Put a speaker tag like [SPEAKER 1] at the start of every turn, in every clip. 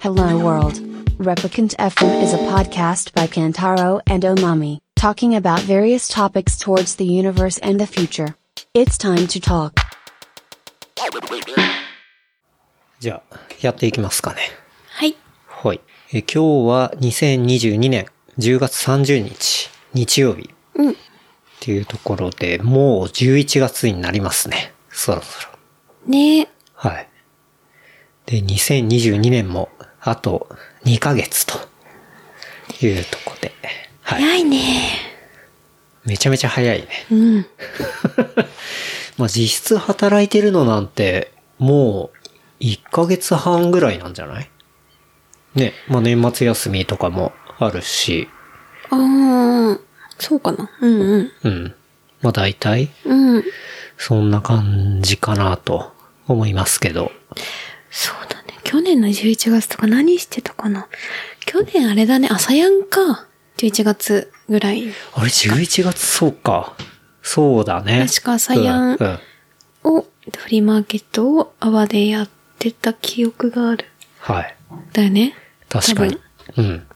[SPEAKER 1] Hello World. Replicant FM is a podcast by Kantaro and Omami, talking about various topics towards the universe and the future. It's time to talk.
[SPEAKER 2] じゃあ、やっていきますかね。
[SPEAKER 3] はい。
[SPEAKER 2] はい。え今日は2022年10月30日、日曜日。
[SPEAKER 3] うん
[SPEAKER 2] っていうところで、もう11月になりますね。そろそろ。
[SPEAKER 3] ねえ。
[SPEAKER 2] はい。で、2022年も、あと2ヶ月というとこで。はい。
[SPEAKER 3] 早いね。
[SPEAKER 2] めちゃめちゃ早いね。
[SPEAKER 3] うん。
[SPEAKER 2] まあ、実質働いてるのなんて、もう、1ヶ月半ぐらいなんじゃないね、まあ、年末休みとかもあるし、
[SPEAKER 3] ああ、そうかな。うんうん。
[SPEAKER 2] うん。まあ、大体、
[SPEAKER 3] うん。
[SPEAKER 2] そんな感じかなと思いますけど。
[SPEAKER 3] そうだね。去年の11月とか何してたかな。去年あれだね、朝やんか。11月ぐらい
[SPEAKER 2] あれ、11月そうか。そうだね。
[SPEAKER 3] 確か朝や
[SPEAKER 2] う
[SPEAKER 3] ん
[SPEAKER 2] んうん。
[SPEAKER 3] を、フリーマーケットを泡でやってた記憶がある。
[SPEAKER 2] はい。
[SPEAKER 3] だよね。
[SPEAKER 2] 確かに。うん。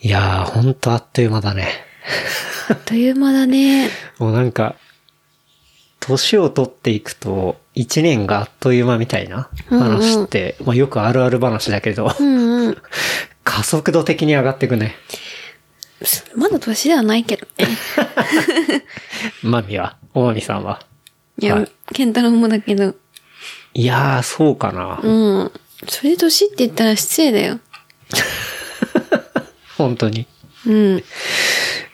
[SPEAKER 2] いやー、ほんとあっという間だね。
[SPEAKER 3] あっという間だね。
[SPEAKER 2] もうなんか、年を取っていくと、一年があっという間みたいな話って、まあよくあるある話だけど、
[SPEAKER 3] うんうん。
[SPEAKER 2] 加速度的に上がっていくね。
[SPEAKER 3] まだ年 ではないけどね。
[SPEAKER 2] マミは、おまみさんは。
[SPEAKER 3] いや、
[SPEAKER 2] はい
[SPEAKER 3] ケンタロウもだけど。
[SPEAKER 2] いやー、そうかな。
[SPEAKER 3] うん。それで年って言ったら失礼だよ。
[SPEAKER 2] 本当に。
[SPEAKER 3] うん。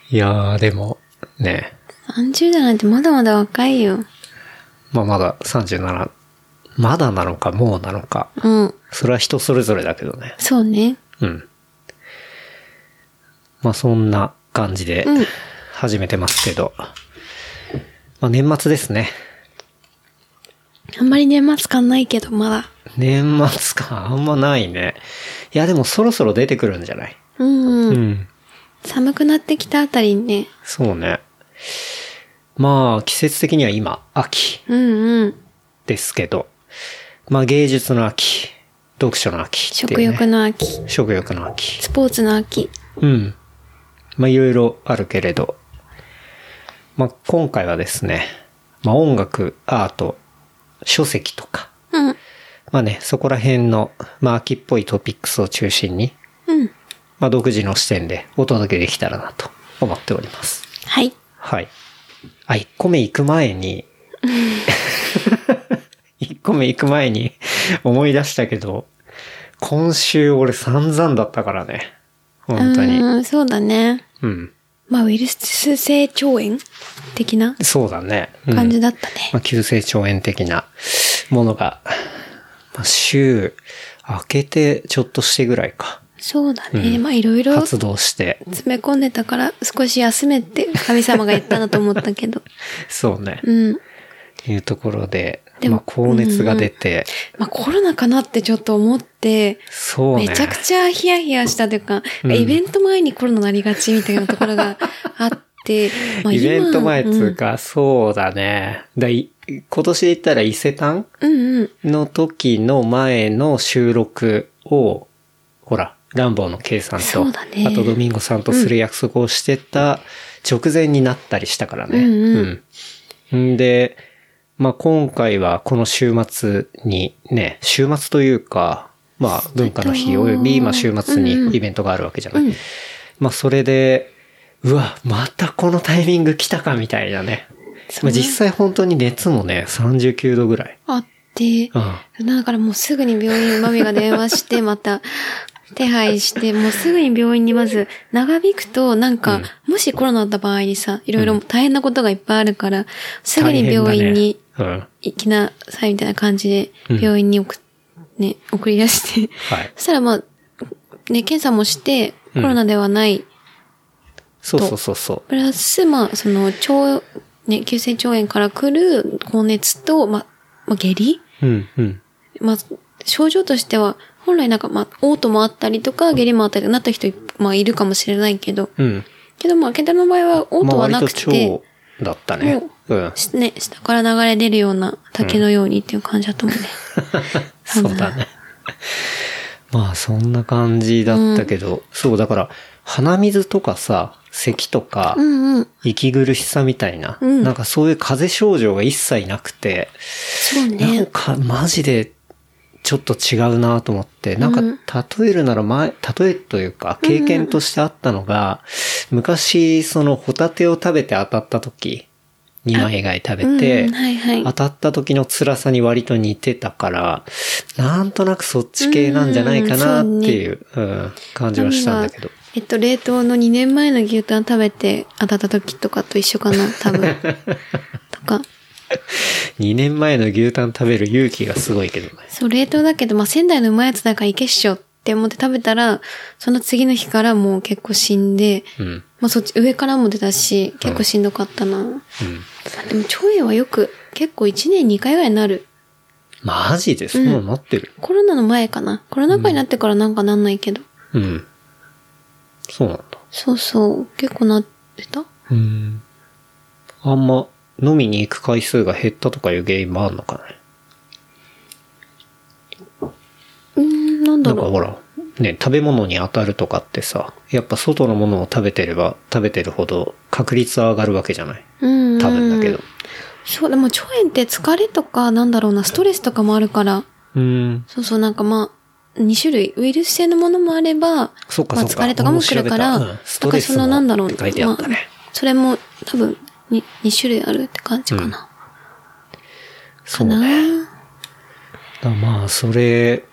[SPEAKER 2] いやー、でも、ね。
[SPEAKER 3] 30代なんてまだまだ若いよ。
[SPEAKER 2] まあまだ37、まだなのか、もうなのか。
[SPEAKER 3] うん。
[SPEAKER 2] それは人それぞれだけどね。
[SPEAKER 3] そうね。
[SPEAKER 2] うん。まあそんな感じで
[SPEAKER 3] うん
[SPEAKER 2] 始めてますけど。まあ年末ですね。
[SPEAKER 3] あんまり年末感ないけど、まだ。
[SPEAKER 2] 年末感あんまないね。いやでもそろそろ出てくるんじゃない
[SPEAKER 3] うん、
[SPEAKER 2] う
[SPEAKER 3] うん。
[SPEAKER 2] ん。
[SPEAKER 3] 寒くなってきたあたりにね。
[SPEAKER 2] そうね。まあ季節的には今、秋
[SPEAKER 3] うんうん。
[SPEAKER 2] ですけど。まあ芸術の秋、読書の秋ってい
[SPEAKER 3] 食
[SPEAKER 2] う、ね。
[SPEAKER 3] 欲の秋。
[SPEAKER 2] 食欲の秋。
[SPEAKER 3] スポーツの秋。
[SPEAKER 2] うん。まあ、いろいろあるけれど。まあ、今回はですね、まあ、音楽、アート、書籍とか、
[SPEAKER 3] うん。
[SPEAKER 2] まあね、そこら辺の、まあ、秋っぽいトピックスを中心に、
[SPEAKER 3] うん。
[SPEAKER 2] まあ、独自の視点でお届けできたらなと思っております。
[SPEAKER 3] はい。
[SPEAKER 2] はい。あ、1個目行く前 に、1個目行く前に思い出したけど、今週俺散々だったからね。本当に。
[SPEAKER 3] うん、そうだね。
[SPEAKER 2] うん。
[SPEAKER 3] まあ、ウイルス性腸炎的な
[SPEAKER 2] そうだね。うん
[SPEAKER 3] 感じだったね。
[SPEAKER 2] まあ、急性腸炎的なものが、まあ、週明けてちょっとしてぐらいか、
[SPEAKER 3] そうだね。まあ、いろいろ
[SPEAKER 2] 発
[SPEAKER 3] 詰
[SPEAKER 2] 動して。
[SPEAKER 3] め込んでたから、少し休めって神様が言ったなと思ったけど。
[SPEAKER 2] そうね。
[SPEAKER 3] うん。
[SPEAKER 2] いうところで、
[SPEAKER 3] でも
[SPEAKER 2] まあ、高熱が出て、
[SPEAKER 3] まあ、コロナかなってちょっと思って、
[SPEAKER 2] そうね。
[SPEAKER 3] めちゃくちゃヒヤヒヤしたというか、
[SPEAKER 2] うん
[SPEAKER 3] イベント前にコロナなりがちみたいなところがあって、 まあ
[SPEAKER 2] イベント前っ
[SPEAKER 3] 今
[SPEAKER 2] つうか、そうだね。だい今年で言ったら伊勢丹
[SPEAKER 3] うん、うんうん
[SPEAKER 2] の時の前の収録を、ほら、ランボーの K さんと、
[SPEAKER 3] そうだね
[SPEAKER 2] あとドミンゴさんとする約束をしてた直前になったりしたからね。
[SPEAKER 3] うんうん
[SPEAKER 2] うんんで、まあ今回はこの週末にね、週末というか、まあ文化の日および、まあ週末にイベントがあるわけじゃない。まあそれで、うわ、またこのタイミング来たかみたいなね。
[SPEAKER 3] そ
[SPEAKER 2] ま
[SPEAKER 3] う
[SPEAKER 2] あ、実際本当に熱もね、39度ぐらい。
[SPEAKER 3] あって、
[SPEAKER 2] うん。
[SPEAKER 3] だからもうすぐに病院、マミが電 話して、また手配して、もうすぐに病院にまず長引くと、なんか、もしコロナだった場合にさ、いろいろ大変なことがいっぱいあるから、すぐに病院に
[SPEAKER 2] 大変だね。
[SPEAKER 3] 行きなさいみたいな感じ
[SPEAKER 2] う
[SPEAKER 3] で、
[SPEAKER 2] ん
[SPEAKER 3] 病院に送,、ね、送り出して、
[SPEAKER 2] うん。はい。
[SPEAKER 3] そしたらまあ、ね、検査もして、コロナではない、
[SPEAKER 2] そうそうそうそ
[SPEAKER 3] プラス、まあ、その、腸、ね、急性腸炎から来る高熱と、まあ、まあ、下痢
[SPEAKER 2] う。うん、うん。
[SPEAKER 3] まあ、症状としては、本来なんか、まあ、嘔吐もあったりとか、下痢もあったりとかなった人、まあ、いるかもしれないけど、
[SPEAKER 2] うん。
[SPEAKER 3] けど、まあ、ケンタの場合は、嘔
[SPEAKER 2] ま
[SPEAKER 3] 吐
[SPEAKER 2] あ
[SPEAKER 3] は
[SPEAKER 2] 割
[SPEAKER 3] な
[SPEAKER 2] と
[SPEAKER 3] くて、
[SPEAKER 2] 腸だったね。うん。
[SPEAKER 3] しね、下から流れ出るような、竹のようにっていう感じだと思うね。
[SPEAKER 2] そうだね。 まあそんな感じだったけど、そうだから鼻水とかさ、咳とか
[SPEAKER 3] う、んうん。
[SPEAKER 2] 息苦しさみたいな、
[SPEAKER 3] うん
[SPEAKER 2] なんかそういう風邪症状が一切なくて、
[SPEAKER 3] そう
[SPEAKER 2] なん
[SPEAKER 3] ね。
[SPEAKER 2] かマジでちょっと違うなと思って、なん
[SPEAKER 3] うん
[SPEAKER 2] か例えるなら前、例えというか経験としてあったのが、昔そのホタテを食べて当たった時、二枚貝食べて、
[SPEAKER 3] うん、はいはい。
[SPEAKER 2] 当たった時の辛さに割と似てたから、なんとなくそっち系なんじゃないかなっていう、うん感じはしたんだけど
[SPEAKER 3] マミ。はえっと、冷凍の2年前の牛タン食べて当たった時とかと一緒かな、多 分。とか。
[SPEAKER 2] 2年前の牛タン食べる勇気がすごいけどね。
[SPEAKER 3] そう、冷凍だけど、まあ、仙台のうまいやつだからいけっしょって思って食べたら、その次の日からもう結構死んで、
[SPEAKER 2] うん。
[SPEAKER 3] まあ、そっち上からも出たし、結構しんどかったな。ま
[SPEAKER 2] うん。
[SPEAKER 3] あでも、腸炎はよく、結構1年2回ぐらいなる。
[SPEAKER 2] マジでそんなの待ってる。
[SPEAKER 3] コロナの前かな。コロナ禍になってからなんかなんないけど。
[SPEAKER 2] うん。そうなんだ。
[SPEAKER 3] そうそう、結構なってた
[SPEAKER 2] うん。あんま飲みに行く回数が減ったとかいう原因もあんのかね。
[SPEAKER 3] うん、なんだ
[SPEAKER 2] なんか
[SPEAKER 3] ろう。
[SPEAKER 2] ほら、ね、食べ物に当たるとかってさ、やっぱ外のものを食べてれば、食べてるほど確率は上がるわけじゃない。
[SPEAKER 3] うん、うん。
[SPEAKER 2] 多分だけど。
[SPEAKER 3] そう、でも腸炎って疲れとか、なんだろうな、ストレスとかもあるから、
[SPEAKER 2] うん。
[SPEAKER 3] そうそう、なんかまあ、2種類、ウイルス性のものもあれば、
[SPEAKER 2] そっか
[SPEAKER 3] まあ、
[SPEAKER 2] そっか
[SPEAKER 3] 疲れとかも来るか
[SPEAKER 2] 俺
[SPEAKER 3] ら、
[SPEAKER 2] も調べたうんス
[SPEAKER 3] と
[SPEAKER 2] ト
[SPEAKER 3] か
[SPEAKER 2] レ
[SPEAKER 3] そ
[SPEAKER 2] ス
[SPEAKER 3] の
[SPEAKER 2] も
[SPEAKER 3] なんだろう、
[SPEAKER 2] って書いてあったね
[SPEAKER 3] まそれも多分に 2, 種類あるって感じかな。
[SPEAKER 2] そう
[SPEAKER 3] か
[SPEAKER 2] ね。
[SPEAKER 3] な
[SPEAKER 2] だからまあ、それ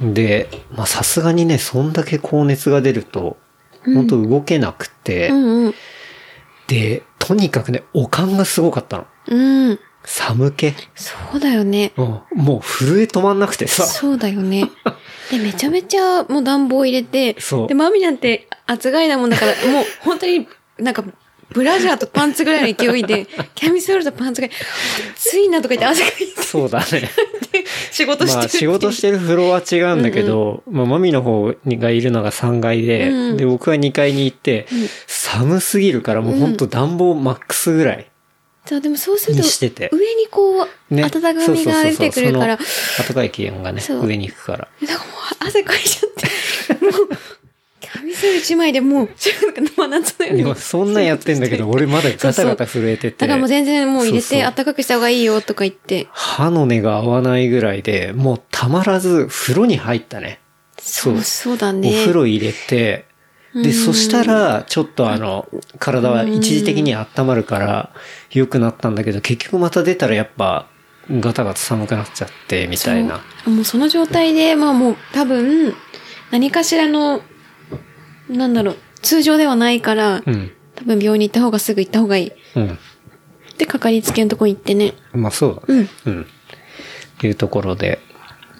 [SPEAKER 2] で、まあさすがにね、そんだけ高熱が出ると、本当動けなくて、
[SPEAKER 3] うんうん。
[SPEAKER 2] で、とにかくね、おかんがすごかったの。
[SPEAKER 3] うん。
[SPEAKER 2] 寒気。
[SPEAKER 3] そうだよね。
[SPEAKER 2] うんもう震え止まんなくてさ。
[SPEAKER 3] そうだよね。で、めちゃめちゃもう暖房入れて、
[SPEAKER 2] そう
[SPEAKER 3] で、マミなんて暑がりなもんだから、もう本当になんか、ブラジャーとパンツぐらいの勢 いで、キャミソールとパンツぐらい、暑いなとか言って汗かいて
[SPEAKER 2] そうだね。
[SPEAKER 3] 仕事して
[SPEAKER 2] ま
[SPEAKER 3] るってい
[SPEAKER 2] あ
[SPEAKER 3] う。
[SPEAKER 2] 仕事してるフロア違うんだけど、まあマミの方がいるのが3階で、
[SPEAKER 3] うん
[SPEAKER 2] で僕は2階に行って、寒すぎるからもうほんと暖房マックスぐらい
[SPEAKER 3] そう、でもそうする
[SPEAKER 2] に
[SPEAKER 3] と、
[SPEAKER 2] してて。
[SPEAKER 3] 上にこう、
[SPEAKER 2] ね
[SPEAKER 3] 温かみが出てくるから
[SPEAKER 2] そう、そうそうそうその暖かい気温がね、
[SPEAKER 3] そう
[SPEAKER 2] 上に行くから。
[SPEAKER 3] なんかもう汗かいちゃって、もう、キャミソール一枚でもう、なんか真夏のよう
[SPEAKER 2] で
[SPEAKER 3] に。
[SPEAKER 2] もそんなんやってんだけど、俺まだガタガタ震えてて。
[SPEAKER 3] だからもう全然もう入れ
[SPEAKER 2] そう
[SPEAKER 3] て、
[SPEAKER 2] そう
[SPEAKER 3] 暖かくした方がいいよとか言って。
[SPEAKER 2] 歯の根が合わないぐらいで、もうたまらず風呂に入ったね。
[SPEAKER 3] そう、そうだね。
[SPEAKER 2] お風呂入れて、
[SPEAKER 3] う
[SPEAKER 2] で、
[SPEAKER 3] ん
[SPEAKER 2] そしたら、ちょっとあの、体は一時的に温まるから、良くなったんだけど、結局また出たらやっぱ、ガタガタ寒くなっちゃって、みたいな。
[SPEAKER 3] そうもうその状態で、まあもう多分、何かしらの、なんだろう、通常ではないから、
[SPEAKER 2] うん。
[SPEAKER 3] 多分病院に行った方がすぐ行った方がいい。
[SPEAKER 2] うん。
[SPEAKER 3] で、かかりつけのとこに行ってね。
[SPEAKER 2] まあそうだね。
[SPEAKER 3] うん。
[SPEAKER 2] うん。いうところで、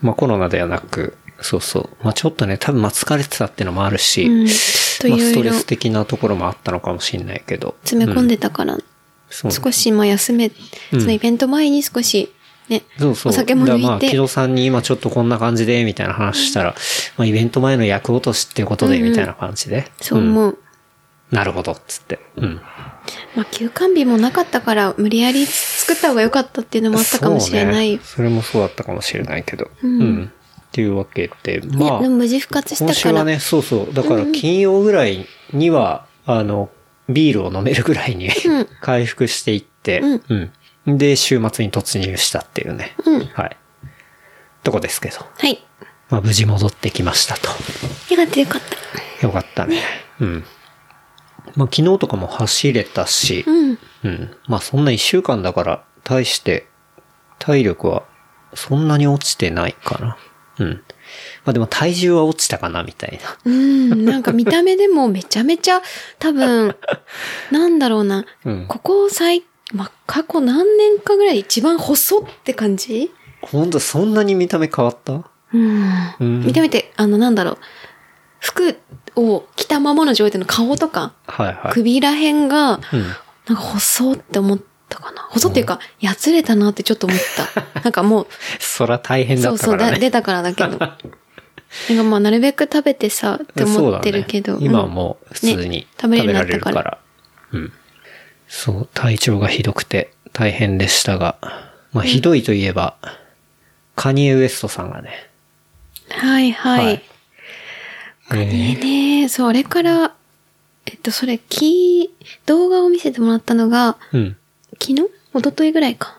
[SPEAKER 2] まあコロナではなく、そうそう。まあちょっとね、多分まあ疲れてたってのもあるし、
[SPEAKER 3] うん。と
[SPEAKER 2] まあ
[SPEAKER 3] い
[SPEAKER 2] ス
[SPEAKER 3] ろ
[SPEAKER 2] トレ
[SPEAKER 3] いろ
[SPEAKER 2] ス的なところもあったのかもしれないけど。
[SPEAKER 3] 詰め込ん
[SPEAKER 2] う
[SPEAKER 3] でたから、
[SPEAKER 2] そうね
[SPEAKER 3] 少しまあ休め、
[SPEAKER 2] うん
[SPEAKER 3] そのイベント前に少し、ね、
[SPEAKER 2] そうそう。
[SPEAKER 3] お酒も抜いて
[SPEAKER 2] だからまあ、木戸さんに今ちょっとこんな感じで、みたいな話したら、まあ、イベント前の役落としっていうことで、みたいな感じで。
[SPEAKER 3] そう
[SPEAKER 2] うん
[SPEAKER 3] 思う。
[SPEAKER 2] なるほど、つって。うん。
[SPEAKER 3] まあ休館日もなかったから、無理やり作った方が良かったっていうのもあったかもしれないよ。
[SPEAKER 2] そうねそれもそうだったかもしれないけど。
[SPEAKER 3] うん
[SPEAKER 2] っていうわけで、
[SPEAKER 3] ね
[SPEAKER 2] まあ
[SPEAKER 3] で、も無事復活したから。
[SPEAKER 2] 今週はね、そうそう。だから金曜ぐらいには、あの、ビールを飲めるぐらいに、
[SPEAKER 3] ん
[SPEAKER 2] 回復していって、
[SPEAKER 3] うん
[SPEAKER 2] うんで、週末に突入したっていうね。
[SPEAKER 3] うん
[SPEAKER 2] はい。とこですけど。
[SPEAKER 3] はい。
[SPEAKER 2] まあ、無事戻ってきましたと。
[SPEAKER 3] よかったよかった。
[SPEAKER 2] よかったね。うん。まあ昨日とかも走れたし、
[SPEAKER 3] うん。
[SPEAKER 2] うん。まあそんな一週間だから、対して、体力はそんなに落ちてないかな。うん。まあでも体重は落ちたかな、みたいな。
[SPEAKER 3] うん、なんか見た目でもめちゃめちゃ、多 分、なんだろうな、
[SPEAKER 2] うん
[SPEAKER 3] ここ最、まあ、過去何年かぐらいで一番細って感じ
[SPEAKER 2] ほんとそんなに見た目変わった
[SPEAKER 3] うん。
[SPEAKER 2] うん
[SPEAKER 3] 見た目って、あの、なんだろう、服を着たままの状態の顔とか、
[SPEAKER 2] はいはい。
[SPEAKER 3] 首らへんが、
[SPEAKER 2] うん。
[SPEAKER 3] なんか細って思ったかな。細っていうか、やつれたなってちょっと 思った。なんかもう、
[SPEAKER 2] そら大変だ
[SPEAKER 3] そう
[SPEAKER 2] った
[SPEAKER 3] そ
[SPEAKER 2] か
[SPEAKER 3] う、
[SPEAKER 2] ら
[SPEAKER 3] だ
[SPEAKER 2] ね。
[SPEAKER 3] 出たからだけ ど。なんかまあ、なるべく食べてさ、って思ってるけど。
[SPEAKER 2] そうだね今は
[SPEAKER 3] ん
[SPEAKER 2] もう普通に
[SPEAKER 3] ね食べれるようにな
[SPEAKER 2] 食べられ
[SPEAKER 3] ったから
[SPEAKER 2] るからうん。そう、体調がひどくて大変でしたが、まあひどいといえば、カニエ・ウエストさんがね、
[SPEAKER 3] はいはい。金ね、そう、あれから、えっと、それ、き、動画を見せてもらったのが、
[SPEAKER 2] うん。
[SPEAKER 3] 昨日一昨日ぐらいか。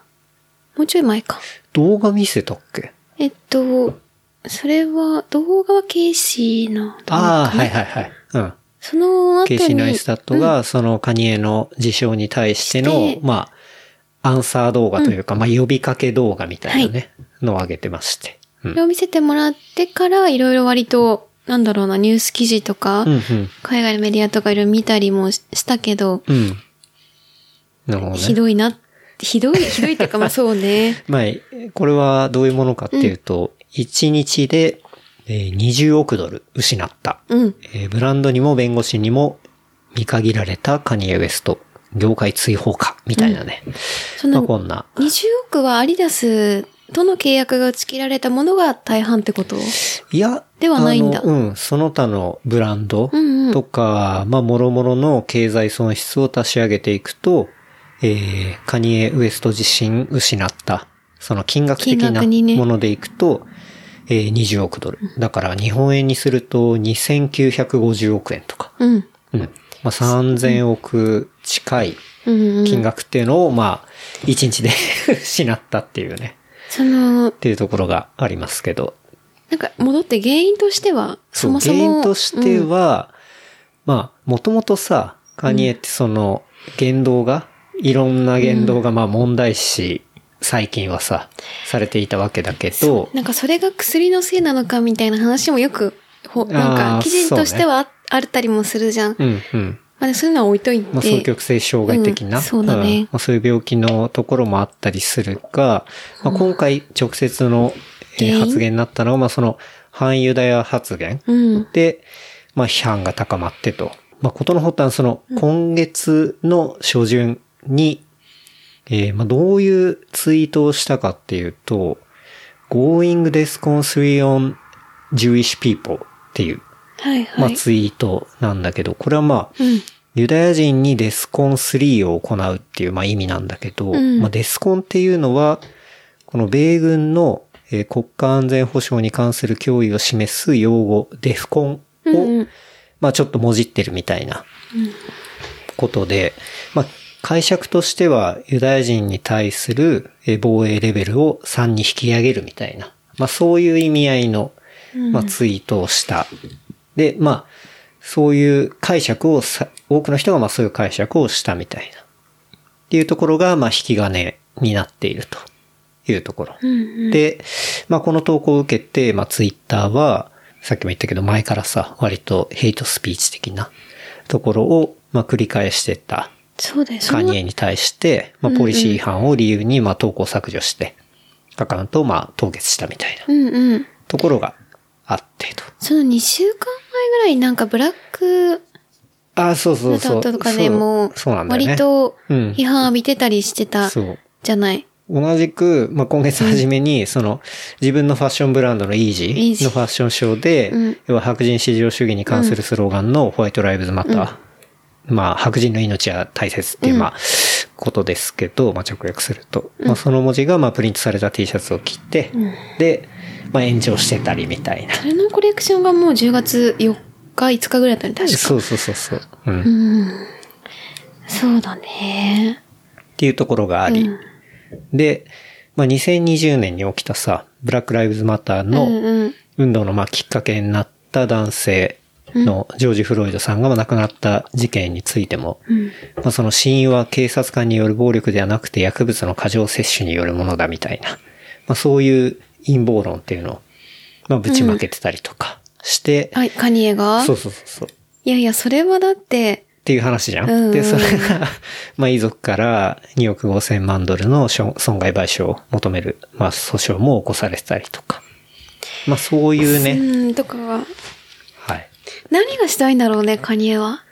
[SPEAKER 3] もうちょい前か。
[SPEAKER 2] 動画見せたっけ
[SPEAKER 3] えっと、それは、動画はケイシーの動画かな。
[SPEAKER 2] ああ、はいはいはい。うん。
[SPEAKER 3] その後に。
[SPEAKER 2] ケイシー・ナイスタット
[SPEAKER 3] うん、
[SPEAKER 2] が、そのカニエの事象に対して
[SPEAKER 3] し
[SPEAKER 2] の
[SPEAKER 3] て、
[SPEAKER 2] まあ、アンサー動画というか、まあ、呼びかけ動画みたいなね、のを上げてまして。う
[SPEAKER 3] そ
[SPEAKER 2] ん。
[SPEAKER 3] れを見せてもらってから、いろいろ割と、なんだろうな、ニュース記事とか、
[SPEAKER 2] うん、うん。
[SPEAKER 3] 海外のメディアとかいろいろ見たりもししたけど、
[SPEAKER 2] うん。なるほどね。
[SPEAKER 3] ひどいな、ひどい、ひどいっていうか、まあそうね。
[SPEAKER 2] まあ、これはどういうものかっていうと、1日でえー20億ドル失った。
[SPEAKER 3] うん。
[SPEAKER 2] えーブランドにも弁護士にも見限られたカニエ・ウェスト、業界追放か、みたいなね。
[SPEAKER 3] その
[SPEAKER 2] まあ、こんな。
[SPEAKER 3] 20億はアリダスとの契約が打ち切られたものが大半ってこと
[SPEAKER 2] いや、
[SPEAKER 3] ではないんだ
[SPEAKER 2] あのうん、その他のブランド
[SPEAKER 3] うんうん
[SPEAKER 2] とか、まあ、もろもろの経済損失を足し上げていくと、えーカニエ・ウエスト自身失った、その金額的
[SPEAKER 3] 金
[SPEAKER 2] な
[SPEAKER 3] 額にね
[SPEAKER 2] ものでいくと、えー20億ドル。だから日本円にすると2950億円とか、
[SPEAKER 3] うん。
[SPEAKER 2] うん。まあ、3000億近い
[SPEAKER 3] うんうん。
[SPEAKER 2] 金額っていうのを、まあ、1日で 失ったっていうね、
[SPEAKER 3] その
[SPEAKER 2] っ、ていうところがありますけど。
[SPEAKER 3] なんか戻って原因としては、
[SPEAKER 2] そ、
[SPEAKER 3] そうもそも。
[SPEAKER 2] 原因として
[SPEAKER 3] うん、
[SPEAKER 2] は、まあ、もともとさ、カニエってその、言動が、いろんな言動が、まあ問題視、最近はさ、されていたわけだけど、
[SPEAKER 3] なんかそれが薬のせいなのかみたいな話もよく、ほなん
[SPEAKER 2] あ
[SPEAKER 3] か
[SPEAKER 2] ー
[SPEAKER 3] 記事としてはあ,、ったりもするじゃん。
[SPEAKER 2] うんうん。
[SPEAKER 3] まあでそういうのは置いといて。
[SPEAKER 2] まあ、双極性障害的な、
[SPEAKER 3] うんそうだね
[SPEAKER 2] んまあ、そういう病気のところもあったりするが、まあ、今回直接の、えー
[SPEAKER 3] 原因
[SPEAKER 2] 発言になったのは、まあ、その、反ユダヤ発言
[SPEAKER 3] うん。
[SPEAKER 2] で、まあ批判が高まってと。まあことの発端、その今月の初旬に、えーまあどういうツイートをしたかっていうと、Going Disconcree on Jewish People っていう、
[SPEAKER 3] はい
[SPEAKER 2] まあ
[SPEAKER 3] はい。
[SPEAKER 2] ツイートなんだけど、これはまあ、
[SPEAKER 3] うん。
[SPEAKER 2] ユダヤ人にデスコン3を行うっていう、まあ、意味なんだけど、
[SPEAKER 3] うん
[SPEAKER 2] まあ、デスコンっていうのは、この米軍の、えー国家安全保障に関する脅威を示す用語、デフコンを、
[SPEAKER 3] うんうん
[SPEAKER 2] まあ、ちょっともじってるみたいなことで、まあ、解釈としてはユダヤ人に対するえー防衛レベルを3に引き上げるみたいな、まあ、そういう意味合いの、まあ、ツイートをした。で、まあ、そういう解釈をさ、多くの人がまあそういう解釈をしたみたいな。っていうところが、まあ、引き金になっているというところ。
[SPEAKER 3] うんうん。
[SPEAKER 2] で、まあ、この投稿を受けて、まあ、ツイッターは、さっきも言ったけど、前からさ、割とヘイトスピーチ的なところを、まあ、繰り返してた
[SPEAKER 3] そうだよ。そ
[SPEAKER 2] カ
[SPEAKER 3] れ
[SPEAKER 2] ニ
[SPEAKER 3] は
[SPEAKER 2] エに対して、まあ、ポリシー違反を理由に、まあ、投稿削除して、アカウントを、まあ、凍結したみたいな
[SPEAKER 3] うんうん。
[SPEAKER 2] ところがあってと。
[SPEAKER 3] その2週間前ぐらいなんかブラック
[SPEAKER 2] ああ、そうそう
[SPEAKER 3] だ
[SPEAKER 2] そう。
[SPEAKER 3] ととかでも
[SPEAKER 2] そうそうなん、だよね。
[SPEAKER 3] 割と
[SPEAKER 2] うん
[SPEAKER 3] 批判浴びてたりしてた
[SPEAKER 2] そう。
[SPEAKER 3] じゃない。
[SPEAKER 2] 同じく、まあ、今月初めに、その、自分のファッションブランドのイージー
[SPEAKER 3] Easy
[SPEAKER 2] のファッションショーで、
[SPEAKER 3] うん
[SPEAKER 2] 要は白人至上主義に関するスローガンのホワイトライブズマター。まあ、白人の命は大切っていう、まあ、ことですけど、まあ、直訳すると。まあ、その文字が、まあ、プリントされた T シャツを着て、で、まあ、炎上してたりみたいな。
[SPEAKER 3] それのコレクションがもう10月4日、5日ぐらいだったね、確か。
[SPEAKER 2] そうそうそうそう。うん。っ
[SPEAKER 3] うん。そうだね。
[SPEAKER 2] ていうところがあり。で、まあ、2020年に起きたさ、ブラックライブズマター
[SPEAKER 3] う
[SPEAKER 2] の、
[SPEAKER 3] んうん。
[SPEAKER 2] 運動のまあきっかけになった男性のジョージ・フロイドさんがまあ亡くなった事件についても、まあ、その死因は警察官による暴力ではなくて薬物の過剰摂取によるものだみたいな、まあ、そういう陰謀論っていうのを、まあ、ぶちまけてたりとかして、
[SPEAKER 3] はい、カニエが
[SPEAKER 2] そうそうそうそう。
[SPEAKER 3] いやいや、それはだって、
[SPEAKER 2] っていう話じゃん。
[SPEAKER 3] うんうん
[SPEAKER 2] で、それが、 まあ、遺族から2億5千万ドルの損損害賠償を求める、まあ、訴訟も起こされてたりとか。まあ、そういうね、
[SPEAKER 3] うん、とかが、
[SPEAKER 2] はい。
[SPEAKER 3] 何がしたいんだろうね、カニエは。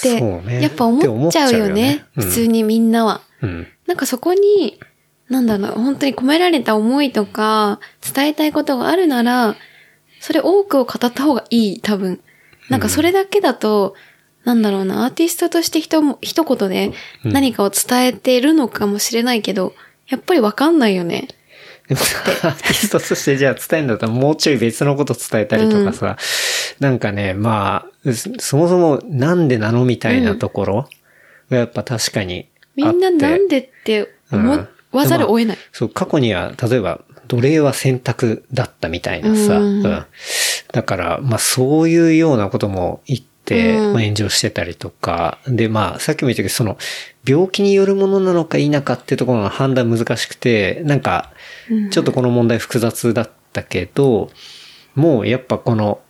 [SPEAKER 3] って、
[SPEAKER 2] そうね
[SPEAKER 3] やっぱ思っちゃ
[SPEAKER 2] って思っ
[SPEAKER 3] うよね。
[SPEAKER 2] ちゃうよねうん
[SPEAKER 3] 普通にみんなは。
[SPEAKER 2] うん。
[SPEAKER 3] なんかそこに、なんだろう、本当に込められた思いとか、伝えたいことがあるなら、それ多くを語った方がいい、多分。なんかそれだけだと、なんだろうな、アーティストとして一も一言で何かを伝えてるのかもしれないけど、やっぱりわかんないよね。
[SPEAKER 2] でもさ、 アーティストとしてじゃあ伝えるんだったらもうちょい別のこと伝えたりとかさ、なんかね、まあ、そそもそもなんでなのみたいなところがやっぱ確かに
[SPEAKER 3] み
[SPEAKER 2] あって
[SPEAKER 3] んななんでって思
[SPEAKER 2] うん
[SPEAKER 3] わざるを得ない。
[SPEAKER 2] そう、過去には、例えば、奴隷は選択だったみたいなさ、
[SPEAKER 3] うん
[SPEAKER 2] うんだから、まあそういうようなことも言って、
[SPEAKER 3] うん
[SPEAKER 2] まあ炎上してたりとか、でまあさっきも言ったけど、その、病気によるものなのか否かってところの判断難しくて、なんか、ちょっとこの問題複雑だったけど、もうやっぱこの、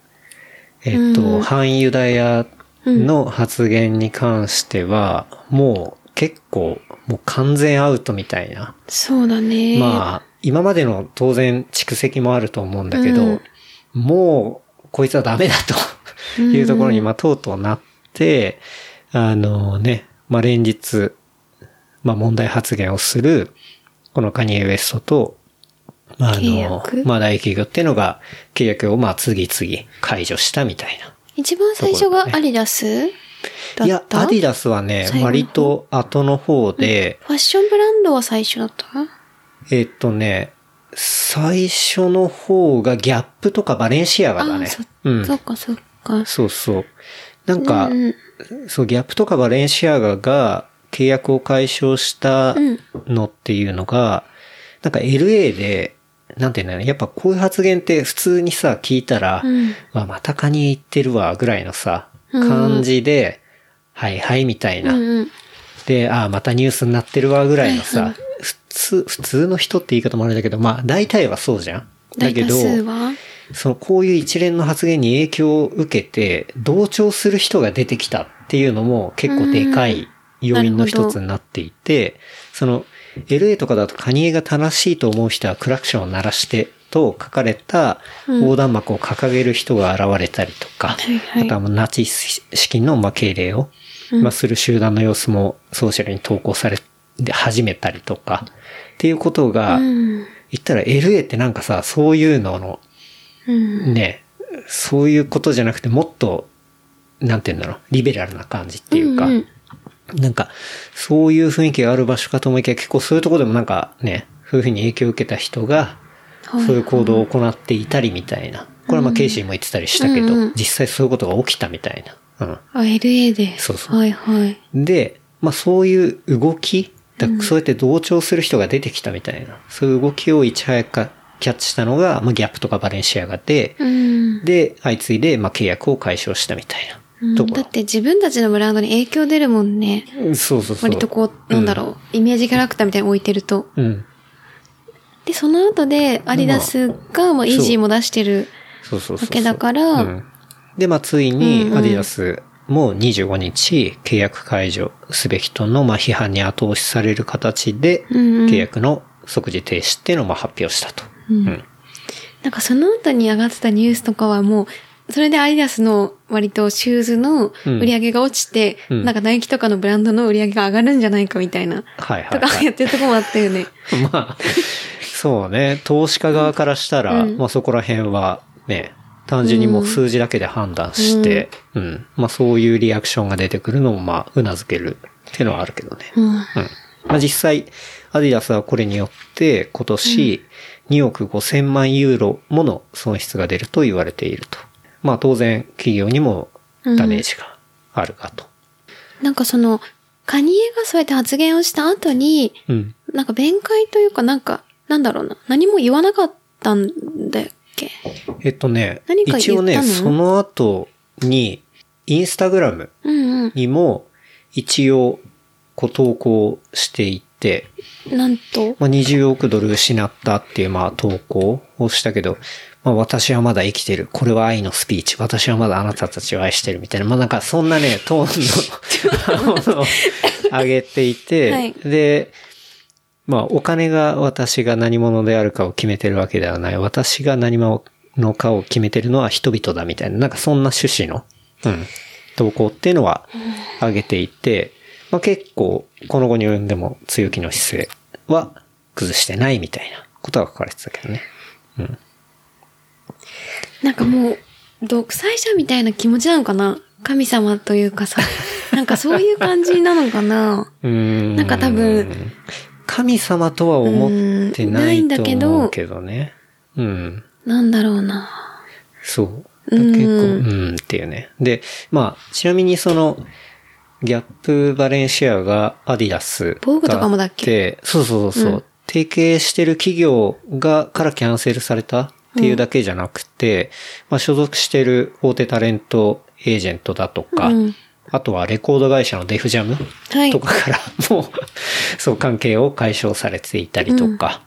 [SPEAKER 2] えっと、
[SPEAKER 3] うん
[SPEAKER 2] 反ユダヤの発言に関しては、もう結構、もう完全アウトみたいな。
[SPEAKER 3] そうだね。
[SPEAKER 2] まあ、今までの当然蓄積もあると思うんだけど、
[SPEAKER 3] うん
[SPEAKER 2] もう、こいつはダメだというところに、まあ、とうとうなって、あのね、まあ、連日、まあ、問題発言をする、このカニエ・ウエストと、まあ、あ
[SPEAKER 3] 契
[SPEAKER 2] の
[SPEAKER 3] 約、
[SPEAKER 2] まあ、大企業っていうのが、契約を、まあ、次々解除したみたいな。
[SPEAKER 3] 一番最初がアディダスだった
[SPEAKER 2] いや、アディダスはね
[SPEAKER 3] 最、後の方
[SPEAKER 2] 割と後の方で、
[SPEAKER 3] ファッションブランドは最初だった
[SPEAKER 2] えっとね、最初の方がギャップとかバレンシアガだ
[SPEAKER 3] あ
[SPEAKER 2] ね。
[SPEAKER 3] そ、
[SPEAKER 2] うん。
[SPEAKER 3] そっかそっか。
[SPEAKER 2] そうそう。なんか、
[SPEAKER 3] うん
[SPEAKER 2] そう、ギャップとかバレンシアガが契約を解消したのっていうのが、なんか LA で、なんていうんだろうねやっぱこういう発言って普通にさ、聞いたら、
[SPEAKER 3] うん
[SPEAKER 2] まあ、またカニ言ってるわ、ぐらいのさ、
[SPEAKER 3] うん
[SPEAKER 2] 感じで、はいはいみたいな
[SPEAKER 3] う。んうん。
[SPEAKER 2] で、ああ、またニュースになってるわ、ぐらいの
[SPEAKER 3] はいは
[SPEAKER 2] さ
[SPEAKER 3] い、
[SPEAKER 2] 普通、普通の人って言い方もあれだけど、まあ、大体はそうじゃん。だ
[SPEAKER 3] 大
[SPEAKER 2] け
[SPEAKER 3] 多
[SPEAKER 2] ど、
[SPEAKER 3] 数は
[SPEAKER 2] その、こういう一連の発言に影響を受けて、同調する人が出てきたっていうのも結構でかい要因の一つになっていて、その、LA とかだとカニエが正しいと思う人はクラクションを鳴らして、と書かれた横断幕を掲げる人が現れたりと か、
[SPEAKER 3] はいはい
[SPEAKER 2] あとはもうナチス資金のまあ敬礼を、まあ、する集団の様子もソーシャルに投稿されて始めたりとか、っていうことが、
[SPEAKER 3] うん。
[SPEAKER 2] 言ったら LA ってなんかさ、そういうのの、
[SPEAKER 3] うん。
[SPEAKER 2] ね、そういうことじゃなくてもっと、なんて言うんだろう、リベラルな感じっていうか、
[SPEAKER 3] うんうん
[SPEAKER 2] なんか、そういう雰囲気がある場所かと思いきや、結構そういうところでもなんかね、そういうふうに影響を受けた人が、
[SPEAKER 3] はい
[SPEAKER 2] そういう行動を行っていたりみたいな。これはまあ、ケイシーも言ってたりしたけど、
[SPEAKER 3] うんうん
[SPEAKER 2] 実際そういうことが起きたみたいな。うん。
[SPEAKER 3] あ、LA で。
[SPEAKER 2] そうそう
[SPEAKER 3] はいはい。
[SPEAKER 2] で、まあそういう動き、だそうやって同調する人が出てきたみたいな、そういう動きをいち早くかキャッチしたのが、まあギャップとかバレンシアガで、
[SPEAKER 3] うん。
[SPEAKER 2] で、相次いで、まあ契約を解消したみたい
[SPEAKER 3] うん
[SPEAKER 2] なとこ
[SPEAKER 3] だ
[SPEAKER 2] ろ。
[SPEAKER 3] って自分たちのブランドに影響出るもんね。
[SPEAKER 2] うんそうそうそう。
[SPEAKER 3] 割とこう、なんだろう、イメージキャラクターみたいに置いてると。
[SPEAKER 2] う。うん。
[SPEAKER 3] で、その後で、アディダスが、まあ、イージーも出してる
[SPEAKER 2] そうそうそうそう。
[SPEAKER 3] わけだから、
[SPEAKER 2] うんで、まあ、ついに、アディダスも25日、契約解除すべきとの、まあ、批判に後押しされる形で、
[SPEAKER 3] うんうん
[SPEAKER 2] 契約の即時停止っていうのをまあ発表したと。うん
[SPEAKER 3] なんかその後に上がってたニュースとかはもう、それでアディダスの割とシューズの売り上げが落ちて、
[SPEAKER 2] うん
[SPEAKER 3] なんかナイキとかのブランドの売り上げが上がるんじゃないかみたいな、
[SPEAKER 2] はいは
[SPEAKER 3] と
[SPEAKER 2] い、は
[SPEAKER 3] か
[SPEAKER 2] い
[SPEAKER 3] や。ってるとこもあったよね。
[SPEAKER 2] まあ、そうね、投資家側からしたら、まあそこら辺はね、単純にもう数字だけで判断して、うん、まあそういうリアクションが出てくるのも、まあ、うなずけるっていうのはあるけどね。
[SPEAKER 3] う
[SPEAKER 2] うん。
[SPEAKER 3] ん。
[SPEAKER 2] まあ実際、アディダスはこれによって、今年、2億5千万ユーロもの損失が出ると言われていると。まあ当然、企業にもダメージがあるかと。
[SPEAKER 3] なんかその、カニエがそうやって発言をした後に、
[SPEAKER 2] うん。
[SPEAKER 3] なんか弁解というかなんか、なんだろうな、何も言わなかったんだっけ
[SPEAKER 2] えっとね
[SPEAKER 3] 何、か言った
[SPEAKER 2] 一
[SPEAKER 3] の
[SPEAKER 2] 応ね、その後に、インスタグラム
[SPEAKER 3] うんうん。
[SPEAKER 2] にも一応こう投稿していて、
[SPEAKER 3] なんと。
[SPEAKER 2] まあ、20億ドル失ったっていうまあ投稿をしたけど、まあ、私はまだ生きてる。これは愛のスピーチ。私はまだあなたたちを愛してるみたいな。まあなんかそんなね、トーンのものを上げていて、
[SPEAKER 3] はい
[SPEAKER 2] で、まあお金が私が何者であるかを決めてるわけではない。私が何者かを決めてるのは人々だみたいな。なんかそんな趣旨の、うん、投稿っていうのは上げていて、まあ結構この後に及んでも強気の姿勢は崩してないみたいなことが書かれてたけどね。
[SPEAKER 3] なんかもう、独裁者みたいな気持ちなのかな神様と いうかさ。なんかそういう感じなのかな
[SPEAKER 2] うーん
[SPEAKER 3] なんか多分、
[SPEAKER 2] 神様とは思ってないと思うけどね。うん。
[SPEAKER 3] なんだろうな。
[SPEAKER 2] そう。
[SPEAKER 3] う
[SPEAKER 2] だ
[SPEAKER 3] ん
[SPEAKER 2] 結構、うんっていうね。で、まあ、ちなみにその、ギャップバレンシアがアディダスが。
[SPEAKER 3] 防具とかもだっ
[SPEAKER 2] けそうそうそうそう。提携してる企業が、からキャンセルされたっていうだけじゃなくて、まあ所属してる大手タレントエージェントだとか、
[SPEAKER 3] うん
[SPEAKER 2] あとはレコード会社のデフジャム
[SPEAKER 3] はい
[SPEAKER 2] とかから もう、そう関係を解消されていたりとか、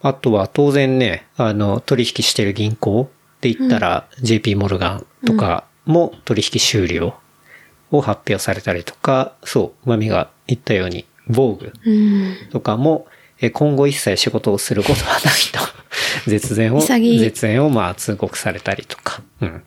[SPEAKER 2] あとは当然ね、あの、取引してる銀行で言ったら、JP モルガンとかも取引終了を発表されたりとか、そう、マミが言ったように、防具
[SPEAKER 3] うん。
[SPEAKER 2] とかも、え今後一切仕事をすることはないと、絶縁を、
[SPEAKER 3] 潔い
[SPEAKER 2] 絶縁をまあ通告されたりとか、うん。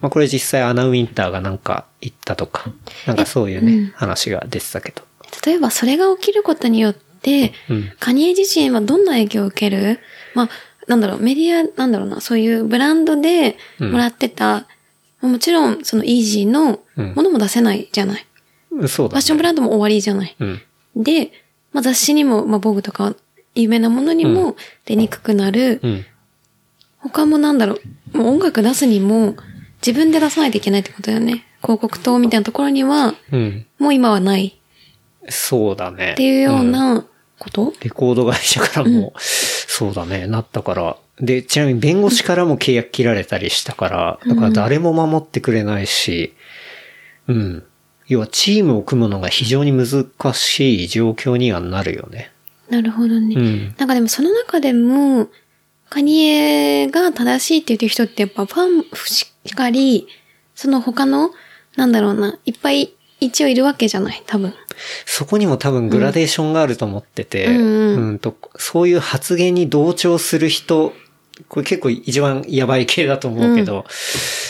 [SPEAKER 2] まあこれ実際アナウィンターがなんか言ったとか、なんかそういうね、話が出てたけど。
[SPEAKER 3] 例えばそれが起きることによって、
[SPEAKER 2] うん
[SPEAKER 3] カニエ自身はどんな影響を受けるまあ、なんだろう、メディア、なんだろうな、そういうブランドで
[SPEAKER 2] うん
[SPEAKER 3] もらってた、もちろんそのイージーの
[SPEAKER 2] うん
[SPEAKER 3] ものも出せないじゃない。
[SPEAKER 2] そう
[SPEAKER 3] フ
[SPEAKER 2] だ、
[SPEAKER 3] ァッ
[SPEAKER 2] ね。
[SPEAKER 3] ションブランドも終わりじゃない。
[SPEAKER 2] うん。
[SPEAKER 3] で、まあ、雑誌にも、まあ、防具とか、有名なものにも出にくくなる。
[SPEAKER 2] うん。
[SPEAKER 3] 他もなんだろう、もう音楽出すにも、自分で出さないといけないってことだよね。広告塔みたいなところには、
[SPEAKER 2] うん。
[SPEAKER 3] もう今はない
[SPEAKER 2] そうだね。
[SPEAKER 3] っていうようんなこと、
[SPEAKER 2] レコード会社からも、そうだね、なったから。で、ちなみに弁護士からも契約切られたりしたから、だから誰も守ってくれないし、うん。要はチームを組むのが非常に難しい状況にはなるよね。
[SPEAKER 3] なるほどね。
[SPEAKER 2] うん。
[SPEAKER 3] なんかでもその中でも、カニエが正しいって言ってる人ってやっぱファンしっかり、その他の、なんだろうな、いっぱい一応いるわけじゃない、多分。
[SPEAKER 2] そこにも多分グラデーションがあると思ってて、
[SPEAKER 3] うんうんうん
[SPEAKER 2] んとそういう発言に同調する人、これ結構一番やばい系だと思うけど、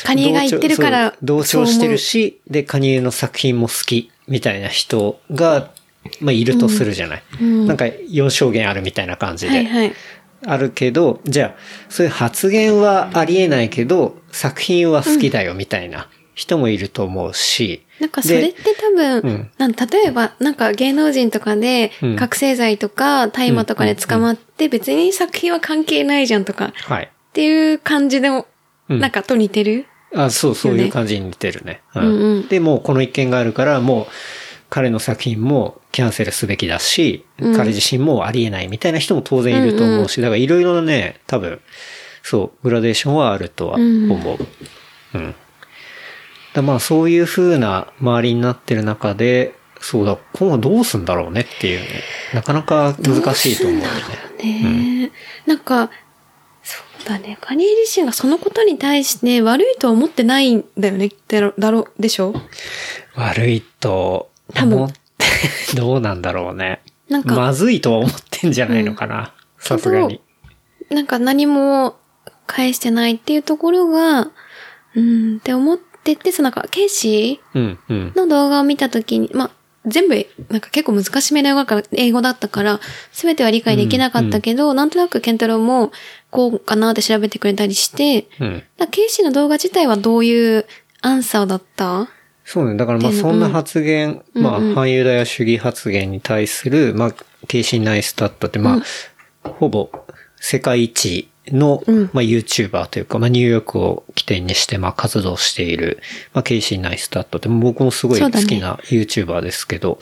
[SPEAKER 3] カニエが言ってるから、
[SPEAKER 2] 同
[SPEAKER 3] そう
[SPEAKER 2] 調
[SPEAKER 3] 思う
[SPEAKER 2] してるし、で、カニエの作品も好き、みたいな人が、まあ、いるとするじゃない。
[SPEAKER 3] うん
[SPEAKER 2] なんか、4証言あるみたいな感じ
[SPEAKER 3] はい
[SPEAKER 2] で。
[SPEAKER 3] はい。
[SPEAKER 2] あるけど、じゃあ、そういう発言はありえないけど、作品は好きだよ、みたいな人もいると思うし。
[SPEAKER 3] なんかそれっ
[SPEAKER 2] で
[SPEAKER 3] て多分、
[SPEAKER 2] うん
[SPEAKER 3] なん例えばなんか芸能人とかで
[SPEAKER 2] うん
[SPEAKER 3] 覚醒剤とか大麻とかで捕まって別に作品は関係ないじゃんとかっ
[SPEAKER 2] はい。
[SPEAKER 3] ていう感じでも、
[SPEAKER 2] うん
[SPEAKER 3] なんかと似てる。
[SPEAKER 2] あ、そう、そう
[SPEAKER 3] よ
[SPEAKER 2] い
[SPEAKER 3] ね
[SPEAKER 2] う感じに似てるね。う
[SPEAKER 3] うんうん
[SPEAKER 2] ん。で、もうこの一件があるから、もう、彼の作品もキャンセルすべきだし、
[SPEAKER 3] うん
[SPEAKER 2] 彼自身もありえないみたいな人も当然いると思うし、だからいろいろね、多分、そう、グラデーションはあるとは思う。うん。だまあ、そういう風な周りになってる中で、そうだ、今後どうすんだろうねっていうね、なかなか難しいと思うよね。
[SPEAKER 3] ねえ、なんか、そうだね。カニエ自身がそのことに対して悪いとは思ってないんだよね。だろ、だろ、でしょ
[SPEAKER 2] 悪いと、
[SPEAKER 3] 多分
[SPEAKER 2] 思って、 どうなんだろうね。
[SPEAKER 3] なんか
[SPEAKER 2] まずいとは思ってんじゃないのかな。さすがに。
[SPEAKER 3] なんか何も返してないっていうところが、うん、って思ってて、そのなんか、ケイシー
[SPEAKER 2] うん、うん。
[SPEAKER 3] の動画を見たときに、まあ、全部、なんか結構難しめな英語英語だったから、すべては理解できなかったけど、なんとなくケンタロウも、こうかなって調べてくれたりして、
[SPEAKER 2] うん。
[SPEAKER 3] だからケイシーの動画自体はどういうアンサーだった
[SPEAKER 2] そうね。だからまあ
[SPEAKER 3] でも
[SPEAKER 2] そんな発言、
[SPEAKER 3] うん
[SPEAKER 2] まあ
[SPEAKER 3] うんうん
[SPEAKER 2] 反ユダヤ主義発言に対する、まあ、ケイシー・ナイスタットって、まあ、ほぼ世界一の、
[SPEAKER 3] うん
[SPEAKER 2] まあ YouTuber というか、まあニューヨークを起点にして、まあ活動している、まあケイシー・ナイスタットって、僕もすごい
[SPEAKER 3] そう
[SPEAKER 2] 好
[SPEAKER 3] だね
[SPEAKER 2] きな YouTuber ですけど、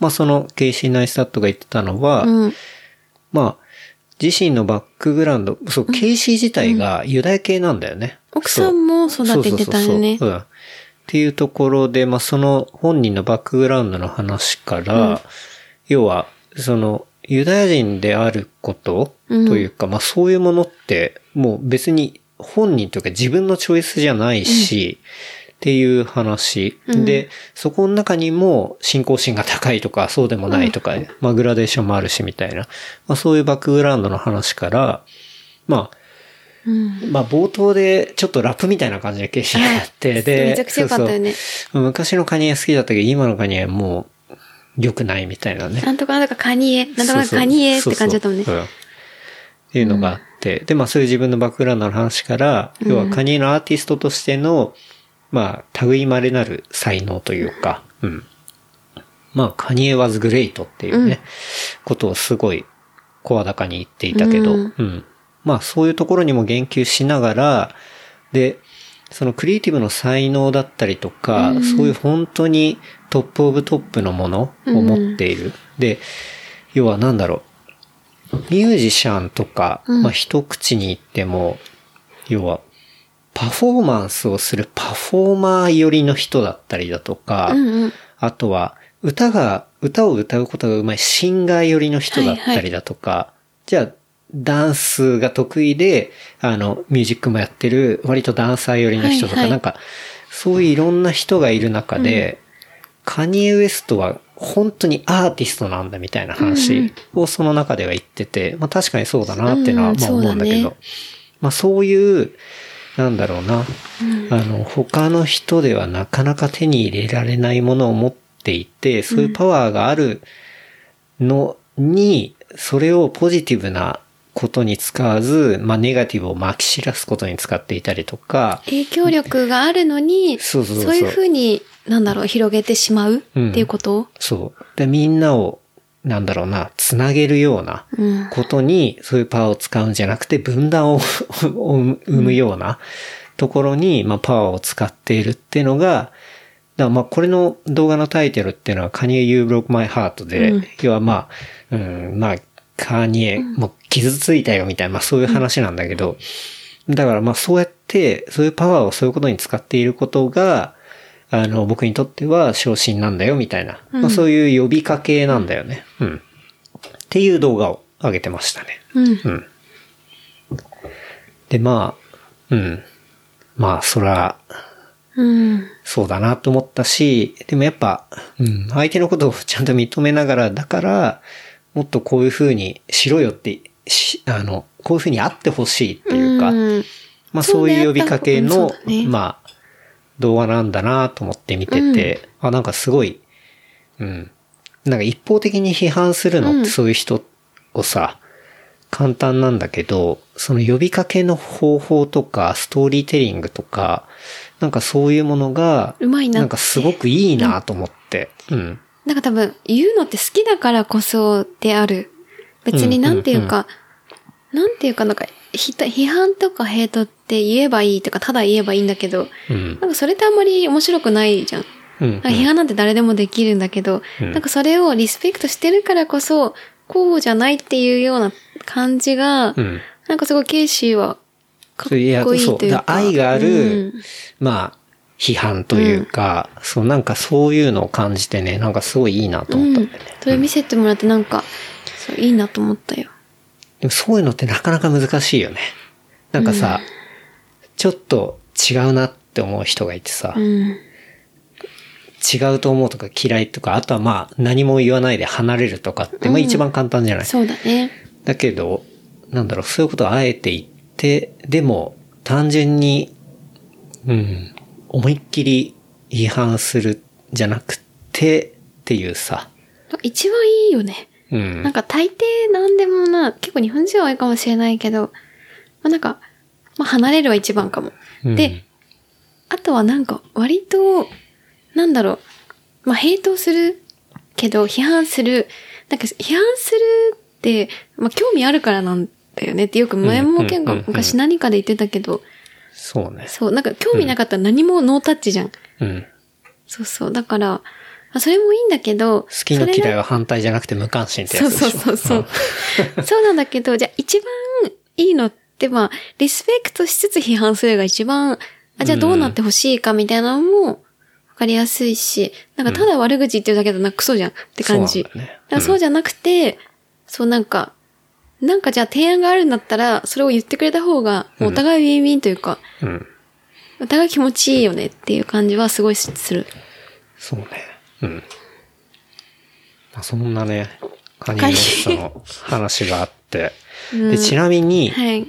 [SPEAKER 2] まあそのケイシー・ナイスタットが言ってたのは、
[SPEAKER 3] うん。
[SPEAKER 2] まあ、自身のバックグラウンド、そう、ケイシー自体がユダヤ系なんだよね。
[SPEAKER 3] 奥さんも育ててたよね
[SPEAKER 2] そうそうそうそううん。っていうところで、まあ、その本人のバックグラウンドの話から、要は、その、ユダヤ人であることと
[SPEAKER 3] うん
[SPEAKER 2] いうか、まあ、そういうものって、もう別に本人というか自分のチョイスじゃないし、っていう話、
[SPEAKER 3] うん
[SPEAKER 2] で、そこの中にも信仰心が高いとか、そうでもないとか、まあ、グラデーションもあるし、みたいな。まあ、そういうバックグラウンドの話から、まあ、
[SPEAKER 3] うん。
[SPEAKER 2] まあ冒頭でちょっとラップみたいな感じで景色があって、で、
[SPEAKER 3] めちゃくちゃ良かったよね。
[SPEAKER 2] そうそう昔のカニエ好きだったけど、今のカニエもう良くないみたいなね。
[SPEAKER 3] なんとかなんとかカニエ、なんとかなんと
[SPEAKER 2] そうそう
[SPEAKER 3] かカニエって感じだったもんね。
[SPEAKER 2] そうそううんっていうのがあって、で、まあそういう自分のバックグラウンドの話から、要はカニエのアーティストとしての、まあ、類まれなる才能というか、うん。っまあ、カニエ・ワズ・グレイトっていうね、
[SPEAKER 3] うん
[SPEAKER 2] ことをすごい声高に言っていたけど、
[SPEAKER 3] うん
[SPEAKER 2] うんまあ、そういうところにも言及しながら、で、そのクリエイティブの才能だったりとか、
[SPEAKER 3] うん
[SPEAKER 2] そういう本当にトップオブトップのものを持っている。で、要はなんだろう。ミュージシャンとか、
[SPEAKER 3] うん
[SPEAKER 2] まあ、一口に言っても、要は、パフォーマンスをするパフォーマー寄りの人だったりだとか、
[SPEAKER 3] うんうん。
[SPEAKER 2] あとは、歌が、歌を歌うことが上手いシンガー寄りの人だったりだとか、じゃあ、ダンスが得意で、あの、ミュージックもやってる、割とダンサー寄りの人とか、
[SPEAKER 3] はいはい
[SPEAKER 2] なんか、そういういろんな人がいる中で、カニエ・ウエストは本当にアーティストなんだみたいな話をその中では言ってて、まあ確かにそうだなっていうのは
[SPEAKER 3] うん
[SPEAKER 2] まあ思うんだけ
[SPEAKER 3] そう
[SPEAKER 2] ど、
[SPEAKER 3] だね
[SPEAKER 2] まあそういう、なんだろうな、あの、他の人ではなかなか手に入れられないものを持っていて、そういうパワーがあるのに、それをポジティブなことに使わず、まあネガティブをまき散らすことに使っていたりとか、
[SPEAKER 3] 影響力があるのに、
[SPEAKER 2] そうそうそう
[SPEAKER 3] いうふうに、なんだろう、広げてしまうっていうこと
[SPEAKER 2] そう。で、みんなを、なんだろうな、つなげるような
[SPEAKER 3] うん。
[SPEAKER 2] ことに、そういうパワーを使うんじゃなくて、分断を 生むようなところに、まあ、パワーを使っているっていうのが、だからまあ、これの動画のタイトルっていうのは、カニエ You Broke My Heart で、
[SPEAKER 3] うん
[SPEAKER 2] 要はまあ、うん、まあ、カニエ、もう傷ついたよみたいな、まあそういう話なんだけど、だからまあそうやって、そういうパワーをそういうことに使っていることが、あの、僕にとっては昇進なんだよみたいな、まあそういう呼びかけなんだよね。うん。っていう動画を上げてましたね。
[SPEAKER 3] うん。
[SPEAKER 2] うん。で、まあ、うん。まあ、そら、
[SPEAKER 3] うん。
[SPEAKER 2] そうだなと思ったし、でもやっぱ、うん、相手のことをちゃんと認めながら、だから、もっとこういう風にしろよって、しあの、こういう風にあってほしいっていうか、
[SPEAKER 3] うん
[SPEAKER 2] まあそういう呼びかけ
[SPEAKER 3] そう
[SPEAKER 2] の
[SPEAKER 3] ねやった方がうんそうだ、ね
[SPEAKER 2] まあ、動画なんだなと思って見てて、あ、なんかすごい、うん。なんか一方的に批判するのっ
[SPEAKER 3] うん
[SPEAKER 2] てそういう人をさ、簡単なんだけど、その呼びかけの方法とか、ストーリーテリングとか、なんかそういうものが、
[SPEAKER 3] うまいなって
[SPEAKER 2] なんかすごくいいなと思って、うん。
[SPEAKER 3] なんか多分、言うのって好きだからこそである。別になんていうか、なんていうかなんか、ひた批判とかヘイトって言えばいいとか、ただ言えばいいんだけど、
[SPEAKER 2] うん。
[SPEAKER 3] なんかそれってあんまり面白くないじゃん。
[SPEAKER 2] うん。
[SPEAKER 3] なんか批判なんて誰でもできるんだけど、
[SPEAKER 2] うん
[SPEAKER 3] なんかそれをリスペクトしてるからこそ、こうじゃないっていうような感じが、
[SPEAKER 2] うん。
[SPEAKER 3] なんかすごいケイシーは、かっこいいという
[SPEAKER 2] そ
[SPEAKER 3] か。
[SPEAKER 2] うやそうだから愛がある
[SPEAKER 3] うん
[SPEAKER 2] まあ、批判というか、そう、なんかそういうのを感じてね、なんかすごいいいなと
[SPEAKER 3] う
[SPEAKER 2] 思ったん
[SPEAKER 3] ん
[SPEAKER 2] だよね。。
[SPEAKER 3] それ見せてもらってなんか、そういいなと思ったよ。
[SPEAKER 2] でもそういうのってなかなか難しいよね。なんかさ、ちょっと違うなって思う人がいてさ、
[SPEAKER 3] うん。
[SPEAKER 2] 違うと思うとか嫌いとか、あとはまあ何も言わないで離れるとかって、まあ一番簡単じゃない、
[SPEAKER 3] そうだね。
[SPEAKER 2] だけど、なんだろう、そういうことをあえて言って、でも、単純に、うん、思いっきり違反するじゃなくて、っていうさ、
[SPEAKER 3] 一番いいよね。
[SPEAKER 2] うん。
[SPEAKER 3] なんか大抵何でもな、結構日本人は多いかもしれないけど、まあなんか、まあ離れるは一番かも。
[SPEAKER 2] うん
[SPEAKER 3] で、あとはなんか割と、なんだろう、まあ平等するけど批判する、なんか批判するって、まあ興味あるからなんだよねってよく前も結
[SPEAKER 2] うんう
[SPEAKER 3] 構
[SPEAKER 2] んうんうん
[SPEAKER 3] 昔何かで言ってたけど、
[SPEAKER 2] そうね。
[SPEAKER 3] そう、なんか興味なかったら何もノータッチじゃん。
[SPEAKER 2] うん。
[SPEAKER 3] そうそう。だから、まあそれもいいんだけど、
[SPEAKER 2] 好きの
[SPEAKER 3] それ
[SPEAKER 2] 嫌
[SPEAKER 3] が
[SPEAKER 2] いは反対じゃなくて無関心ってや
[SPEAKER 3] そう
[SPEAKER 2] つでし
[SPEAKER 3] そ
[SPEAKER 2] ょ。
[SPEAKER 3] うそうそう。そうなんだけど、じゃあ一番いいのって、まあ、リスペクトしつつ批判するが一番、あ、じゃあどうなってほしいかみたいなのも、わかりやすいし、なんかただ悪口言ってるだけだとなんかクソじゃんって感じ。
[SPEAKER 2] そうなんだよね
[SPEAKER 3] だからそうじゃなくて、そうなんか、なんかじゃあ提案があるんだったら、それを言ってくれた方が、お互いウィンウィンというか、
[SPEAKER 2] うん。うん。
[SPEAKER 3] お互い気持ちいいよねっていう感じはすごいする。
[SPEAKER 2] そうね。うん。まあ、そんなね、カニエ・ウエストの話があって。
[SPEAKER 3] うん
[SPEAKER 2] でちなみに、
[SPEAKER 3] はい。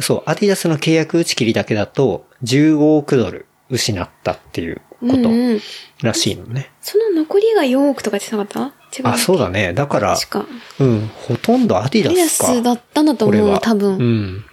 [SPEAKER 2] そう、アディダスの契約打ち切りだけだと、15億ドル失ったっていうこ
[SPEAKER 3] うん
[SPEAKER 2] と
[SPEAKER 3] うん。
[SPEAKER 2] らしいのね。
[SPEAKER 3] その残りが4億とか言ってなかった違う。
[SPEAKER 2] あ、そうだね。だから、
[SPEAKER 3] 確か。
[SPEAKER 2] うん、ほとんどアディ
[SPEAKER 3] ア
[SPEAKER 2] ダ
[SPEAKER 3] ディダ
[SPEAKER 2] スか。
[SPEAKER 3] スだったんだと
[SPEAKER 2] これ
[SPEAKER 3] 思う、
[SPEAKER 2] は。
[SPEAKER 3] 多分。
[SPEAKER 2] うん。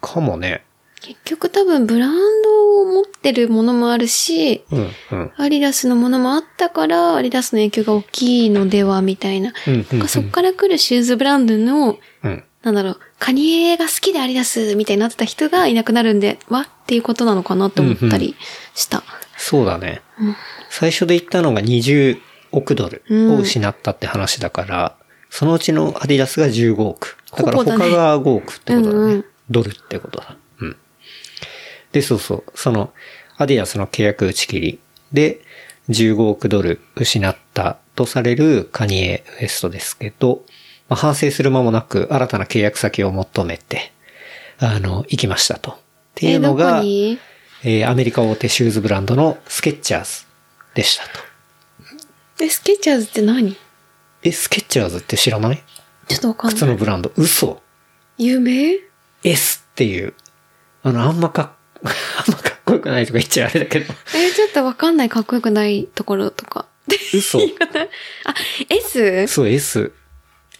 [SPEAKER 2] かもね。
[SPEAKER 3] 結局多分ブランドを持ってるものもあるし、
[SPEAKER 2] うん、うん。
[SPEAKER 3] アリダスのものもあったから、アリダスの影響が大きいのでは、みたいな。
[SPEAKER 2] うん
[SPEAKER 3] なんかそっから来るシューズブランドの、
[SPEAKER 2] うん。
[SPEAKER 3] なんだろう、カニエが好きでアリダスみたいになってた人がいなくなるんで、わっていうことなのかなって思ったりした。
[SPEAKER 2] そうだね。
[SPEAKER 3] うん
[SPEAKER 2] 最初で言ったのが20億ドルを失ったって話だから、そのうちのアディダスが15億。だから
[SPEAKER 3] ほぼだね
[SPEAKER 2] 他が5億ってことだね。
[SPEAKER 3] うんうん
[SPEAKER 2] ドルってことだ。うん。で、そうそう。その、アディダスの契約打ち切りで、15億ドル失ったとされるカニエ・ウエストですけど、まあ、反省する間もなく新たな契約先を求めて、あの、行きましたと。ってい
[SPEAKER 3] え
[SPEAKER 2] う
[SPEAKER 3] ー、
[SPEAKER 2] の
[SPEAKER 3] どこ
[SPEAKER 2] が、
[SPEAKER 3] に
[SPEAKER 2] えーアメリカ大手シューズブランドのスケッチャーズでしたと。
[SPEAKER 3] え、スケッチャーズって何
[SPEAKER 2] え、スケッチャーズって知らない
[SPEAKER 3] ちょっとわかん
[SPEAKER 2] 靴
[SPEAKER 3] ない。
[SPEAKER 2] のブランド。嘘。
[SPEAKER 3] 有名
[SPEAKER 2] S っていう。あの、あんまかっ、 あんまかっこよくないとか言っちゃあれだけど。
[SPEAKER 3] えーちょっとわかんない、かっこよくないところとか。
[SPEAKER 2] 嘘。
[SPEAKER 3] あ、S?
[SPEAKER 2] そう、S。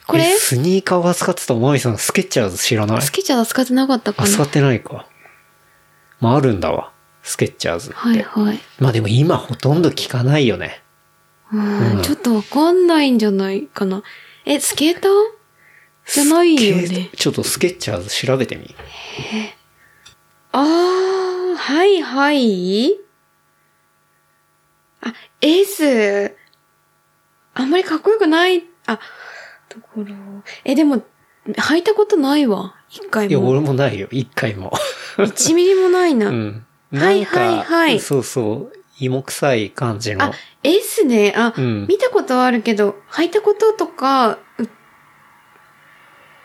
[SPEAKER 3] これ
[SPEAKER 2] えスニーカーを扱ってたマミさん、スケッチャーズ知らない
[SPEAKER 3] スケッチャーズ使ってなかったかな
[SPEAKER 2] 扱ってないか。まあ、あるんだわ。スケッチャーズって。
[SPEAKER 3] はいはい。
[SPEAKER 2] まあでも今ほとんど聞かないよね。
[SPEAKER 3] うん、ちょっとわかんないんじゃないかな。え、スケーターじゃないよ
[SPEAKER 2] スケ
[SPEAKER 3] ね
[SPEAKER 2] ー。ちょっとスケッチャーズ調べてみ。
[SPEAKER 3] あー、はいはい。あ、S。あんまりかっこよくない、あ、ところ。え、でも、履いたことないわ。一回
[SPEAKER 2] いや、
[SPEAKER 3] も。
[SPEAKER 2] 俺もないよ。一回も。
[SPEAKER 3] 1ミリもないな。
[SPEAKER 2] うん。
[SPEAKER 3] はい
[SPEAKER 2] なんか
[SPEAKER 3] はいはい
[SPEAKER 2] そうそう。芋臭い感じの
[SPEAKER 3] あ。、S ね。あ、
[SPEAKER 2] うん
[SPEAKER 3] 見たことはあるけど、履いたこととか、う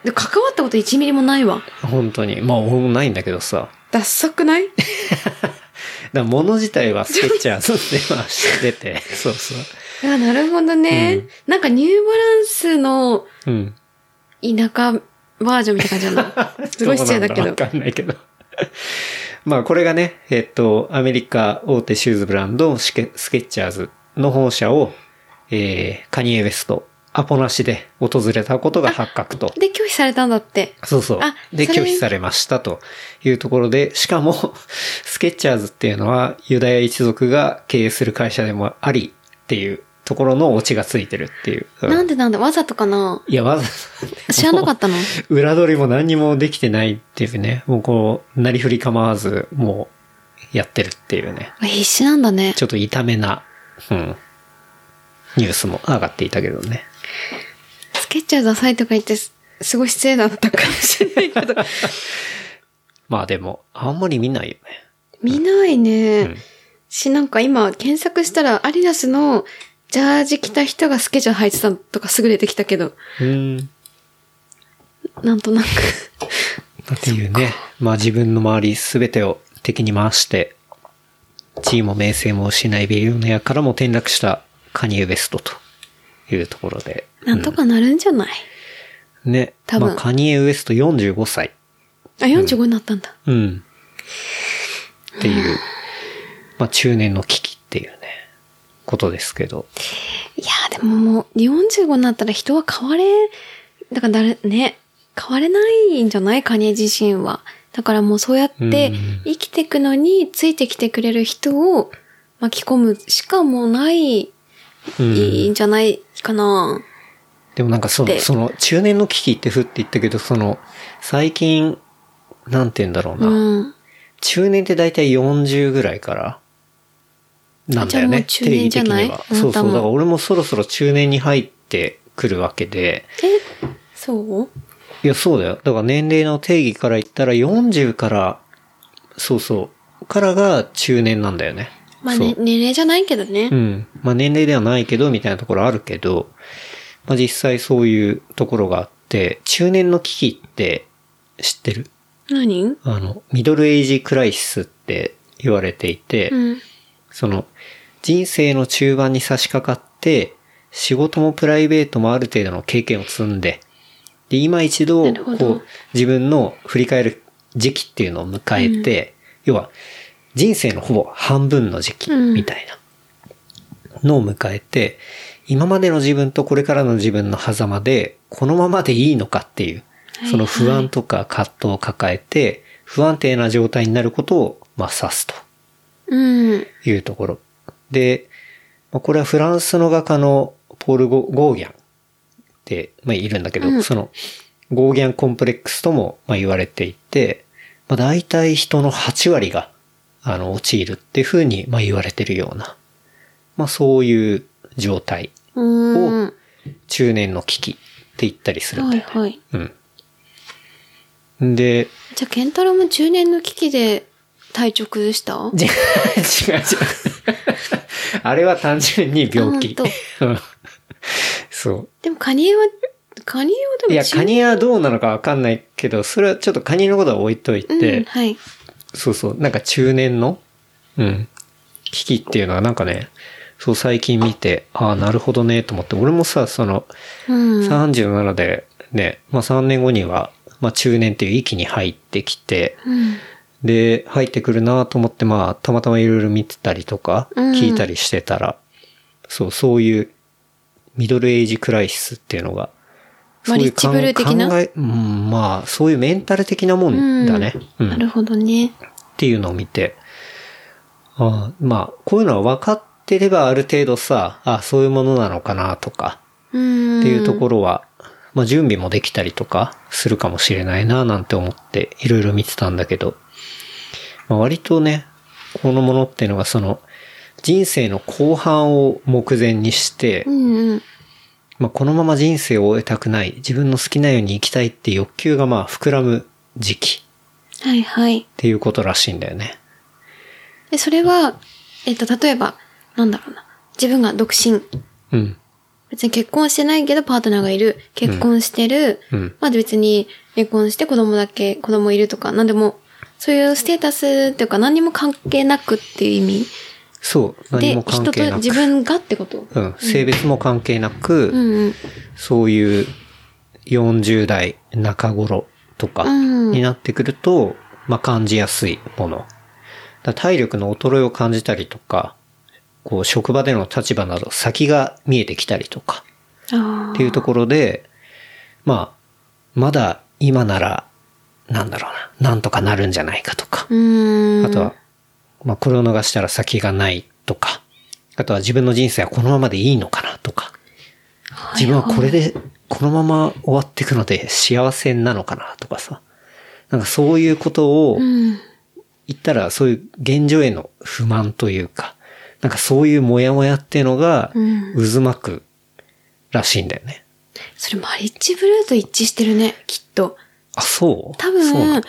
[SPEAKER 3] で関わったこと1ミリもないわ。
[SPEAKER 2] 本当に。まあ、俺もないんだけどさ。
[SPEAKER 3] ダッサくない
[SPEAKER 2] だから物自体はスケッチャーズではして て。そうそ
[SPEAKER 3] あ、なるほどね。なんかニューバランスの
[SPEAKER 2] う。うん。
[SPEAKER 3] 田舎バージョンみたいな感じじ ゃないすごい失礼だけ
[SPEAKER 2] うな
[SPEAKER 3] ど
[SPEAKER 2] ん。わかんないけど。 まあ、これがね、えっと、アメリカ大手シューズブランドスケ、スケッチャーズの本社を、えー、カニエ・ウェスト、アポなしで訪れたことが発覚と。
[SPEAKER 3] で、拒否されたんだって。
[SPEAKER 2] そうそう
[SPEAKER 3] あ。
[SPEAKER 2] で、
[SPEAKER 3] それ
[SPEAKER 2] 拒否されましたというところで、しかも、 スケッチャーズっていうのはユダヤ一族が経営する会社でもありっていうところのオチがついてるっていう。うん
[SPEAKER 3] なんでなんだわざとかない
[SPEAKER 2] や、わざ、
[SPEAKER 3] 知らなかったの
[SPEAKER 2] 裏取りも何にもできてないっていうね、もうこう、なりふり構わず、もう、やってるっていうね。
[SPEAKER 3] 必死なんだね。
[SPEAKER 2] ちょっと痛めな、うん、ニュースも上がっていたけどね。
[SPEAKER 3] スケッチャーダサいとか言ってす、すごい失礼だったかもしれないけど。
[SPEAKER 2] まあでも、あんまり見ないよね。
[SPEAKER 3] 見ないね。
[SPEAKER 2] うん
[SPEAKER 3] し、なんか今、検索したら、アリダスのジャージ着た人がスケジュール履いてたとかすぐ出てきたけど、
[SPEAKER 2] うん。
[SPEAKER 3] なんとなく。
[SPEAKER 2] っていうね。まあ自分の周りすべてを敵に回して、地位も名声も失いビリオネアからも転落したカニエ・ウェストというところで。
[SPEAKER 3] なんとかなるんじゃない、
[SPEAKER 2] ね。
[SPEAKER 3] 多分
[SPEAKER 2] まあカニエ・ウェスト45歳。
[SPEAKER 3] あ、45になったんだ。
[SPEAKER 2] うん。っていう、まあ中年の危機っていうね、ことですけど。
[SPEAKER 3] いやーでももう、45になったら人は変われ、だから誰、ね、変われないんじゃないカニエ自身は。だからもうそうやっ
[SPEAKER 2] う
[SPEAKER 3] て
[SPEAKER 2] ん、
[SPEAKER 3] 生きてくのについてきてくれる人を巻き込むしかもうない、
[SPEAKER 2] うん
[SPEAKER 3] いいんじゃないかな。
[SPEAKER 2] でもなんかその、
[SPEAKER 3] で
[SPEAKER 2] その中年の危機ってふって言ったけど、その、最近、なんて言うんだろうな。
[SPEAKER 3] うん。
[SPEAKER 2] 中年って大体40ぐらいから、なんだよね。
[SPEAKER 3] じゃあもう中年じゃない
[SPEAKER 2] 定義的
[SPEAKER 3] あなた
[SPEAKER 2] に
[SPEAKER 3] も
[SPEAKER 2] そうそう。だから俺もそろそろ中年に入ってくるわけで、
[SPEAKER 3] え、そう
[SPEAKER 2] いや、そうだよ。だから年齢の定義から言ったら40から、そうそう、からが中年なんだよね。
[SPEAKER 3] まあ、
[SPEAKER 2] そう
[SPEAKER 3] ね、年齢じゃないけどね。
[SPEAKER 2] うん。まあ年齢ではないけど、みたいなところあるけど、まあ実際そういうところがあって、中年の危機って知ってる
[SPEAKER 3] 何
[SPEAKER 2] あの、ミドルエイジクライシスって言われていて、
[SPEAKER 3] うん。
[SPEAKER 2] その、人生の中盤に差し掛かって、仕事もプライベートもある程度の経験を積んで、で、今一度、
[SPEAKER 3] なるほど
[SPEAKER 2] こう、自分の振り返る時期っていうのを迎えて、要は、人生のほぼ半分の時期、
[SPEAKER 3] うん
[SPEAKER 2] みたいな、のを迎えて、今までの自分とこれからの自分の狭間で、このままでいいのかっていう、その不安とか葛藤を抱えて、不安定な状態になることを、まあ、指すと
[SPEAKER 3] うん。
[SPEAKER 2] いうところ。で、まあ、これはフランスの画家のポールゴ・ゴーギャンって、まあ、いるんだけど、
[SPEAKER 3] うん
[SPEAKER 2] その、ゴーギャンコンプレックスとも、まあ、言われていて、まあ、大体人の8割が、あの、陥るっていうふうに、まあ、言われてるような、まあ、そういう状態。
[SPEAKER 3] うん。は
[SPEAKER 2] 中年の危機って言ったりするんだ
[SPEAKER 3] い
[SPEAKER 2] よね。
[SPEAKER 3] はい。
[SPEAKER 2] うん。で、
[SPEAKER 3] じゃあ、ケンタロウも中年の危機で体調崩したあ
[SPEAKER 2] 違う違う違う。あれは単純に病気
[SPEAKER 3] あ。
[SPEAKER 2] うんそ
[SPEAKER 3] でも、カニエは、カニエはで
[SPEAKER 2] う。
[SPEAKER 3] も
[SPEAKER 2] いや、カニはどうなのかわかんないけど、それはちょっとカニのことは置いといて、
[SPEAKER 3] うん、はい。
[SPEAKER 2] そうそう、なんか中年の、うん、危機っていうのはなんかね、そう最近見て、ああ、なるほどね、と思って、俺もさ、その、
[SPEAKER 3] うん。
[SPEAKER 2] 37でね、まあ3年後には、まあ中年っていう域に入ってきて、
[SPEAKER 3] うん。
[SPEAKER 2] で、入ってくるなと思って、まあ、たまたまいろいろ見てたりとか、
[SPEAKER 3] うん
[SPEAKER 2] 聞いたりしてたら、そう、そういう、ミドルエイジクライシスっていうのが、
[SPEAKER 3] ま
[SPEAKER 2] そ
[SPEAKER 3] あ
[SPEAKER 2] うい
[SPEAKER 3] リ
[SPEAKER 2] う
[SPEAKER 3] ッチブルー的な
[SPEAKER 2] 考え、うん、まあ、そういうメンタル的なもんだね。うん。
[SPEAKER 3] なるほどね。
[SPEAKER 2] っていうのを見て、あまあ、こういうのは分かってればある程度さ、あそういうものなのかなとか、
[SPEAKER 3] うん。
[SPEAKER 2] っていうところは、まあ準備もできたりとかするかもしれないななんて思っていろいろ見てたんだけど、まあ、割とね、このものっていうのがその人生の後半を目前にして、
[SPEAKER 3] うんうん。
[SPEAKER 2] まあこのまま人生を終えたくない、自分の好きなように生きたいって欲求がまあ膨らむ時期
[SPEAKER 3] はいはい。
[SPEAKER 2] っていうことらしいんだよね。
[SPEAKER 3] で、それは、えっと、例えば、なんだろうな。自分が独身。
[SPEAKER 2] うん。
[SPEAKER 3] 別に結婚してないけどパートナーがいる。結婚してる。
[SPEAKER 2] うん
[SPEAKER 3] まあ別に結婚して子供だけ、子供いるとか、なんでも、そういうステータスっていうか何にも関係なくっていう意味。
[SPEAKER 2] そう。何
[SPEAKER 3] で
[SPEAKER 2] も、関
[SPEAKER 3] 人
[SPEAKER 2] 係
[SPEAKER 3] と
[SPEAKER 2] なく。
[SPEAKER 3] 自分がってこと。
[SPEAKER 2] うん。性別も関係なく、
[SPEAKER 3] うんうん。
[SPEAKER 2] そういう40代中頃とか
[SPEAKER 3] うん
[SPEAKER 2] になってくると、まあ感じやすいもの。だから体力の衰えを感じたりとか、こう職場での立場など先が見えてきたりとか
[SPEAKER 3] ああ。
[SPEAKER 2] っていうところで、まあ、まだ今なら、なんだろうな、なんとかなるんじゃないかとか、
[SPEAKER 3] うーん。
[SPEAKER 2] あとは、まあこれを逃したら先がないとか、あとは自分の人生はこのままでいいのかなとか、
[SPEAKER 3] はい、
[SPEAKER 2] 自分はこれで、このまま終わっていくので幸せなのかなとかさ。なんかそういうことを
[SPEAKER 3] うん。
[SPEAKER 2] 言ったら、そういう現状への不満というか、なんかそういうモヤモヤっていうのが
[SPEAKER 3] うん
[SPEAKER 2] 渦巻くらしいんだよね。
[SPEAKER 3] それマリッジブルーと一致してるね、きっと。
[SPEAKER 2] あ、そう
[SPEAKER 3] 多
[SPEAKER 2] そうな
[SPEAKER 3] 分
[SPEAKER 2] の、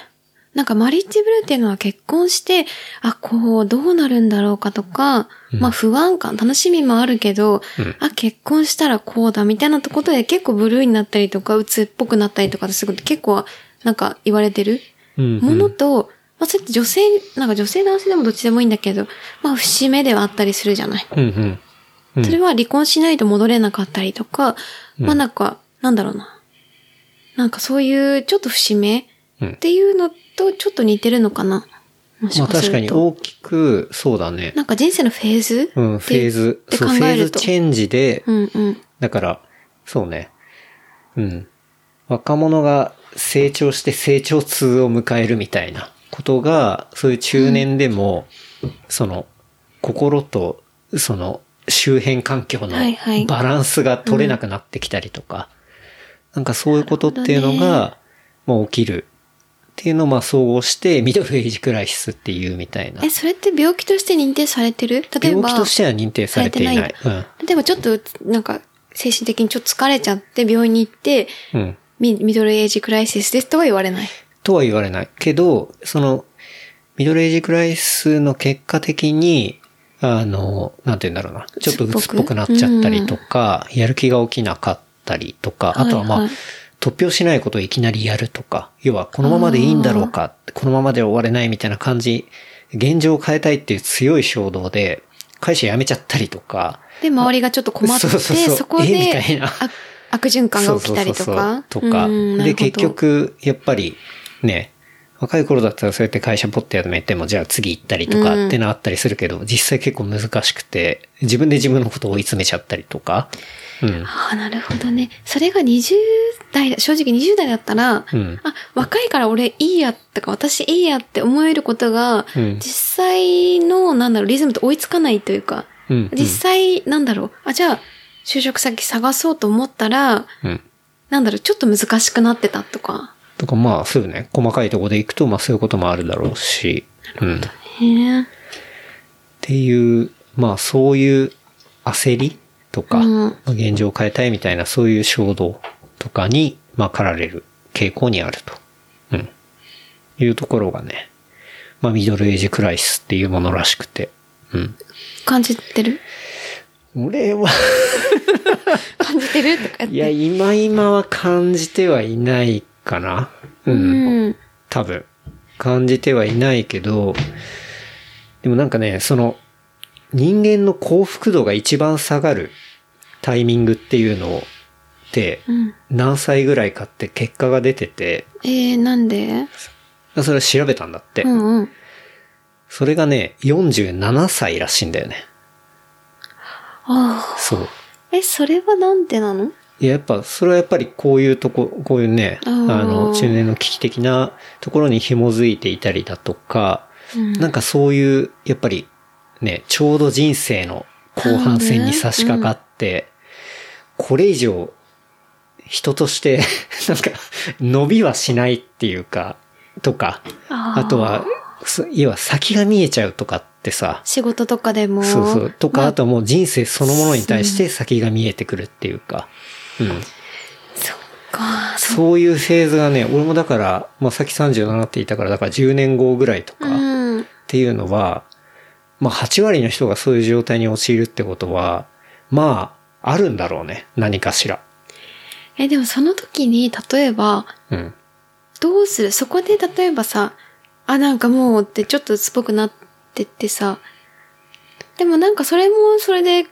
[SPEAKER 3] なんかマリッジブルーっていうのは結婚して、あ、こう、どうなるんだろうかとか、まあ不安感、楽しみもあるけど、
[SPEAKER 2] うん
[SPEAKER 3] あ、結婚したらこうだみたいなとことで結構ブルーになったりとか、鬱っぽくなったりとかすること結構、なんか言われてる
[SPEAKER 2] うんうん
[SPEAKER 3] ものと、まあそれって女性、なんか女性男性でもどっちでもいいんだけど、まあ節目ではあったりするじゃない。
[SPEAKER 2] うんうん。うん
[SPEAKER 3] それは離婚しないと戻れなかったりとか、まあなんか、なんだろうな。なんかそういうちょっと節目
[SPEAKER 2] うん
[SPEAKER 3] っていうのとちょっと似てるのかな。もし
[SPEAKER 2] まあ
[SPEAKER 3] かす
[SPEAKER 2] 確か
[SPEAKER 3] る
[SPEAKER 2] に
[SPEAKER 3] と。
[SPEAKER 2] 大きく、そうだね。
[SPEAKER 3] なんか人生のフェーズ
[SPEAKER 2] うん、フェーズ
[SPEAKER 3] っ。て
[SPEAKER 2] そう、
[SPEAKER 3] 考
[SPEAKER 2] フェ
[SPEAKER 3] え
[SPEAKER 2] ーズ
[SPEAKER 3] ると。
[SPEAKER 2] チェンジで、
[SPEAKER 3] うんうん。
[SPEAKER 2] だから、そうね。うん。若者が成長して成長痛を迎えるみたいなことが、そういう中年でも、その、心と、その、周辺環境の
[SPEAKER 3] はいはい
[SPEAKER 2] バランスが取れなくなってきたりとか、なんかそういうことっていうの
[SPEAKER 3] なる
[SPEAKER 2] が、まあ起きるっていうのをまあ総合して、ミドルエイジクライシスっていうみたいな
[SPEAKER 3] え、。それって病気として認定されてる例え
[SPEAKER 2] 病
[SPEAKER 3] ば、
[SPEAKER 2] 気としては認定されてい
[SPEAKER 3] さ
[SPEAKER 2] ない。
[SPEAKER 3] れて例えばちょっと、なんか、精神的にちょっと疲れちゃって病院に行って、
[SPEAKER 2] うん。うん。
[SPEAKER 3] ミミドルエイジクライシスですとは言われない。
[SPEAKER 2] とは言われない。けど、その、ミドルエイジクライシスの結果的に、あの、なんて言うんだろうな。ちょっと鬱っぽくなっちゃったりとか、やる気が起きなかったりとか、あとはまあ、
[SPEAKER 3] はいはい
[SPEAKER 2] 突拍しないことをいきなりやるとか、要はこのままでいいんだろうか、このままで終われないみたいな感じ、現状を変えたいっていう強い衝動で、会社辞めちゃったりとか、
[SPEAKER 3] で、周りがちょっと困って、
[SPEAKER 2] そうそうそう
[SPEAKER 3] そこ
[SPEAKER 2] えみたい
[SPEAKER 3] で
[SPEAKER 2] な
[SPEAKER 3] あ悪循環が起きたり
[SPEAKER 2] そ
[SPEAKER 3] と
[SPEAKER 2] うそうそう
[SPEAKER 3] か。
[SPEAKER 2] そうとか。
[SPEAKER 3] うん
[SPEAKER 2] で、結、局、やっぱり、ね、若い頃だったらそうやって会社ポッてやめても、じゃあ次行ったりと
[SPEAKER 3] う
[SPEAKER 2] か
[SPEAKER 3] ん
[SPEAKER 2] ってのあったりするけど、実際結構難しくて、自分で自分のことを追い詰めちゃったりとか、うん。
[SPEAKER 3] ああ、なるほどね。それが20代だ、正直20代だったら、
[SPEAKER 2] うん。
[SPEAKER 3] あ、若いから俺いいやとか、私いいやって思えることが、
[SPEAKER 2] うん
[SPEAKER 3] 実際の、なんだろう、リズムと追いつかないというか、
[SPEAKER 2] うん。
[SPEAKER 3] 実際、なんだろう、あ、じゃあ、就職先探そうと思ったら、
[SPEAKER 2] うん。
[SPEAKER 3] なんだろう、ちょっと難しくなってたとか。
[SPEAKER 2] とかまあそうね、細かいところで行くとまあそういうこともあるだろうし、うん。っ
[SPEAKER 3] へえ。
[SPEAKER 2] ていう、まあそういう焦りとか、
[SPEAKER 3] うん
[SPEAKER 2] まあ現状を変えたいみたいなそういう衝動とかに、まあ駆られる傾向にあると。うん。いうところがね、まあミドルエイジクライシスっていうものらしくて、うん。
[SPEAKER 3] 感じてる
[SPEAKER 2] 俺は、
[SPEAKER 3] 感じてるとかやって。
[SPEAKER 2] いや、今今は感じてはいないかな。
[SPEAKER 3] う
[SPEAKER 2] うん
[SPEAKER 3] ん。
[SPEAKER 2] 多分。感じてはいないけど、でもなんかね、その、人間の幸福度が一番下がるタイミングっていうのを、って、
[SPEAKER 3] うん。
[SPEAKER 2] 何歳ぐらいかって結果が出てて、
[SPEAKER 3] えー、なんで
[SPEAKER 2] それを調べたんだって。
[SPEAKER 3] うんうん。
[SPEAKER 2] それがね、47歳らしいんだよね。
[SPEAKER 3] ああ。
[SPEAKER 2] そう。
[SPEAKER 3] え、それはなんでなの
[SPEAKER 2] いや、やっぱ、それはやっぱりこういうとこ、こういうね、
[SPEAKER 3] あ
[SPEAKER 2] あ
[SPEAKER 3] ー
[SPEAKER 2] の、中年の危機的なところに紐づいていたりだとか、
[SPEAKER 3] うん
[SPEAKER 2] なんかそういう、やっぱりね、ちょうど人生の後半戦に差し掛かって、これ以上、人として、 なんか、伸びはしないっていうか、とか、
[SPEAKER 3] あー
[SPEAKER 2] あとは、す要は先が見えちゃうとかってさ、
[SPEAKER 3] 仕事とかでも。
[SPEAKER 2] そうそう。とか、
[SPEAKER 3] まあ
[SPEAKER 2] あとはもう人生そのものに対して先が見えてくるっていうか、うん。
[SPEAKER 3] そっか、そ
[SPEAKER 2] そういうフェーズがね、俺もだから、まあさっき37って言ったから、だから10年後ぐらいと
[SPEAKER 3] う
[SPEAKER 2] か、
[SPEAKER 3] うん。
[SPEAKER 2] っていうのは、まあ8割の人がそういう状態に陥るってことは、まあ、あるんだろうね。何かしら。
[SPEAKER 3] え、でもその時に、例えば、
[SPEAKER 2] うん。
[SPEAKER 3] どうするそこで例えばさ、あ、なんかもうってちょっと鬱っぽくなってってさ、でもなんかそれもそれで、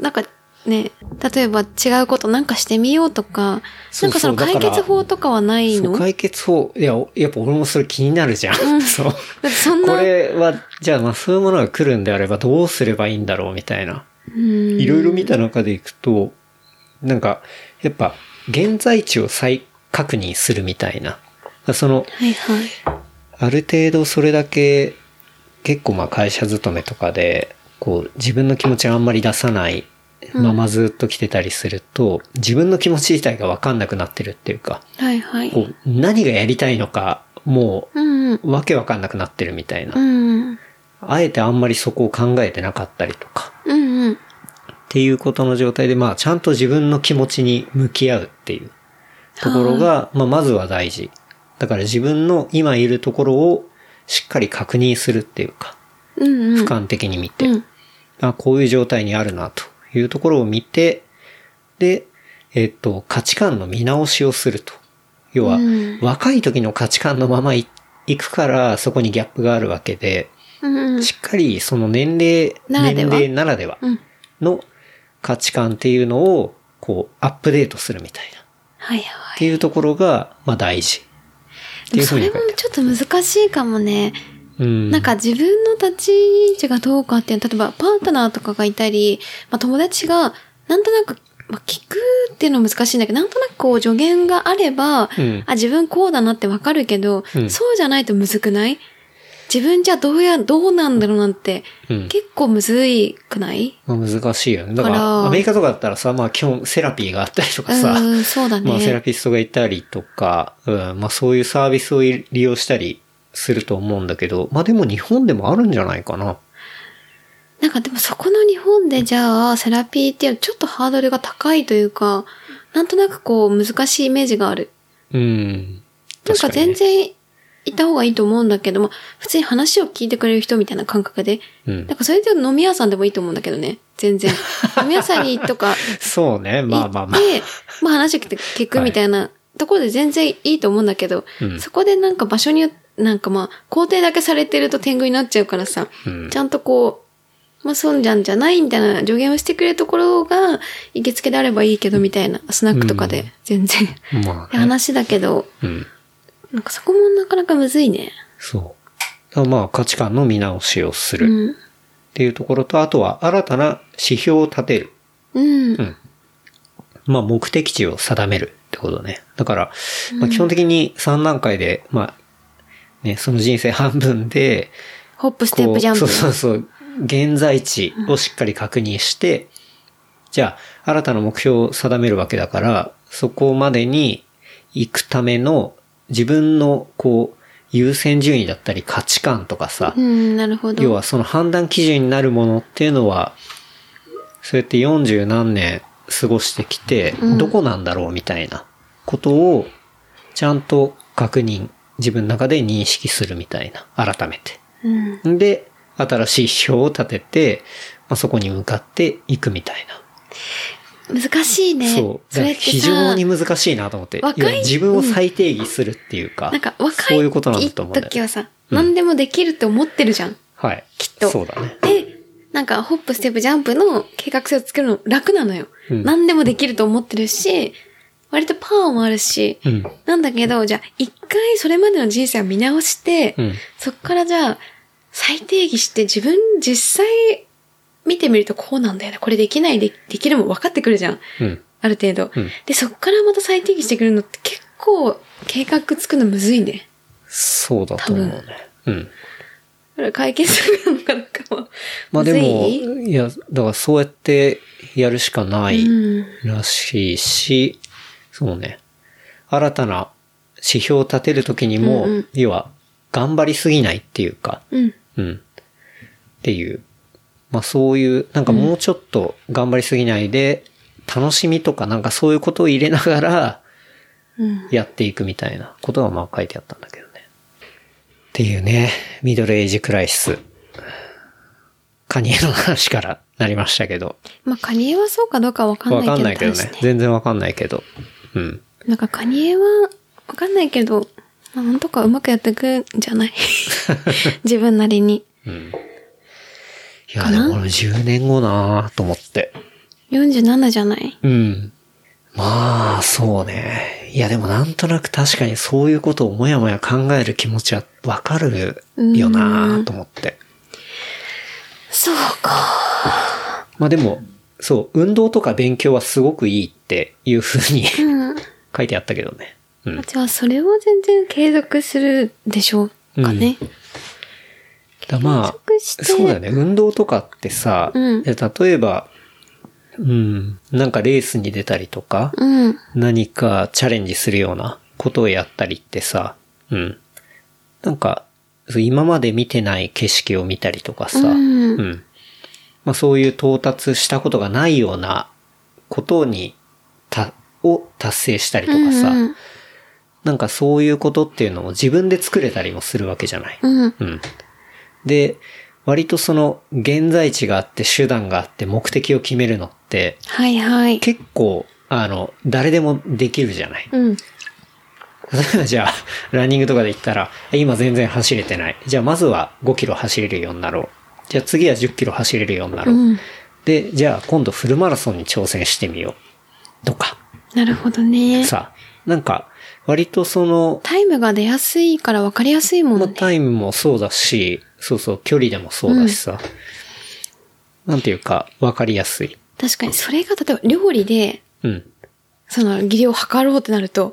[SPEAKER 3] なんかね、例えば違うことなんかしてみようとか、
[SPEAKER 2] そうそう
[SPEAKER 3] なんかその解
[SPEAKER 2] だから
[SPEAKER 3] 決法とかはない
[SPEAKER 2] そ
[SPEAKER 3] の
[SPEAKER 2] う解決法、いや、やっぱ俺もそれ気になるじゃん。 そう。
[SPEAKER 3] だってそんな、
[SPEAKER 2] これは、じゃあまあそういうものが来るんであればどうすればいいんだろうみたいな。い
[SPEAKER 3] い
[SPEAKER 2] ろいろ見た中でいくと、なんか、やっぱ、現在地を再確認するみたいな。その、
[SPEAKER 3] はいはい。
[SPEAKER 2] ある程度それだけ結構まあ会社勤めとかでこう自分の気持ちをあんまり出さないままずっと来てたりすると、自分の気持ち自体がわかんなくなってるっていうか
[SPEAKER 3] はいは
[SPEAKER 2] こ
[SPEAKER 3] い。
[SPEAKER 2] う何がやりたいのかも
[SPEAKER 3] うんうん。
[SPEAKER 2] うわけわかんなくなってるみたいな、
[SPEAKER 3] うん
[SPEAKER 2] あえてあんまりそこを考えてなかったりとか
[SPEAKER 3] うんうん。
[SPEAKER 2] っていうことの状態でまあちゃんと自分の気持ちに向き合うっていうところが、まあまずは大事だから自分の今いるところをしっかり確認するっていうか
[SPEAKER 3] うんう
[SPEAKER 2] 俯
[SPEAKER 3] ん。
[SPEAKER 2] 瞰的に見て、
[SPEAKER 3] うん
[SPEAKER 2] あ、こういう状態にあるなというところを見て、で、えっと、価値観の見直しをすると。要は、
[SPEAKER 3] うん
[SPEAKER 2] 若い時の価値観のままいいくから、そこにギャップがあるわけで、
[SPEAKER 3] うんうん。
[SPEAKER 2] しっかりその年齢、
[SPEAKER 3] ならで
[SPEAKER 2] 年
[SPEAKER 3] は
[SPEAKER 2] 齢ならでは
[SPEAKER 3] うん。
[SPEAKER 2] の価値観っていうのを、こう、アップデートするみたいな。
[SPEAKER 3] はい
[SPEAKER 2] っ
[SPEAKER 3] は
[SPEAKER 2] ていうところが、まあ大事。って
[SPEAKER 3] い。
[SPEAKER 2] いうふ
[SPEAKER 3] そう
[SPEAKER 2] に
[SPEAKER 3] れ
[SPEAKER 2] 書い
[SPEAKER 3] も
[SPEAKER 2] てある。
[SPEAKER 3] ちょっと難しいかもね。
[SPEAKER 2] うん。
[SPEAKER 3] なんか自分の立ち位置がどうかっていう、例えばパートナーとかがいたり、まあ、友達が、なんとなく、まあ、聞くっていうのは難しいんだけど、なんとなくこう助言があれば、
[SPEAKER 2] うん
[SPEAKER 3] あ、自分こうだなってわかるけど、
[SPEAKER 2] うん
[SPEAKER 3] そうじゃないとむずくない自分じゃどうや、どうなんだろうなんて、
[SPEAKER 2] うん
[SPEAKER 3] 結構むずいくない
[SPEAKER 2] まあ難しいよね。だか
[SPEAKER 3] あら
[SPEAKER 2] ら、アメリカとかだったらさ、まあ基本セラピーがあったりとかさ、
[SPEAKER 3] うん、そうだね。
[SPEAKER 2] まあ、セラピストがいたりとか、うん、まあ、そういうサービスをい利用したりすると思うんだけど、まあ、でも日本でもあるんじゃないかな。
[SPEAKER 3] なんかでもそこの日本でじゃあセラピーっていうのはちょっとハードルが高いというか、なんとなくこう難しいイメージがある。
[SPEAKER 2] うん。
[SPEAKER 3] なん
[SPEAKER 2] 確
[SPEAKER 3] か
[SPEAKER 2] に
[SPEAKER 3] 全
[SPEAKER 2] ね、
[SPEAKER 3] 然いた方がいいと思うんだけども、普通に話を聞いてくれる人みたいな感覚で。
[SPEAKER 2] うん
[SPEAKER 3] なんかそれで飲み屋さんでもいいと思うんだけどね。全然。飲み屋さんに とか
[SPEAKER 2] そうね。まあまあまあ。
[SPEAKER 3] で、まあ話聞くみたいなところで全然いいと思うんだけど、
[SPEAKER 2] うん
[SPEAKER 3] そこでなんか場所によなんかまあ、工程だけされてると天狗になっちゃうからさ、
[SPEAKER 2] うん
[SPEAKER 3] ちゃんとこう、まあ、そんじゃんじゃないみたいな助言をしてくれるところが、行きつけであればいいけどみたいな、スナックとか
[SPEAKER 2] う
[SPEAKER 3] で、全然、
[SPEAKER 2] まあ、ね、
[SPEAKER 3] 話だけど、
[SPEAKER 2] うん。
[SPEAKER 3] なんかそこもなかなかむずいね。
[SPEAKER 2] そう。だからまあ、価値観の見直しをす
[SPEAKER 3] う
[SPEAKER 2] るっ
[SPEAKER 3] ん。
[SPEAKER 2] ていうところと、あとは新たな指標を立てる。
[SPEAKER 3] う
[SPEAKER 2] う
[SPEAKER 3] ん。
[SPEAKER 2] ん。まあ、目的地を定めるってことね。だから、まあ、基本的に3段階で、まあ、ね、その人生半分で、
[SPEAKER 3] ホップ、ステッ
[SPEAKER 2] こう
[SPEAKER 3] プ、ジャンプ。
[SPEAKER 2] そうそうそう。現在地をしっかり確認して、じゃあ、新たな目標を定めるわけだから、そこまでに行くための自分の、こう、優先順位だったり価値観とかさ、
[SPEAKER 3] うん、なるほど。
[SPEAKER 2] 要はその判断基準になるものっていうのは、そうやって40何年過ごしてきて、
[SPEAKER 3] うん
[SPEAKER 2] どこなんだろうみたいなことを、ちゃんと確認、自分の中で認識するみたいな、改めて。
[SPEAKER 3] うん。
[SPEAKER 2] で、新しい指標を立てて、まあ、そこに向かっていくみたいな。
[SPEAKER 3] 難しいね。
[SPEAKER 2] そう。だから
[SPEAKER 3] れってさ
[SPEAKER 2] 非常に難しいなと思って。
[SPEAKER 3] 若い
[SPEAKER 2] 要は自分を再定義するっていうか、
[SPEAKER 3] なんか若
[SPEAKER 2] そういうことなん
[SPEAKER 3] い
[SPEAKER 2] だと思うんだよ
[SPEAKER 3] 時
[SPEAKER 2] ね。
[SPEAKER 3] はさ、
[SPEAKER 2] うん
[SPEAKER 3] 何でもできるって思ってるじゃん。
[SPEAKER 2] はい。
[SPEAKER 3] きっと
[SPEAKER 2] そうだね。
[SPEAKER 3] で、なんかホップ、ステップ、ジャンプの計画性を作るの楽なのよ。
[SPEAKER 2] うん
[SPEAKER 3] 何でもできると思ってるし、割とパワーもあるし、
[SPEAKER 2] うん。
[SPEAKER 3] なんだけど、じゃあ一回それまでの人生を見直して、
[SPEAKER 2] うん。
[SPEAKER 3] そっからじゃあ再定義して自分実際見てみるとこうなんだよね。これできないで、できるも分かってくるじゃん。
[SPEAKER 2] うん。
[SPEAKER 3] ある程度。
[SPEAKER 2] うん
[SPEAKER 3] で、そっからまた再定義してくるのって結構計画つくのむずいね。
[SPEAKER 2] そうだと思うね。うん。
[SPEAKER 3] これ解決するのかなんかも。
[SPEAKER 2] まあでも、
[SPEAKER 3] むずい
[SPEAKER 2] いや、だからそうやってやるしかない
[SPEAKER 3] うん
[SPEAKER 2] らしいし、そうね。新たな指標を立てるときにも、
[SPEAKER 3] うんうん
[SPEAKER 2] 要は、頑張りすぎないっていうか、
[SPEAKER 3] うん。
[SPEAKER 2] うん。っていう。まあそういう、なんかもうちょっと頑張りすぎないで、楽しみとかなんかそういうことを入れながら
[SPEAKER 3] うん。
[SPEAKER 2] やっていくみたいなことがまあ書いてあったんだけどね。っていうね、ミドルエイジクライシス。カニエの話からなりましたけど。
[SPEAKER 3] まあ、カニエはそうかどうかわかん
[SPEAKER 2] わかん
[SPEAKER 3] な
[SPEAKER 2] ないいけ
[SPEAKER 3] けど
[SPEAKER 2] ど
[SPEAKER 3] ね。
[SPEAKER 2] ね。全然わかんないけど。うん。
[SPEAKER 3] なんかカニエはわかんないけど、まあ、なんとかうまくやっていくんじゃない 自分なりに。
[SPEAKER 2] うん。いや、
[SPEAKER 3] か
[SPEAKER 2] で
[SPEAKER 3] な
[SPEAKER 2] も俺10年後なぁと思って。
[SPEAKER 3] 47じゃない
[SPEAKER 2] うん。まあ、そうね。いや、でもなんとなく確かにそういうことをもやもや考える気持ちはわかるよなぁと思って。
[SPEAKER 3] そうか。
[SPEAKER 2] まあでも、そう、運動とか勉強はすごくいいっていう風に
[SPEAKER 3] うん。
[SPEAKER 2] 書いてあったけどね。うん。
[SPEAKER 3] じゃあ、それは全然継続するでしょうかね。
[SPEAKER 2] だま
[SPEAKER 3] 継続し
[SPEAKER 2] あ、
[SPEAKER 3] て
[SPEAKER 2] そうだよね。運動とかってさ、
[SPEAKER 3] う
[SPEAKER 2] い
[SPEAKER 3] ん
[SPEAKER 2] や例えば、うん、なんかレースに出たりとか、
[SPEAKER 3] うん。
[SPEAKER 2] 何かチャレンジするようなことをやったりってさ、うん。なんか、そう今まで見てない景色を見たりとかさ、
[SPEAKER 3] うん
[SPEAKER 2] んまあそういう到達したことがないようなことに、た、を達成したりとかさ、
[SPEAKER 3] うん
[SPEAKER 2] なんかそういうことっていうのを自分で作れたりもするわけじゃない。
[SPEAKER 3] うん。うん。
[SPEAKER 2] うん。で、割とその現在地があって手段があって目的を決めるのって、
[SPEAKER 3] はいはい。
[SPEAKER 2] 結構、あの、誰でもできるじゃない。
[SPEAKER 3] うん。
[SPEAKER 2] 例えばじゃあ、ランニングとかで言ったら、今全然走れてない。じゃあまずは5キロ走れるようになろう。じゃあ次は10キロ走れるようにな
[SPEAKER 3] う
[SPEAKER 2] ろう。
[SPEAKER 3] ん。
[SPEAKER 2] で、じゃあ今度フルマラソンに挑戦してみよう。とか、
[SPEAKER 3] なるほどね。
[SPEAKER 2] さ、なんか、割とその、
[SPEAKER 3] タイムが出やすいから分かりやすいもん
[SPEAKER 2] まあ
[SPEAKER 3] ね。
[SPEAKER 2] タイムもそうだし、そうそう、距離でもそうだしさ、なんていうか、わかりやすい。
[SPEAKER 3] 確かに、それが例えば料理で、
[SPEAKER 2] うん。
[SPEAKER 3] その、技量を測ろうってなると、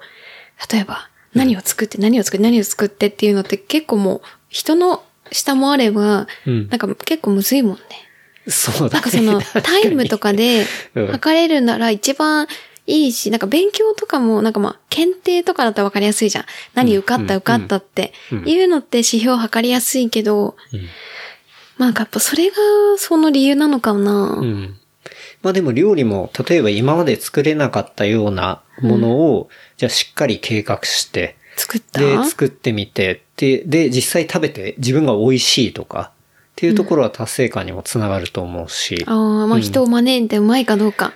[SPEAKER 3] 例えば、何を作って、何を作って、何を作ってっていうのって結構もう、人の下もあれば、
[SPEAKER 2] うん
[SPEAKER 3] なんか結構むずいもんね。
[SPEAKER 2] そう
[SPEAKER 3] な
[SPEAKER 2] だ
[SPEAKER 3] んか その、タイムとかで
[SPEAKER 2] うん
[SPEAKER 3] 測れるなら一番いいし、なんか勉強とかも、なんかまあ、検定とかだったらわかりやすいじゃん。何受かった
[SPEAKER 2] うん
[SPEAKER 3] 受かったって
[SPEAKER 2] うん
[SPEAKER 3] いうのって指標測りやすいけど、
[SPEAKER 2] うん
[SPEAKER 3] まあなんかやっぱそれがその理由なのか
[SPEAKER 2] う
[SPEAKER 3] な。
[SPEAKER 2] ん。まあでも料理も、例えば今まで作れなかったようなものを、じゃあしっかり計画して、
[SPEAKER 3] 作った
[SPEAKER 2] で、作ってみて、で、で、実際食べて自分が美味しいとか、っていうところは達成感にもつながると思うし、
[SPEAKER 3] ああ、まあ人を招いてうまいかどうか。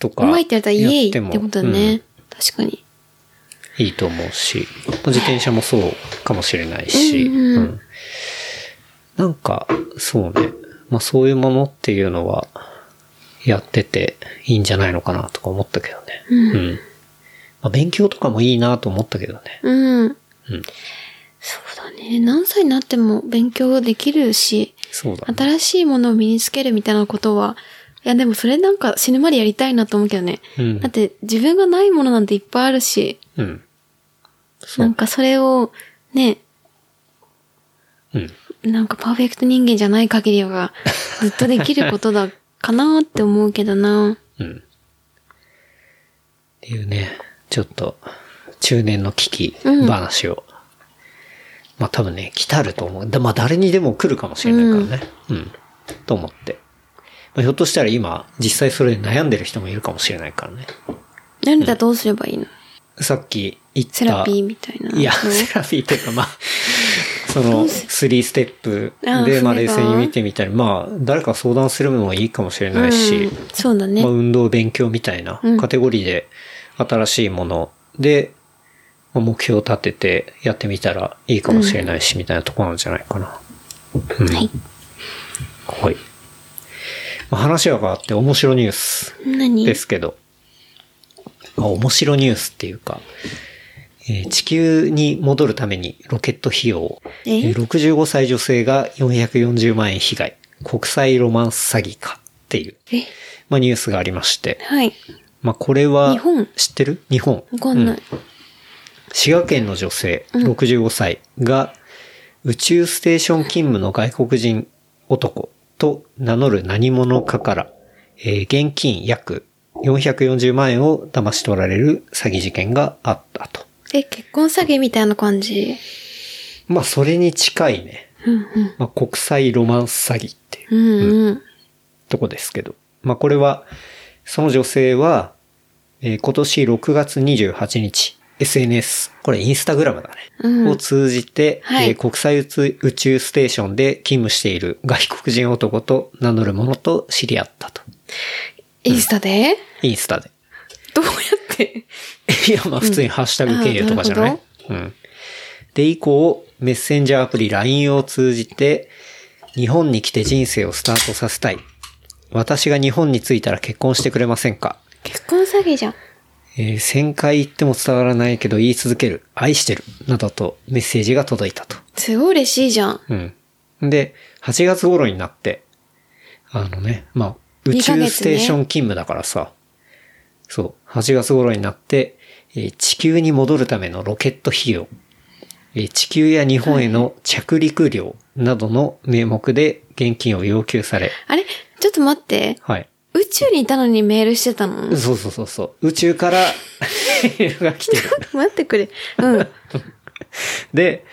[SPEAKER 2] とか。
[SPEAKER 3] うまいってやったらイエーイ
[SPEAKER 2] やも
[SPEAKER 3] ってことだね。確かに。
[SPEAKER 2] うんいいと思うし、まあ自転車もそうかもしれないし、
[SPEAKER 3] うんうん
[SPEAKER 2] うんなんか、そうね。まあそういうものっていうのは、やってていいんじゃないのかなとか思ったけどね。
[SPEAKER 3] うん
[SPEAKER 2] うん。まあ、勉強とかもいいなと思ったけどね。
[SPEAKER 3] うん。
[SPEAKER 2] うん。
[SPEAKER 3] そうだね。何歳になっても勉強できるし、
[SPEAKER 2] そうだ、ね。
[SPEAKER 3] 新しいものを身につけるみたいなことは、や、でもそれなんか死ぬまでやりたいなと思うけどね。
[SPEAKER 2] うん
[SPEAKER 3] だって自分がないものなんていっぱいあるし、
[SPEAKER 2] うん。そ
[SPEAKER 3] なん
[SPEAKER 2] う。
[SPEAKER 3] かそれを、ね、
[SPEAKER 2] うん。
[SPEAKER 3] なんかパーフェクト人間じゃない限 りは、ずっとできることだかなって思うけどな。
[SPEAKER 2] うん。っていうね、ちょっと、中年の危機
[SPEAKER 3] うん
[SPEAKER 2] 話を。まあ多分ね、来たると思う。だまあ誰にでも来るかもしれないからね。うん。と思って。まあ、ひょっとしたら今、実際それで悩んでる人もいるかもしれないからね。
[SPEAKER 3] なるだどうすればいいの
[SPEAKER 2] さっき言った。
[SPEAKER 3] セラピーみたいな。
[SPEAKER 2] いや、
[SPEAKER 3] どう
[SPEAKER 2] セラピーっていう かまあ、その、3ステップ
[SPEAKER 3] あ
[SPEAKER 2] で、まあ
[SPEAKER 3] それ
[SPEAKER 2] 冷
[SPEAKER 3] が
[SPEAKER 2] 静に見てみたり、まあ、誰か相談するのもいいかもしれないし、
[SPEAKER 3] うんそうだね
[SPEAKER 2] まあ、。運動勉強みたいな
[SPEAKER 3] うん
[SPEAKER 2] カテゴリーで新しいもので、まあ目標を立ててやってみたらいいかもしれないし、みたいなところなんじゃないかな。うん、
[SPEAKER 3] はい。
[SPEAKER 2] はい。まあ、話は変わって面白ニュース
[SPEAKER 3] 何
[SPEAKER 2] ですけど、まあ、面白ニュースっていうか、えー地球に戻るためにロケット費用、
[SPEAKER 3] え
[SPEAKER 2] えー65歳女性が440万円被害、国際ロマンス詐欺かっていう、
[SPEAKER 3] え
[SPEAKER 2] まあ、ニュースがありまして、
[SPEAKER 3] はい。
[SPEAKER 2] まあ、これは、
[SPEAKER 3] 日本
[SPEAKER 2] 知ってる日本。
[SPEAKER 3] わかんない。
[SPEAKER 2] 滋賀県の女性、65歳が、宇宙ステーション勤務の外国人男と名乗る何者かから、えー現金約440万円を騙し取られる詐欺事件があったと。
[SPEAKER 3] え、結婚詐欺みたいな感じ
[SPEAKER 2] まあ、それに近いね、
[SPEAKER 3] うん
[SPEAKER 2] まあ、国際ロマンス詐欺っていう。
[SPEAKER 3] うん。うんうん。
[SPEAKER 2] とこですけど。まあ、これは、その女性は、えー今年6月28日、SNS、これインスタグラムだね。
[SPEAKER 3] うん
[SPEAKER 2] を通じて、
[SPEAKER 3] はい
[SPEAKER 2] えー国際宇宙宇宙ステーションで勤務している外国人男と名乗る者と知り合ったと。
[SPEAKER 3] インスタで
[SPEAKER 2] インスタで。
[SPEAKER 3] どうやって
[SPEAKER 2] いや、まあ普通にハッシュタグ経由とかじゃ
[SPEAKER 3] あな
[SPEAKER 2] な
[SPEAKER 3] る
[SPEAKER 2] い、うん。で、以降、メッセンジャーアプリ LINE を通じて、日本に来て人生をスタートさせたい。私が日本に着いたら結婚してくれませんか
[SPEAKER 3] 結婚詐欺じゃん。
[SPEAKER 2] えー1000回言っても伝わらないけど言い続ける。愛してる。などとメッセージが届いたと。
[SPEAKER 3] すごい嬉しいじゃん。
[SPEAKER 2] うん。で、8月頃になって、あのね、まあ、宇
[SPEAKER 3] 二ヶ月ね
[SPEAKER 2] 宙ステーション勤務だからさ、そう、8月頃になって、えー地球に戻るためのロケット費用、えー地球や日本への着陸料などの名目で現金を要求され、
[SPEAKER 3] あれちょっと待って。
[SPEAKER 2] はい。
[SPEAKER 3] 宇宙にいたのにメールしてたの 待
[SPEAKER 2] そうそうそうそう。宇宙から メールが来てる。
[SPEAKER 3] ってくれ。うん。は
[SPEAKER 2] で、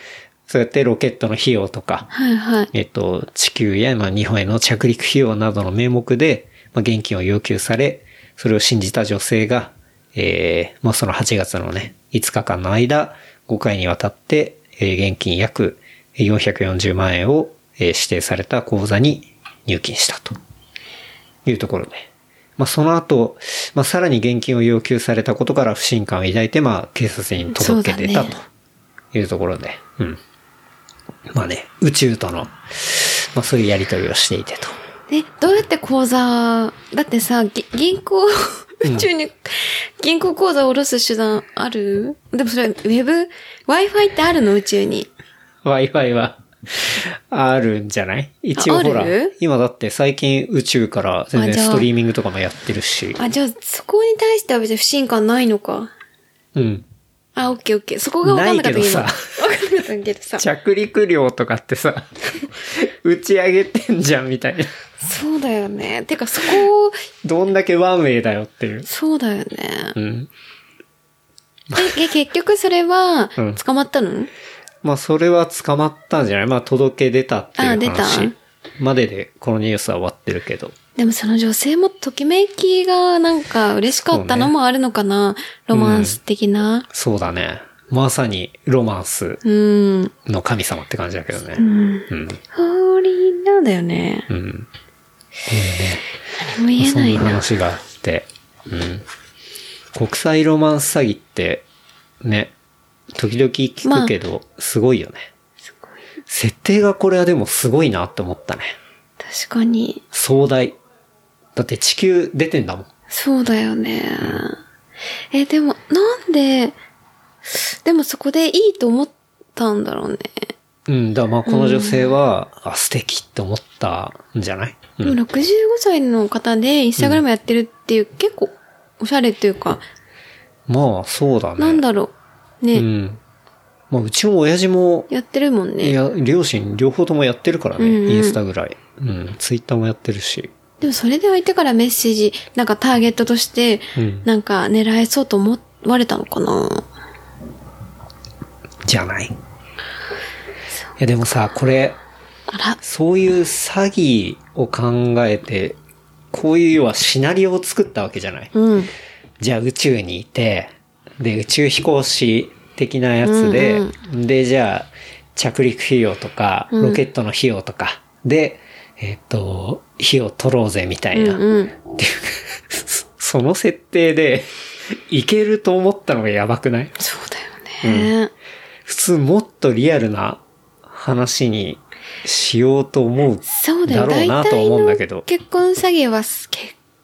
[SPEAKER 2] そうやってロケットの費用とか、
[SPEAKER 3] いはい。
[SPEAKER 2] えっと、地球や、まあ、日本への着陸費用などの名目で、まあ、現金を要求され、それを信じた女性が、えーまあ、その8月のね、5日間の間、5回にわたって、えー現金約440万円を、えー指定された口座に入金したと。いうところで。まあ、その後、まあ、さらに現金を要求されたことから不信感を抱いて、まあ、警察に届けてた
[SPEAKER 3] そうだね
[SPEAKER 2] というところで。うん。まあね、宇宙との、まあそういうやりとりをしていてと。
[SPEAKER 3] え、どうやって口座、だってさ、ぎ銀行、宇宙に銀行口座を下ろす手段あるでもそれ、ウェブ、Wi-Fi ってあるの宇宙に。
[SPEAKER 2] Wi-Fi は、あるんじゃない一応
[SPEAKER 3] あ
[SPEAKER 2] ほら
[SPEAKER 3] ある、
[SPEAKER 2] 今だって最近宇宙から全
[SPEAKER 3] あ
[SPEAKER 2] 然
[SPEAKER 3] じゃあ
[SPEAKER 2] ストリーミングとかもやってるし。
[SPEAKER 3] あ、じゃあ、そこに対しては別に不信感ないのか。
[SPEAKER 2] うん。
[SPEAKER 3] あ、オッケーオッケー。そこが分かんなかった
[SPEAKER 2] ないけどさ
[SPEAKER 3] 今分かんなかったけどさ。
[SPEAKER 2] 着陸料とかって さ、打ち上げてんじゃんみたいな。
[SPEAKER 3] そうだよね。てか、そこを、
[SPEAKER 2] どんだけワンウェイだよっていう。
[SPEAKER 3] そうだよね。
[SPEAKER 2] うん。
[SPEAKER 3] え、え結局それは
[SPEAKER 2] うん、
[SPEAKER 3] 捕まったの、
[SPEAKER 2] まあそれは捕まったんじゃないまあ届け出たって
[SPEAKER 3] あ出
[SPEAKER 2] いう
[SPEAKER 3] た
[SPEAKER 2] 話まででこのニュースは終わってるけど。
[SPEAKER 3] でもその女性もときめきがなんか嬉しかったの
[SPEAKER 2] そうね
[SPEAKER 3] もあるのかな、ロマンス的な。
[SPEAKER 2] そうだね。まさにロマンス
[SPEAKER 3] うん。
[SPEAKER 2] の神様って感じだけどね。うん。
[SPEAKER 3] ホーリーなんだよね。
[SPEAKER 2] うん。
[SPEAKER 3] 何も言え
[SPEAKER 2] そん
[SPEAKER 3] ない
[SPEAKER 2] な
[SPEAKER 3] な。
[SPEAKER 2] 話があって。うん。国際ロマンス詐欺って、ね、時々聞くけど、すごいよね。
[SPEAKER 3] すごい
[SPEAKER 2] 設定がこれはでもすごいなって思ったね。
[SPEAKER 3] 確かに。
[SPEAKER 2] 壮大。だって地球出てんだもん。
[SPEAKER 3] そうだよね。え、でも、なんで、でもそこでいいと思ったんだろうね。
[SPEAKER 2] うん、だからまあこの女性は、あ、素敵って思ったんじゃない、う
[SPEAKER 3] でも
[SPEAKER 2] ん、
[SPEAKER 3] 65歳の方でインスタグラムやってるっていう、結構おしゃれというか、
[SPEAKER 2] まあ、そうだね。
[SPEAKER 3] なんだろう。ね、
[SPEAKER 2] うん。まあ、うちも親父も、
[SPEAKER 3] やってるもん
[SPEAKER 2] い
[SPEAKER 3] ね。
[SPEAKER 2] や、両親両方ともやってるからね、
[SPEAKER 3] うんうん
[SPEAKER 2] インスタぐらい。うん、ツイッターもやってるし。
[SPEAKER 3] でもそれで相手からメッセージ、なんかターゲットとして
[SPEAKER 2] うん、
[SPEAKER 3] なんか狙えそうと思われたのかな
[SPEAKER 2] じゃない。いや、でもさ、これ、
[SPEAKER 3] あら、
[SPEAKER 2] そういう詐欺を考えて、こういう要はシナリオを作ったわけじゃない。
[SPEAKER 3] うん。
[SPEAKER 2] じゃあ宇宙にいて、で、宇宙飛行士的なやつで、
[SPEAKER 3] うん
[SPEAKER 2] で、じゃあ、着陸費用とか、
[SPEAKER 3] うん
[SPEAKER 2] ロケットの費用とか、で、えっと、費用取ろうぜみた
[SPEAKER 3] う
[SPEAKER 2] い
[SPEAKER 3] ん
[SPEAKER 2] な。
[SPEAKER 3] うん。
[SPEAKER 2] その設定で、いけると思ったのがやばくない
[SPEAKER 3] そうだよね。
[SPEAKER 2] 普通もっとリアルな話にしようと思う
[SPEAKER 3] そうだ
[SPEAKER 2] だ
[SPEAKER 3] よ。
[SPEAKER 2] ろうなと思うんだけど。
[SPEAKER 3] 結婚詐欺は、結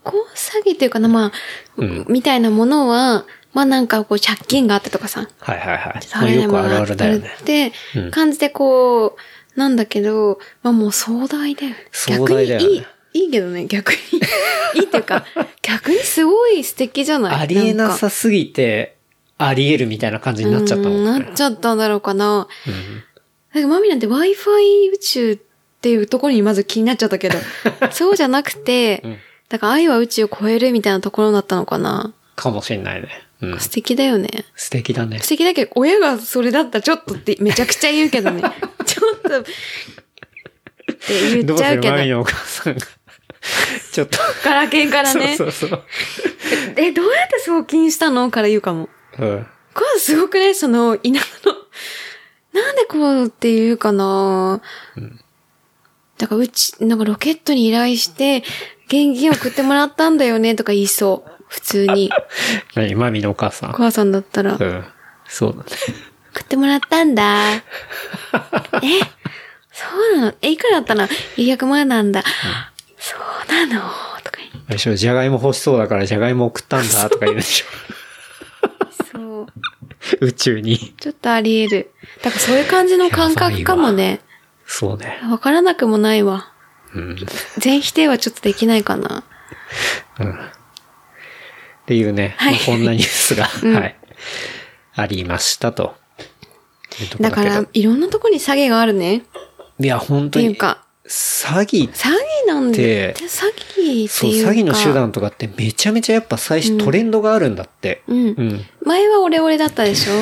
[SPEAKER 3] 婚詐欺というかな、まあ、
[SPEAKER 2] うん
[SPEAKER 3] みたいなものは、まあなんかこう借金があったとかさ、
[SPEAKER 2] はいはいはい。ま
[SPEAKER 3] 払
[SPEAKER 2] あ、
[SPEAKER 3] えない
[SPEAKER 2] よ
[SPEAKER 3] も
[SPEAKER 2] く
[SPEAKER 3] の
[SPEAKER 2] ある
[SPEAKER 3] が
[SPEAKER 2] あ
[SPEAKER 3] あ
[SPEAKER 2] る
[SPEAKER 3] る
[SPEAKER 2] だよね。
[SPEAKER 3] って
[SPEAKER 2] うん
[SPEAKER 3] 感じでこう、なんだけど、まあもう壮大だよね。
[SPEAKER 2] 壮大だよね
[SPEAKER 3] 逆にいい、いいけどね、逆に。いいっていうか、逆にすごい素敵じゃない
[SPEAKER 2] ありえなん
[SPEAKER 3] か
[SPEAKER 2] さすぎて、ありえるみたいな感じになっちゃったもん
[SPEAKER 3] う
[SPEAKER 2] ね。
[SPEAKER 3] なっちゃったんだろうかな。
[SPEAKER 2] うん
[SPEAKER 3] なんかマミなんて Wi-Fi 宇宙っていうところにまず気になっちゃったけど、そうじゃなくて、
[SPEAKER 2] うん
[SPEAKER 3] だから愛は宇宙を超えるみたいなところだったのかな。
[SPEAKER 2] かもしれないね。うん。
[SPEAKER 3] 素敵だよね。
[SPEAKER 2] 素敵だね
[SPEAKER 3] 素。敵だけど、親がそれだったらちょっとってめちゃくちゃ言うけどね。ちょっと、って言っちゃうけど、
[SPEAKER 2] のお母さ んが。ちょっと。
[SPEAKER 3] ガラケンからね
[SPEAKER 2] そうそうそう。
[SPEAKER 3] え、どうやって送金したのから言うかも。
[SPEAKER 2] うん。
[SPEAKER 3] これすごくね、その、田舎の、なんでこうっていうかな、だからうち、なんかロケットに依頼して、現金送ってもらったんだよねとか言いそう。普通に。
[SPEAKER 2] 何マミのお母さ
[SPEAKER 3] お
[SPEAKER 2] ん。
[SPEAKER 3] 母さんだったら、
[SPEAKER 2] う
[SPEAKER 3] 送
[SPEAKER 2] ん。そうだね。
[SPEAKER 3] ってもらったんだ。えそうなのえ、いくらだったの ?200 万なんだ。そうなのとか言って
[SPEAKER 2] あれでしょ、じゃがいも欲しそうだからじゃがいも送ったんだとか言うで しょ。
[SPEAKER 3] そう。
[SPEAKER 2] 宇宙に。
[SPEAKER 3] ちょっとあり得る。だからそういう感じの感覚かもね。
[SPEAKER 2] そうね。
[SPEAKER 3] わからなくもないわ。
[SPEAKER 2] うん。
[SPEAKER 3] 全否定はちょっとできないかな。
[SPEAKER 2] うん。っていうね、
[SPEAKER 3] はい
[SPEAKER 2] まあこんなニュースが、
[SPEAKER 3] うん
[SPEAKER 2] はい。ありましたと。いうとこ
[SPEAKER 3] だ
[SPEAKER 2] けど
[SPEAKER 3] から、いろんなとこに詐欺があるね。
[SPEAKER 2] いや、本
[SPEAKER 3] って
[SPEAKER 2] 当
[SPEAKER 3] いう
[SPEAKER 2] に、
[SPEAKER 3] か、
[SPEAKER 2] 詐欺、
[SPEAKER 3] 詐欺なんで、
[SPEAKER 2] で
[SPEAKER 3] 詐欺って
[SPEAKER 2] そう、
[SPEAKER 3] いうか。
[SPEAKER 2] 詐欺の手。段とかってめちゃめちゃやっぱ最初トレンドがあるんだって。
[SPEAKER 3] うん。
[SPEAKER 2] うん。
[SPEAKER 3] 前はオレオレだったでしょ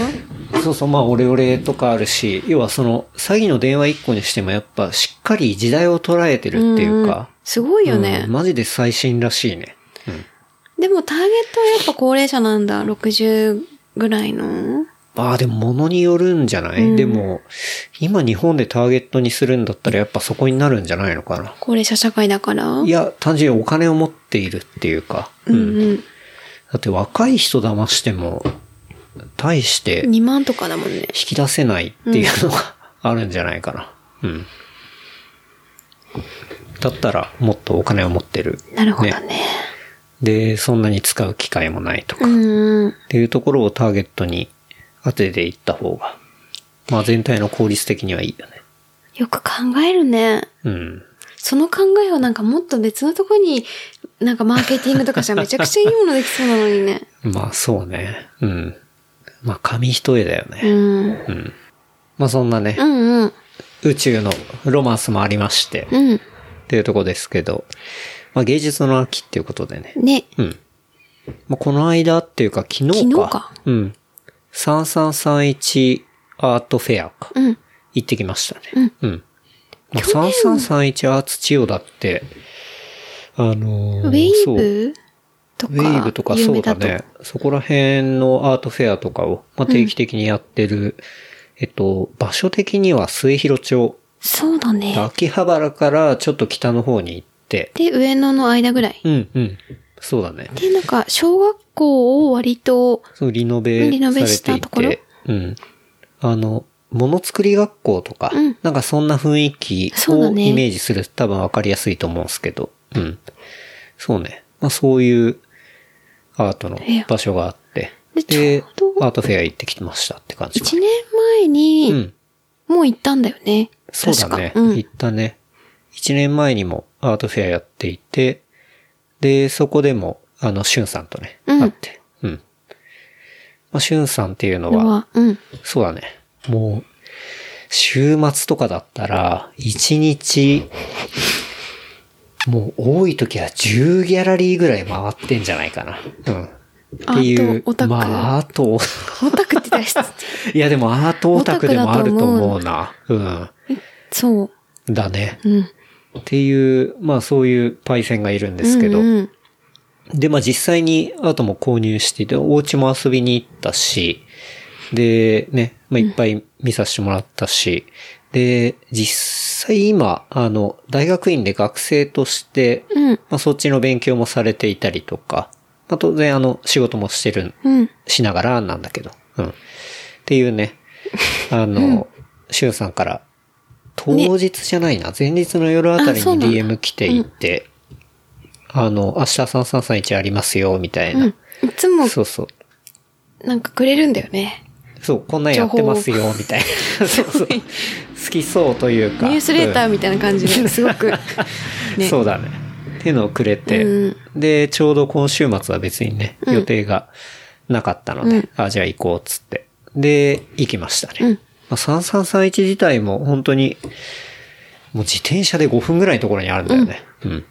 [SPEAKER 2] そうそう、まあ、オレオレとかあるし、要はその、詐欺の電話一個にしてもやっぱしっかり時代を捉えてるっていう
[SPEAKER 3] うん
[SPEAKER 2] か。
[SPEAKER 3] すごいよね、
[SPEAKER 2] うんマジで最新らしいね。
[SPEAKER 3] でもターゲットはやっぱ高齢者なんだ。60ぐらいの。
[SPEAKER 2] まあでも物によるんじゃない、でも、今日本でターゲットにするんだったらやっぱそこになるんじゃないのかな。
[SPEAKER 3] 高齢者社会だから。
[SPEAKER 2] いや、単純にお金を持っているっていうか。
[SPEAKER 3] うんうん。
[SPEAKER 2] だって若い人騙しても、対して引
[SPEAKER 3] 2万とかだもんね。
[SPEAKER 2] き出せないっていうのがあるんじゃないかな。うん。だったらもっとお金を持ってる。
[SPEAKER 3] なるほどね。
[SPEAKER 2] で、そんなに使う機会もないとか。
[SPEAKER 3] う
[SPEAKER 2] っ
[SPEAKER 3] んうん。
[SPEAKER 2] ていうところをターゲットに当てていった方が、まあ全体の効率的にはいいよね。
[SPEAKER 3] よく考えるね。
[SPEAKER 2] うん。
[SPEAKER 3] その考えをなんかもっと別のとこに、なんかマーケティングとかしたらめちゃくちゃいいものできそうなのにね。
[SPEAKER 2] まあそうね。うん。まあ紙一重だよ
[SPEAKER 3] う
[SPEAKER 2] ね。
[SPEAKER 3] ん。
[SPEAKER 2] うん。まあそんなね
[SPEAKER 3] う、んうん。
[SPEAKER 2] 宇宙のロマンスもありまして、
[SPEAKER 3] うん。
[SPEAKER 2] っていうとこですけど、まあ芸術の秋っていうことでね。
[SPEAKER 3] ね。
[SPEAKER 2] うん。まあこの間っていうか昨日か。
[SPEAKER 3] 昨日か
[SPEAKER 2] うん。3331アートフェアか。
[SPEAKER 3] うん。
[SPEAKER 2] 行ってきましたね。うん。まあ、3331アーツ千代だって、あのー
[SPEAKER 3] ウェイ
[SPEAKER 2] そう
[SPEAKER 3] ブとか。
[SPEAKER 2] ウェイブとか
[SPEAKER 3] 有
[SPEAKER 2] そう
[SPEAKER 3] 名
[SPEAKER 2] だ
[SPEAKER 3] と
[SPEAKER 2] ね。。そこら辺のアートフェアとかを、まあ、定期的にやってる、えっと、場所的には末広町。
[SPEAKER 3] そうだね。
[SPEAKER 2] 秋葉原からちょっと北の方に行って。
[SPEAKER 3] で、上野の間ぐらい。
[SPEAKER 2] うんうん。そうだね。
[SPEAKER 3] で、なんか、小学校を割と、
[SPEAKER 2] そう、リノベ
[SPEAKER 3] リノベし
[SPEAKER 2] され
[SPEAKER 3] た
[SPEAKER 2] て
[SPEAKER 3] と
[SPEAKER 2] い
[SPEAKER 3] ころ
[SPEAKER 2] て。うん。あの、ものづくり学校とか、
[SPEAKER 3] うん
[SPEAKER 2] なんかそんな雰囲気
[SPEAKER 3] そう
[SPEAKER 2] を
[SPEAKER 3] だね
[SPEAKER 2] イメージすると多分わかりやすいと思うんですけど。うん。そうね。まあそういうアートの場所があって。
[SPEAKER 3] でちょうど
[SPEAKER 2] アートフェア行ってきましたって感じか
[SPEAKER 3] 1年前
[SPEAKER 2] う
[SPEAKER 3] に、
[SPEAKER 2] ん。
[SPEAKER 3] もう行ったんだよね。
[SPEAKER 2] そうだね。
[SPEAKER 3] 確かうん
[SPEAKER 2] 行ったね。1年前にもアートフェアやっていて、で、そこでも、あの、しゅんさんとね、
[SPEAKER 3] うん
[SPEAKER 2] 会って。うん。まあ、しゅんさんっていうの
[SPEAKER 3] の
[SPEAKER 2] は、
[SPEAKER 3] は、うん。
[SPEAKER 2] そうだね。もう、週末とかだったら、1日、もう多い時は10ギャラリーぐらい回ってんじゃないかな。うん。っていう
[SPEAKER 3] アート、オタク
[SPEAKER 2] まあ、アート、
[SPEAKER 3] オタクって大した。
[SPEAKER 2] いやでもアートオタクでもあると思うな。うん。
[SPEAKER 3] そ
[SPEAKER 2] だね。
[SPEAKER 3] う。うん。
[SPEAKER 2] っていう、まあそういうパイセンがいるんで
[SPEAKER 3] です
[SPEAKER 2] けど。
[SPEAKER 3] うんうん
[SPEAKER 2] で、まあ実際にアートも購入していて、お家も遊びに行ったし、で、ね、まあいっぱい見させてもらったし、で、実際今、あの、大学院で学生として、
[SPEAKER 3] うん。
[SPEAKER 2] まあそっちの勉強もされていたりとか、まあ当然あの、仕事もしてるん
[SPEAKER 3] うん。
[SPEAKER 2] しながらなんだけど。うん。っていうね。あの、しゅんさんから、当日じゃないな、前日の夜あたり
[SPEAKER 3] あそうなんだ
[SPEAKER 2] に DM 来ていて、あの、明日3331ありますよ、みたいな。
[SPEAKER 3] いつも、
[SPEAKER 2] そうそう。
[SPEAKER 3] なんかくれるんだよね。
[SPEAKER 2] そう、こんなんやってますよ、みたいな。そう そう。好きそうというか。
[SPEAKER 3] ニュースレータ
[SPEAKER 2] う
[SPEAKER 3] ー
[SPEAKER 2] ん
[SPEAKER 3] みたいな感じで、すごく。ね
[SPEAKER 2] そうだね。っていうのをくれて、
[SPEAKER 3] うん
[SPEAKER 2] で、ちょうど今週末は別にね、予定がなかったので、あ、じゃあ行こうっつって。で、行きましたね。
[SPEAKER 3] うん
[SPEAKER 2] まあ、3331自体も本当に、もう自転車で5分ぐらいのところにあるんだよね。うん。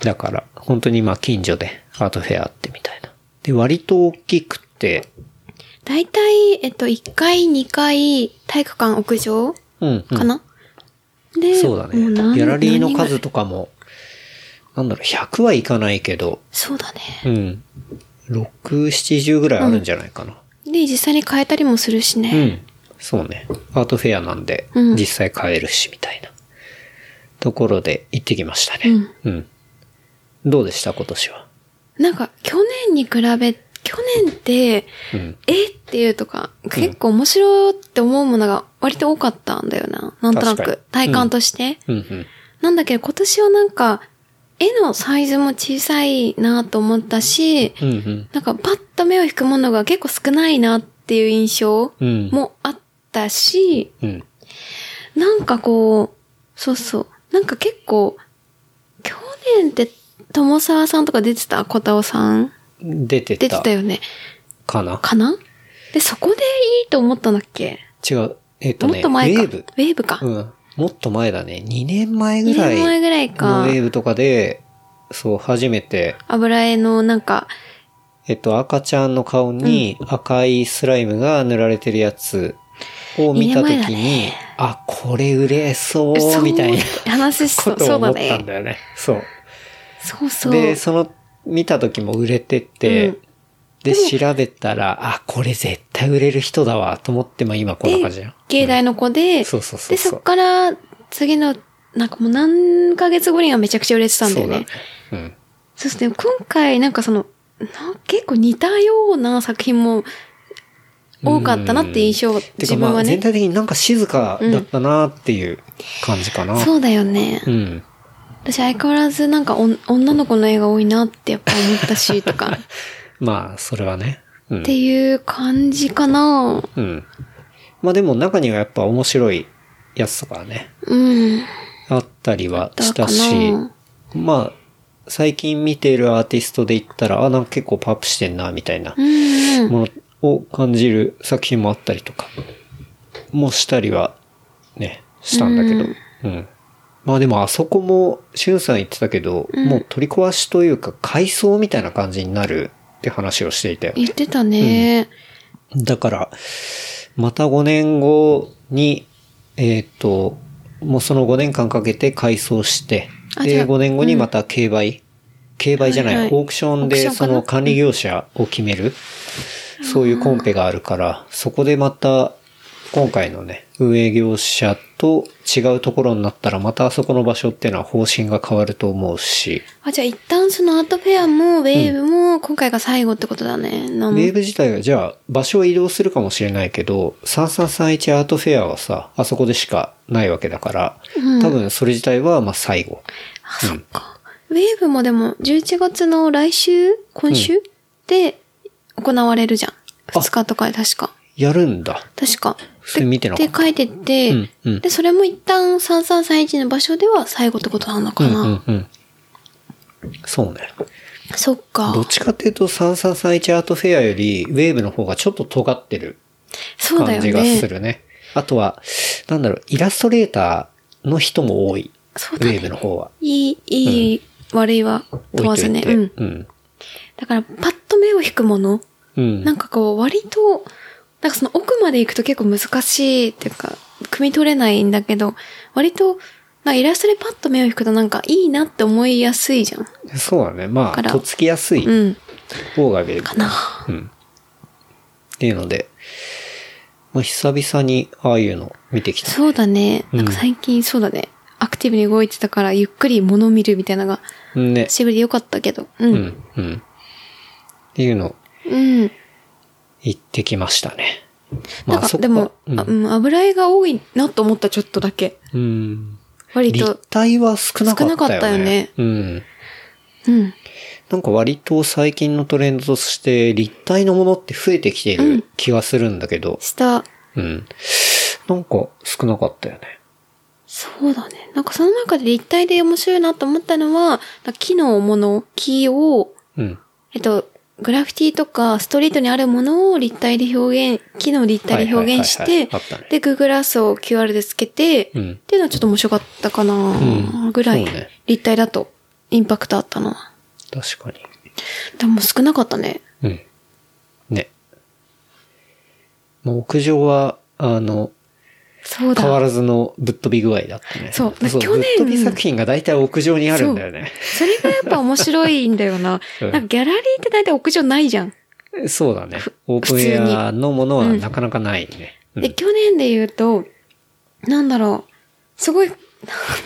[SPEAKER 2] だから、本当にまあ近所でアートフェアあってみたいな。で、割と大きくて、
[SPEAKER 3] 大体、えっと、1階、2階、体育館屋上
[SPEAKER 2] うん、うん
[SPEAKER 3] かな、で、
[SPEAKER 2] そうだね。ギ
[SPEAKER 3] も何
[SPEAKER 2] ャラリーの
[SPEAKER 3] 何ぐら
[SPEAKER 2] 数
[SPEAKER 3] い
[SPEAKER 2] とかも、なんだろう、100はいかないけど、
[SPEAKER 3] そうだね。
[SPEAKER 2] うん。6、70ぐらいあるんじゃないかな。
[SPEAKER 3] で、実際に変えたりもするし
[SPEAKER 2] うん。
[SPEAKER 3] ね。
[SPEAKER 2] そうね。アートフェアなんで、
[SPEAKER 3] うん
[SPEAKER 2] 実際買えるし、みたいな。ところで行ってきましたね。うん。どうでした、今年は。
[SPEAKER 3] なんか、去年に比べ、去年って、
[SPEAKER 2] うん。
[SPEAKER 3] えっていうとか、結構面白いって思うものが割と多かったんだよな。なんとな
[SPEAKER 2] 確
[SPEAKER 3] く
[SPEAKER 2] か、に
[SPEAKER 3] 体感として。
[SPEAKER 2] うんうん。
[SPEAKER 3] なんだけど今年はなんか、絵のサイズも小さいなと思ったし、
[SPEAKER 2] うんうん。
[SPEAKER 3] なんかパッと目を引くものが結構少ないなっていう印象
[SPEAKER 2] うん
[SPEAKER 3] もあったし、
[SPEAKER 2] うん。
[SPEAKER 3] なんかこう、そうそう。なんか結構、去年って、友沢さんとか出てた小田尾さん
[SPEAKER 2] 出て
[SPEAKER 3] 出て
[SPEAKER 2] た
[SPEAKER 3] たよね。
[SPEAKER 2] かな
[SPEAKER 3] かなで、そこでいいと思ったんだっけ
[SPEAKER 2] 違う。えっ、と
[SPEAKER 3] もっ
[SPEAKER 2] ね、ウ
[SPEAKER 3] と前か。
[SPEAKER 2] ェ
[SPEAKER 3] ウ
[SPEAKER 2] ーブ
[SPEAKER 3] ェ。ーブか。
[SPEAKER 2] うん。もっと前だね。2年前ぐ
[SPEAKER 3] 2
[SPEAKER 2] らい。
[SPEAKER 3] 年前ぐらい
[SPEAKER 2] の
[SPEAKER 3] か
[SPEAKER 2] ウ。ェーブとかで、そう、初めて、
[SPEAKER 3] 油絵のなんか、
[SPEAKER 2] えっと、赤ちゃんの顔に赤いスライムが塗られてるやつを見たとき
[SPEAKER 3] 見え前だ
[SPEAKER 2] に、あ、これ売れそ、
[SPEAKER 3] そう
[SPEAKER 2] みたいな
[SPEAKER 3] 話し
[SPEAKER 2] こ
[SPEAKER 3] そう、
[SPEAKER 2] とを
[SPEAKER 3] そう
[SPEAKER 2] 思
[SPEAKER 3] だ
[SPEAKER 2] ったん
[SPEAKER 3] ね。
[SPEAKER 2] だよね。そう。
[SPEAKER 3] そうそう。
[SPEAKER 2] で、その、見た時も売れてて、
[SPEAKER 3] うん
[SPEAKER 2] で、調べたら、あ、これ絶対売れる人だわ、と思って、まあ今こんな感じじゃん。
[SPEAKER 3] 芸大の子で、
[SPEAKER 2] そうそうそう
[SPEAKER 3] で、
[SPEAKER 2] そう
[SPEAKER 3] そっから、次の、なんかもう何ヶ月後にはめちゃくちゃ売れてたんだよね。
[SPEAKER 2] そうだね。
[SPEAKER 3] そうですね。今回、なんかその、な結構似たような作品も多かったなって印象、
[SPEAKER 2] うん。てか
[SPEAKER 3] 自
[SPEAKER 2] ま
[SPEAKER 3] 分
[SPEAKER 2] あ
[SPEAKER 3] は
[SPEAKER 2] 全
[SPEAKER 3] ね。
[SPEAKER 2] 体的になんか静かだったなっていう感じかな。
[SPEAKER 3] そうだよね。
[SPEAKER 2] うん。
[SPEAKER 3] 私相変わらずなんかおん女の子の絵が多いなってやっぱ思ったし、とか。っ
[SPEAKER 2] まあ、それはね。うん。
[SPEAKER 3] ていう感じかな。
[SPEAKER 2] うん。まあでも中にはやっぱ面白いやつとかはね、
[SPEAKER 3] うん。
[SPEAKER 2] あったりはした
[SPEAKER 3] あった
[SPEAKER 2] し
[SPEAKER 3] か、
[SPEAKER 2] まあ、最近見ているアーティストで言ったら、あ、なんか結構パワーアップしてんな、みたいな
[SPEAKER 3] うんうん。
[SPEAKER 2] ものを感じる作品もあったりとか、もしたりはね、したんだけど、うん。まあでもあそこも、しゅんさん言ってたけど、もう取り壊しというか改装みたいな感じになるって話をしていたよね
[SPEAKER 3] 言ってたね。
[SPEAKER 2] だから、また5年後に、えっ、と、もうその5年間かけて改装して、
[SPEAKER 3] あじゃ
[SPEAKER 2] で、
[SPEAKER 3] あ
[SPEAKER 2] 5年後にまた競売、競売じゃない、
[SPEAKER 3] はいはい
[SPEAKER 2] オークション
[SPEAKER 3] オー
[SPEAKER 2] で
[SPEAKER 3] クショ
[SPEAKER 2] そ
[SPEAKER 3] ンかな
[SPEAKER 2] の管理業者を決める、そういうコンペがあるから、そこでまた、今回のね、運営業者と違うところになったら、またあそこの場所っていうのは方針が変わると思うし、
[SPEAKER 3] あ、じゃあ一旦そのアートフェアもウェーブも今回が最後ってことだね。な
[SPEAKER 2] ウ
[SPEAKER 3] の
[SPEAKER 2] ェーブ自体が、じゃあ、場所を移動するかもしれないけど、3331アートフェアはさ、あそこでしかないわけだから、多分それ自体は、まあ最後。
[SPEAKER 3] あ、そっか。ウェーブもでも、11月の来週今週、で、行われるじゃん。
[SPEAKER 2] あ
[SPEAKER 3] 2日とかで確か。
[SPEAKER 2] やるんだ。
[SPEAKER 3] 確か。
[SPEAKER 2] それ見てなか
[SPEAKER 3] って
[SPEAKER 2] った。
[SPEAKER 3] 書いてて、
[SPEAKER 2] うんうん
[SPEAKER 3] で、それも一旦3331の場所では最後ってことなの
[SPEAKER 2] う
[SPEAKER 3] か
[SPEAKER 2] ん
[SPEAKER 3] な。
[SPEAKER 2] うんうん。そうね。
[SPEAKER 3] そっか
[SPEAKER 2] ど。っちかっていうと3331アートフェアより、ウェーブの方がちょっと尖ってる
[SPEAKER 3] そうだ
[SPEAKER 2] 感
[SPEAKER 3] よ
[SPEAKER 2] じが
[SPEAKER 3] ね
[SPEAKER 2] す。るね。あとは、なんだろう、イラストレーターの人も多い。
[SPEAKER 3] そう
[SPEAKER 2] ウ
[SPEAKER 3] だ
[SPEAKER 2] ェーブ
[SPEAKER 3] ね。
[SPEAKER 2] の方は。
[SPEAKER 3] いい、いい、悪いは問わ
[SPEAKER 2] 置い
[SPEAKER 3] ず
[SPEAKER 2] と
[SPEAKER 3] ね
[SPEAKER 2] い。て。
[SPEAKER 3] うん。
[SPEAKER 2] ん。
[SPEAKER 3] だから、パッと目を引くもの。
[SPEAKER 2] うん。
[SPEAKER 3] なんかこう、割と、なんかその奥まで行くと結構難しいっていうか、汲み取れないんだけど、割と、なんかイラストでパッと目を引くとなんかいいなって思いやすいじゃん。
[SPEAKER 2] そうだね。まあ、
[SPEAKER 3] から
[SPEAKER 2] とっつきやすい
[SPEAKER 3] うん。
[SPEAKER 2] 方がウェーブ。
[SPEAKER 3] かな。
[SPEAKER 2] うん。っていうので、まあ、久々にああいうの見てきた。
[SPEAKER 3] そうだね。
[SPEAKER 2] うん
[SPEAKER 3] なんか最近そうだね。アクティブに動いてたから、ゆっくり物を見るみたいなのが、
[SPEAKER 2] ね。
[SPEAKER 3] しぶりでよかったけど。うん。
[SPEAKER 2] う
[SPEAKER 3] うん。
[SPEAKER 2] ん、うん。っていうの、行ってきましたね。
[SPEAKER 3] なんか、
[SPEAKER 2] そっ
[SPEAKER 3] でも、
[SPEAKER 2] う
[SPEAKER 3] あ
[SPEAKER 2] ん。
[SPEAKER 3] うん、油絵が多いなと思った、ちょっとだけ。
[SPEAKER 2] うん、
[SPEAKER 3] 割
[SPEAKER 2] 立
[SPEAKER 3] と。
[SPEAKER 2] 体は少なかったよね。
[SPEAKER 3] 少なかったよね
[SPEAKER 2] うん。
[SPEAKER 3] うん。
[SPEAKER 2] なんか割と最近のトレンドとして、立体のものって増えてきている気がするんだけど、
[SPEAKER 3] した。
[SPEAKER 2] うん。なんか少なかったよね。
[SPEAKER 3] そうだね。なんかその中で立体で面白いなと思ったのは、なんか木のもの、木を、
[SPEAKER 2] うん。
[SPEAKER 3] えっと、グラフィティとかストリートにあるものを立体で表現、木の立体で表現し
[SPEAKER 2] はいはい
[SPEAKER 3] て
[SPEAKER 2] はいはいあったね、
[SPEAKER 3] で、グーグラスを QR でつけて、
[SPEAKER 2] うん
[SPEAKER 3] っていうのはちょっと面白かったか
[SPEAKER 2] う
[SPEAKER 3] なんぐらい、
[SPEAKER 2] そうね
[SPEAKER 3] 立体だとインパクトあったな。
[SPEAKER 2] 確かに。
[SPEAKER 3] でも少なかったね。
[SPEAKER 2] うん。ね。まあ、屋上は、あの、
[SPEAKER 3] そうだ。
[SPEAKER 2] 変わらずのぶっ飛び具合だったね。
[SPEAKER 3] そう去
[SPEAKER 2] ぶっ
[SPEAKER 3] 年
[SPEAKER 2] 飛び作品が大体屋上にあるんだよね。
[SPEAKER 3] それがやっぱ面白いんだよな。
[SPEAKER 2] うん
[SPEAKER 3] なんかギャラリーって大体屋上ないじゃん。
[SPEAKER 2] そうだね。オープンエアのものは
[SPEAKER 3] 普通に
[SPEAKER 2] なかなかないね。うん
[SPEAKER 3] で、去年で言うと、なんだろう、すごい、なん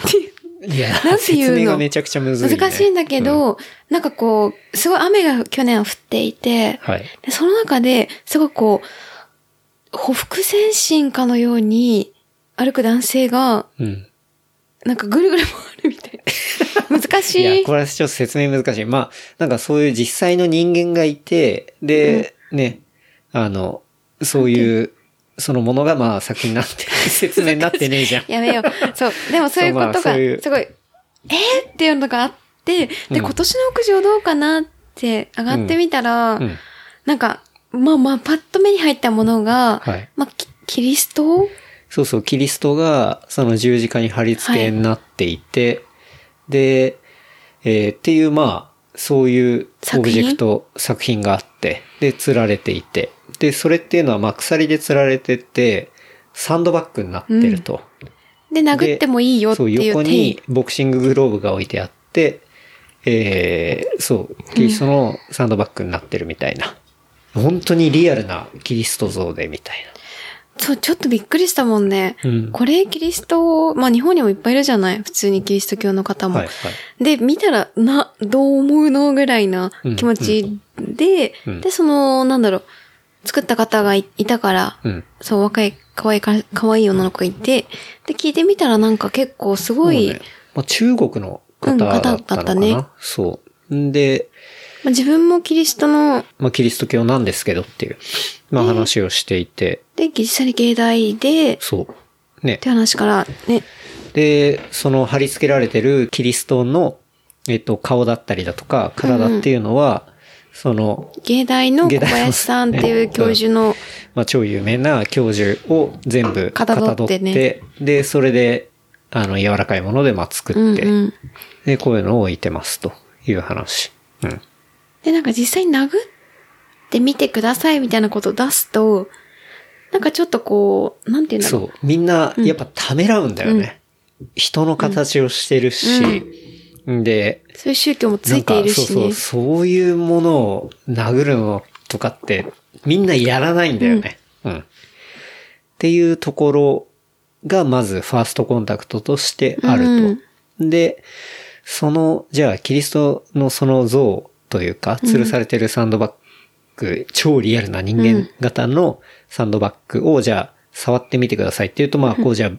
[SPEAKER 3] ていう、
[SPEAKER 2] いや、
[SPEAKER 3] なんていうの
[SPEAKER 2] 説明がめちゃくちゃむずい、ね。
[SPEAKER 3] 難しいんだけ
[SPEAKER 2] うん、
[SPEAKER 3] ど、なんかこう、すごい雨が去年は降っていて、
[SPEAKER 2] はい。
[SPEAKER 3] でその中で、すごいこう、ほふく前進かのように歩く男性が、
[SPEAKER 2] うん。
[SPEAKER 3] なんかぐるぐる回るみたい な。難し
[SPEAKER 2] い
[SPEAKER 3] い
[SPEAKER 2] や、これはちょっと説明難しい。まあ、なんかそういう実際の人間がいて、で、ね、あの、そういう、そのものがまあ作品になって、 説明になってねえじゃん。
[SPEAKER 3] やめよう。そう。でもそういうこと
[SPEAKER 2] そうまあそう
[SPEAKER 3] が、
[SPEAKER 2] いう
[SPEAKER 3] すごい、えー、っていうのがあって、で、
[SPEAKER 2] うん
[SPEAKER 3] 今年の屋上どうかなって上がってみたら、
[SPEAKER 2] うん。
[SPEAKER 3] なんか、まあまあ、パッと目に入ったものが、
[SPEAKER 2] はい
[SPEAKER 3] まあ、キキリスト
[SPEAKER 2] そうそう、キリストが、その十字架に貼り付けになっていて、で、えーっていう、まあ、そういうオブジェクト、作品があって、で、釣られていて、で、それっていうのは、まあ、鎖で釣られてて、サンドバッグになってると。
[SPEAKER 3] で殴ってもいいよって
[SPEAKER 2] そう、
[SPEAKER 3] いう
[SPEAKER 2] 横
[SPEAKER 3] 手
[SPEAKER 2] にボクシンググローブが置いてあって、えーそう、キリストのサンドバッグになってるみたいな。本当にリアルなキリスト像で、みたい
[SPEAKER 3] そう、ちょっとびっくりしたもんね。
[SPEAKER 2] うん
[SPEAKER 3] これ、キリスト、まあ日本にもいっぱいいるじゃない普通にキリスト教の方
[SPEAKER 2] な。
[SPEAKER 3] も。
[SPEAKER 2] はい、はい。
[SPEAKER 3] で、見たら、な、どう思うのぐらいな気持ちで、
[SPEAKER 2] うんうん
[SPEAKER 3] で、その、なんだろう、作った方がいいたから、
[SPEAKER 2] うん。
[SPEAKER 3] そう、若い、可愛いか、可愛い女の子がいて、で、聞いてみたらなんか結構すごい、
[SPEAKER 2] そうねまあ、中国の
[SPEAKER 3] う
[SPEAKER 2] 方
[SPEAKER 3] ん
[SPEAKER 2] だ
[SPEAKER 3] 方
[SPEAKER 2] ったのかな、
[SPEAKER 3] だったね
[SPEAKER 2] そう。んで、
[SPEAKER 3] まあ、自分もキリストの、
[SPEAKER 2] まあ、キリスト教なんですけどっていう、まあ、話をしていて、
[SPEAKER 3] で、実際に芸大で、っ
[SPEAKER 2] そう。ね
[SPEAKER 3] て。話から、ね、
[SPEAKER 2] で、その貼り付けられてるキリストの、えっと、顔だったりだとか、体っていうのは、その、
[SPEAKER 3] 芸大の
[SPEAKER 2] 芸
[SPEAKER 3] 小
[SPEAKER 2] 大の
[SPEAKER 3] 林さんっていう教授の、
[SPEAKER 2] まあ、超有名な教授を全部
[SPEAKER 3] かたどって
[SPEAKER 2] どって、
[SPEAKER 3] ね
[SPEAKER 2] で、それで、あの、柔らかいもので、まあ、作
[SPEAKER 3] うん
[SPEAKER 2] って、
[SPEAKER 3] うん。
[SPEAKER 2] で、こういうのを置いてますという話。うん。
[SPEAKER 3] で、なんか実際に殴ってみてくださいみたいなことを出すと、なんかちょっとこう、なんて言うんだろう。
[SPEAKER 2] そう。みんな、やっぱためらうんだよね。人の形をしてるし、で、
[SPEAKER 3] そういう宗教もつ
[SPEAKER 2] なん
[SPEAKER 3] い
[SPEAKER 2] か
[SPEAKER 3] ている
[SPEAKER 2] そう
[SPEAKER 3] し
[SPEAKER 2] そ
[SPEAKER 3] ね
[SPEAKER 2] う、。そういうものを殴るのとかって、みんなやらないんだよね。うん。っていうところが、まず、ファーストコンタクトとしてあると。で、その、じゃあ、キリストのその像というか、吊るされてるサンドバッグ、超リアルな人間型のサンドバッグを、じゃあ、触ってみてくださいっていうと、まあ、こう、じゃあ、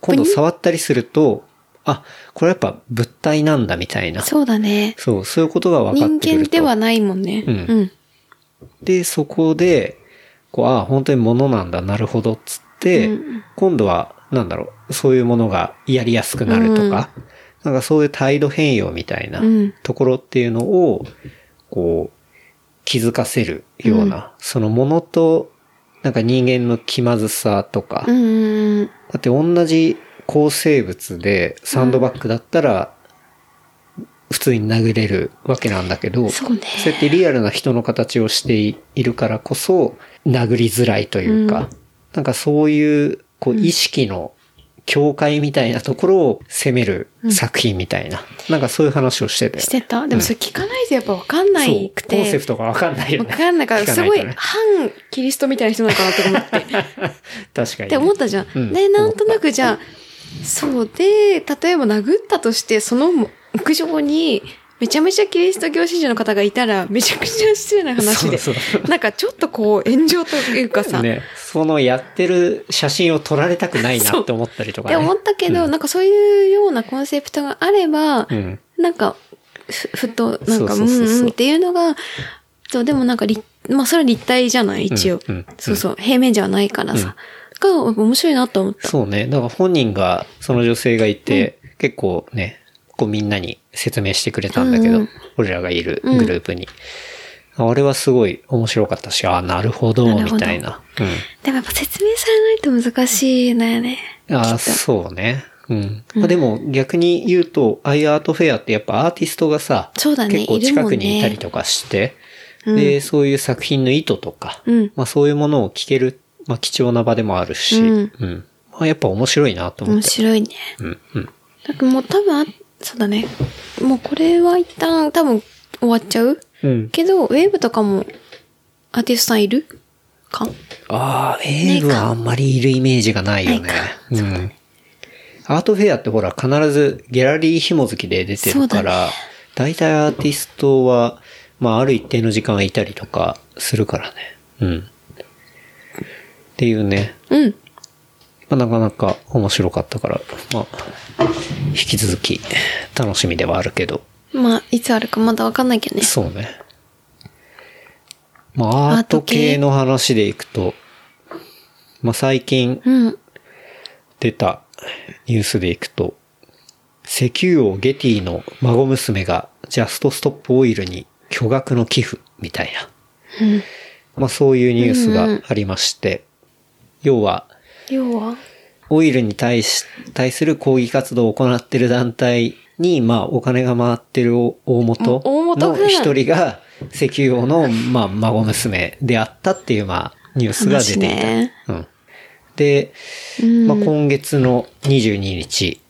[SPEAKER 2] 今度触ったりすると、あ、これやっぱ物体なんだみたいな。
[SPEAKER 3] そうだね。
[SPEAKER 2] そう、そういうことが分かっ
[SPEAKER 3] 人
[SPEAKER 2] てくる
[SPEAKER 3] 間
[SPEAKER 2] と。
[SPEAKER 3] ではないもんね。
[SPEAKER 2] う
[SPEAKER 3] うんん。
[SPEAKER 2] で、そこで、こう、ああ、本当に物なんだ、なるほど、つっって、
[SPEAKER 3] うん
[SPEAKER 2] 今度は、なんだろう、そういうものがやりやすくなるとか、なんかそういう態度変容みたいな
[SPEAKER 3] うん
[SPEAKER 2] ところっていうのを、こう、気づかせるような、そのものと、なんか人間の気まずさとか、
[SPEAKER 3] うんうん
[SPEAKER 2] だって同じ構成物でサンドバッグだったら、普通に殴れるわけなんだけど、
[SPEAKER 3] そうね
[SPEAKER 2] そうやってリアルな人の形をしているからこそ、殴りづらいというか、
[SPEAKER 3] うん
[SPEAKER 2] なんかそういう、こう、意識の境界みたいなところを攻める作品みたいな、なんかそういう話をしてたよ
[SPEAKER 3] してた。でもそれ聞かないとやっぱわかんな
[SPEAKER 2] そう
[SPEAKER 3] いく
[SPEAKER 2] コンセ
[SPEAKER 3] て
[SPEAKER 2] プ。トがわかんないよ
[SPEAKER 3] わ
[SPEAKER 2] ね。
[SPEAKER 3] かんないから、す
[SPEAKER 2] 聞
[SPEAKER 3] ご
[SPEAKER 2] と
[SPEAKER 3] い
[SPEAKER 2] ね
[SPEAKER 3] 反キリストみたいな人なのかなとか思って。
[SPEAKER 2] 確かにね。
[SPEAKER 3] って思ったじゃん。
[SPEAKER 2] うん
[SPEAKER 3] で、なんとなくじゃあ、そうで、例えば殴ったとして、その屋上に、めちゃめちゃキリスト教信者の方がいたら、めちゃくちゃ失礼な話で。
[SPEAKER 2] そうそ
[SPEAKER 3] なんかちょっとこう、炎上というかさ、
[SPEAKER 2] ね、そのやってる写真を撮られたくないなって思ったりと
[SPEAKER 3] っ
[SPEAKER 2] かね。
[SPEAKER 3] て思ったけど、
[SPEAKER 2] うん
[SPEAKER 3] なんかそういうようなコンセプトがあれば、
[SPEAKER 2] うん。
[SPEAKER 3] なんか、ふ、ふと、なんか、う
[SPEAKER 2] そ
[SPEAKER 3] ん
[SPEAKER 2] うそうそうそう
[SPEAKER 3] うんっていうのが、そう、でもなんか立、まあそれは立体じゃない、一応。
[SPEAKER 2] うんうん
[SPEAKER 3] そうそう、平面じゃないからさ。が、面白いなと思った。
[SPEAKER 2] そうね。だから本人が、その女性がいて、結構ね、こうみんなに説明してくれたんだけど、
[SPEAKER 3] うんうん
[SPEAKER 2] 俺らがいるグループに。あれはすごい面白かったし、ああ、なるほど、
[SPEAKER 3] なるほ
[SPEAKER 2] み
[SPEAKER 3] ど
[SPEAKER 2] たいな。う
[SPEAKER 3] でもやっぱ説明されないと難しいのよね。
[SPEAKER 2] ん。ああ、そうね。うん。まあ、でも逆に言うと、ああいうアートフェアってやっぱアーティストがさ、
[SPEAKER 3] そうだね
[SPEAKER 2] 結構近くにいたりとかして、で、そういう作品の意図とか、
[SPEAKER 3] うん
[SPEAKER 2] まあそういうものを聞ける、まあ貴重な場でもあるし、
[SPEAKER 3] うん
[SPEAKER 2] うんまあやっぱ面白いなと思っ
[SPEAKER 3] 面
[SPEAKER 2] て。
[SPEAKER 3] 白いね。
[SPEAKER 2] うん、うん。
[SPEAKER 3] だからもう多分あ、そうだね。もうこれは一旦多分終わっちゃう
[SPEAKER 2] うん。
[SPEAKER 3] けど、ウェーブとかもアーティストさんいるか
[SPEAKER 2] ああ、ウェーブはあんまりいるイメージがないよね。うん。アートフェアってほら、必ずギャラリー紐付きで出てる
[SPEAKER 3] そ
[SPEAKER 2] か
[SPEAKER 3] うだ
[SPEAKER 2] ら、大体アーティストは、まあ、ある一定の時間いたりとかするからね。うん。っていうね。
[SPEAKER 3] うん。
[SPEAKER 2] まあ、なかなか面白かったから、まあ、引き続き楽しみではあるけど、
[SPEAKER 3] まあ、いつあるかまだわかんないけどね。
[SPEAKER 2] そうね。まあ、アート系の話でいくと、まあ、最近
[SPEAKER 3] うん。
[SPEAKER 2] 出たニュースでいくと、石油王ゲティの孫娘がジャストストップオイルに巨額の寄付みたいな。まあ、そういうニュースがありまして、要は、
[SPEAKER 3] 要は
[SPEAKER 2] オイルに対し、対する抗議活動を行っている団体に、まあ、お金が回ってる大元
[SPEAKER 3] お大元
[SPEAKER 2] の
[SPEAKER 3] が
[SPEAKER 2] 一人が、石油王の、まあ、孫娘であったっていう、まあ、ニュースが出ていた。
[SPEAKER 3] 話ね
[SPEAKER 2] うん、で、
[SPEAKER 3] うん
[SPEAKER 2] まあ、今月の22日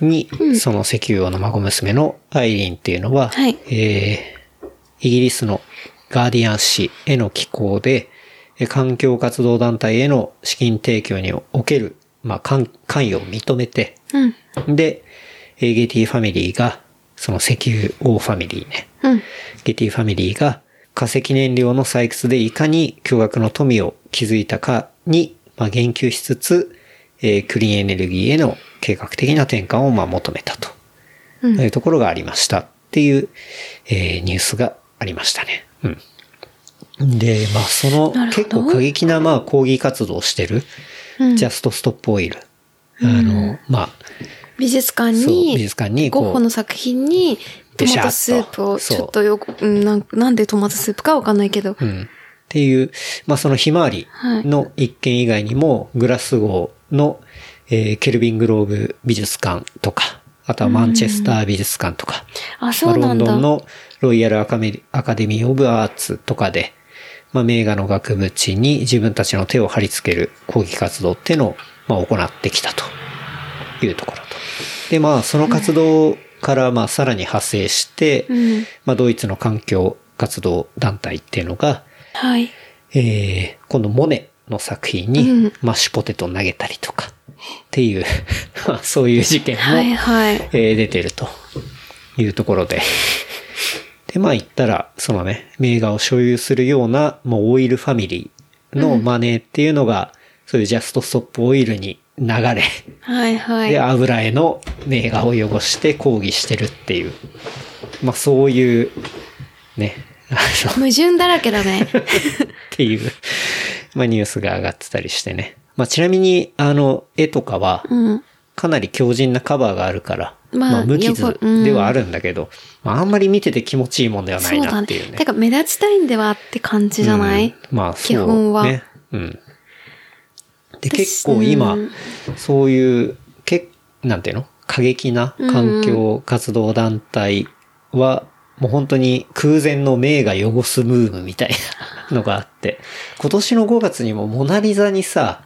[SPEAKER 2] に、その石油王の孫娘のアイリンっていうのは、
[SPEAKER 3] はい
[SPEAKER 2] えーイギリスのガーディアン紙への寄稿で、えー環境活動団体への資金提供における、まあ、関関与を認めて、
[SPEAKER 3] うん。
[SPEAKER 2] で、えーゲティファミリーが、その石油王ファミリーね、
[SPEAKER 3] うん。
[SPEAKER 2] ゲティファミリーが化石燃料の採掘でいかに巨額の富を築いたかに、まあ、言及しつつ、えークリーンエネルギーへの計画的な転換をまあ求めたと
[SPEAKER 3] う
[SPEAKER 2] いうところがありましたっていう、えーニュースがありましたね。うん。で、まあその
[SPEAKER 3] なるほど
[SPEAKER 2] 結構過激なまあ抗議活動をしてる、
[SPEAKER 3] うん
[SPEAKER 2] ジャストストップオイル。あの、まあ、
[SPEAKER 3] 美術館
[SPEAKER 2] そう
[SPEAKER 3] に、
[SPEAKER 2] 美術館にこう
[SPEAKER 3] ゴッホの作品に、ト
[SPEAKER 2] ビシャ
[SPEAKER 3] マ
[SPEAKER 2] ーッと
[SPEAKER 3] トスープを、
[SPEAKER 2] そう
[SPEAKER 3] ちょっとよく、うんなん、なんでトマトスープかわかんないけど、
[SPEAKER 2] うん。っていう、まあ、そのひまわりの一件以外にも、グラスゴーの、えーケルビングローブ美術館とか、あとはマンチェスター美術館とか、
[SPEAKER 3] あ、そう
[SPEAKER 2] まあロ
[SPEAKER 3] な
[SPEAKER 2] ン
[SPEAKER 3] んだ。
[SPEAKER 2] ドンのロイヤルアカメアカデミー・オブ・アーツとかで、まあ、名画の額縁に自分たちの手を貼り付ける抗議活動っていうのを、まあ、行ってきたというところと。で、まあ、その活動から、まあ、さらに派生して、
[SPEAKER 3] うん
[SPEAKER 2] まあ、ドイツの環境活動団体っていうのが、
[SPEAKER 3] はい。
[SPEAKER 2] えー、今度モネの作品に
[SPEAKER 3] うん
[SPEAKER 2] マッシュポテトを投げたりとか、っていう、 まあそういう事件も、
[SPEAKER 3] はいはい。
[SPEAKER 2] えー出てるというところで。 で、まあ言ったら、そのね、名画を所有するような、もうオイルファミリーのマネーっていうのが、そういうジャストストップオイルに流れ、
[SPEAKER 3] はいは
[SPEAKER 2] で、
[SPEAKER 3] い。
[SPEAKER 2] 油絵の名画を汚して抗議してるっていう、まあそういう、ね、あの
[SPEAKER 3] 矛盾だらけだ ね。
[SPEAKER 2] っていう、まあ、ニュースが上がってたりしてね。まあちなみに、あの、絵とかは、
[SPEAKER 3] うん。
[SPEAKER 2] かなり強靭なカバーがあるから、
[SPEAKER 3] まあ
[SPEAKER 2] まあ無傷
[SPEAKER 3] よくうん
[SPEAKER 2] ではあるんだけど、まああんまり見てて気持ちいいもんではな
[SPEAKER 3] そ
[SPEAKER 2] いう
[SPEAKER 3] だ
[SPEAKER 2] なっ
[SPEAKER 3] ね
[SPEAKER 2] ていう。ね。
[SPEAKER 3] だから目立ちたいんではって感じじゃない、
[SPEAKER 2] うんまあ、
[SPEAKER 3] 基本は
[SPEAKER 2] そうね。うん。で、
[SPEAKER 3] 私
[SPEAKER 2] 結構今
[SPEAKER 3] うん、
[SPEAKER 2] そういう、け、なんていうの過激な環境活動団体は、もう本当に空前の名が汚すムームみたいなのがあ って、今年の5月にもモナリザにさ、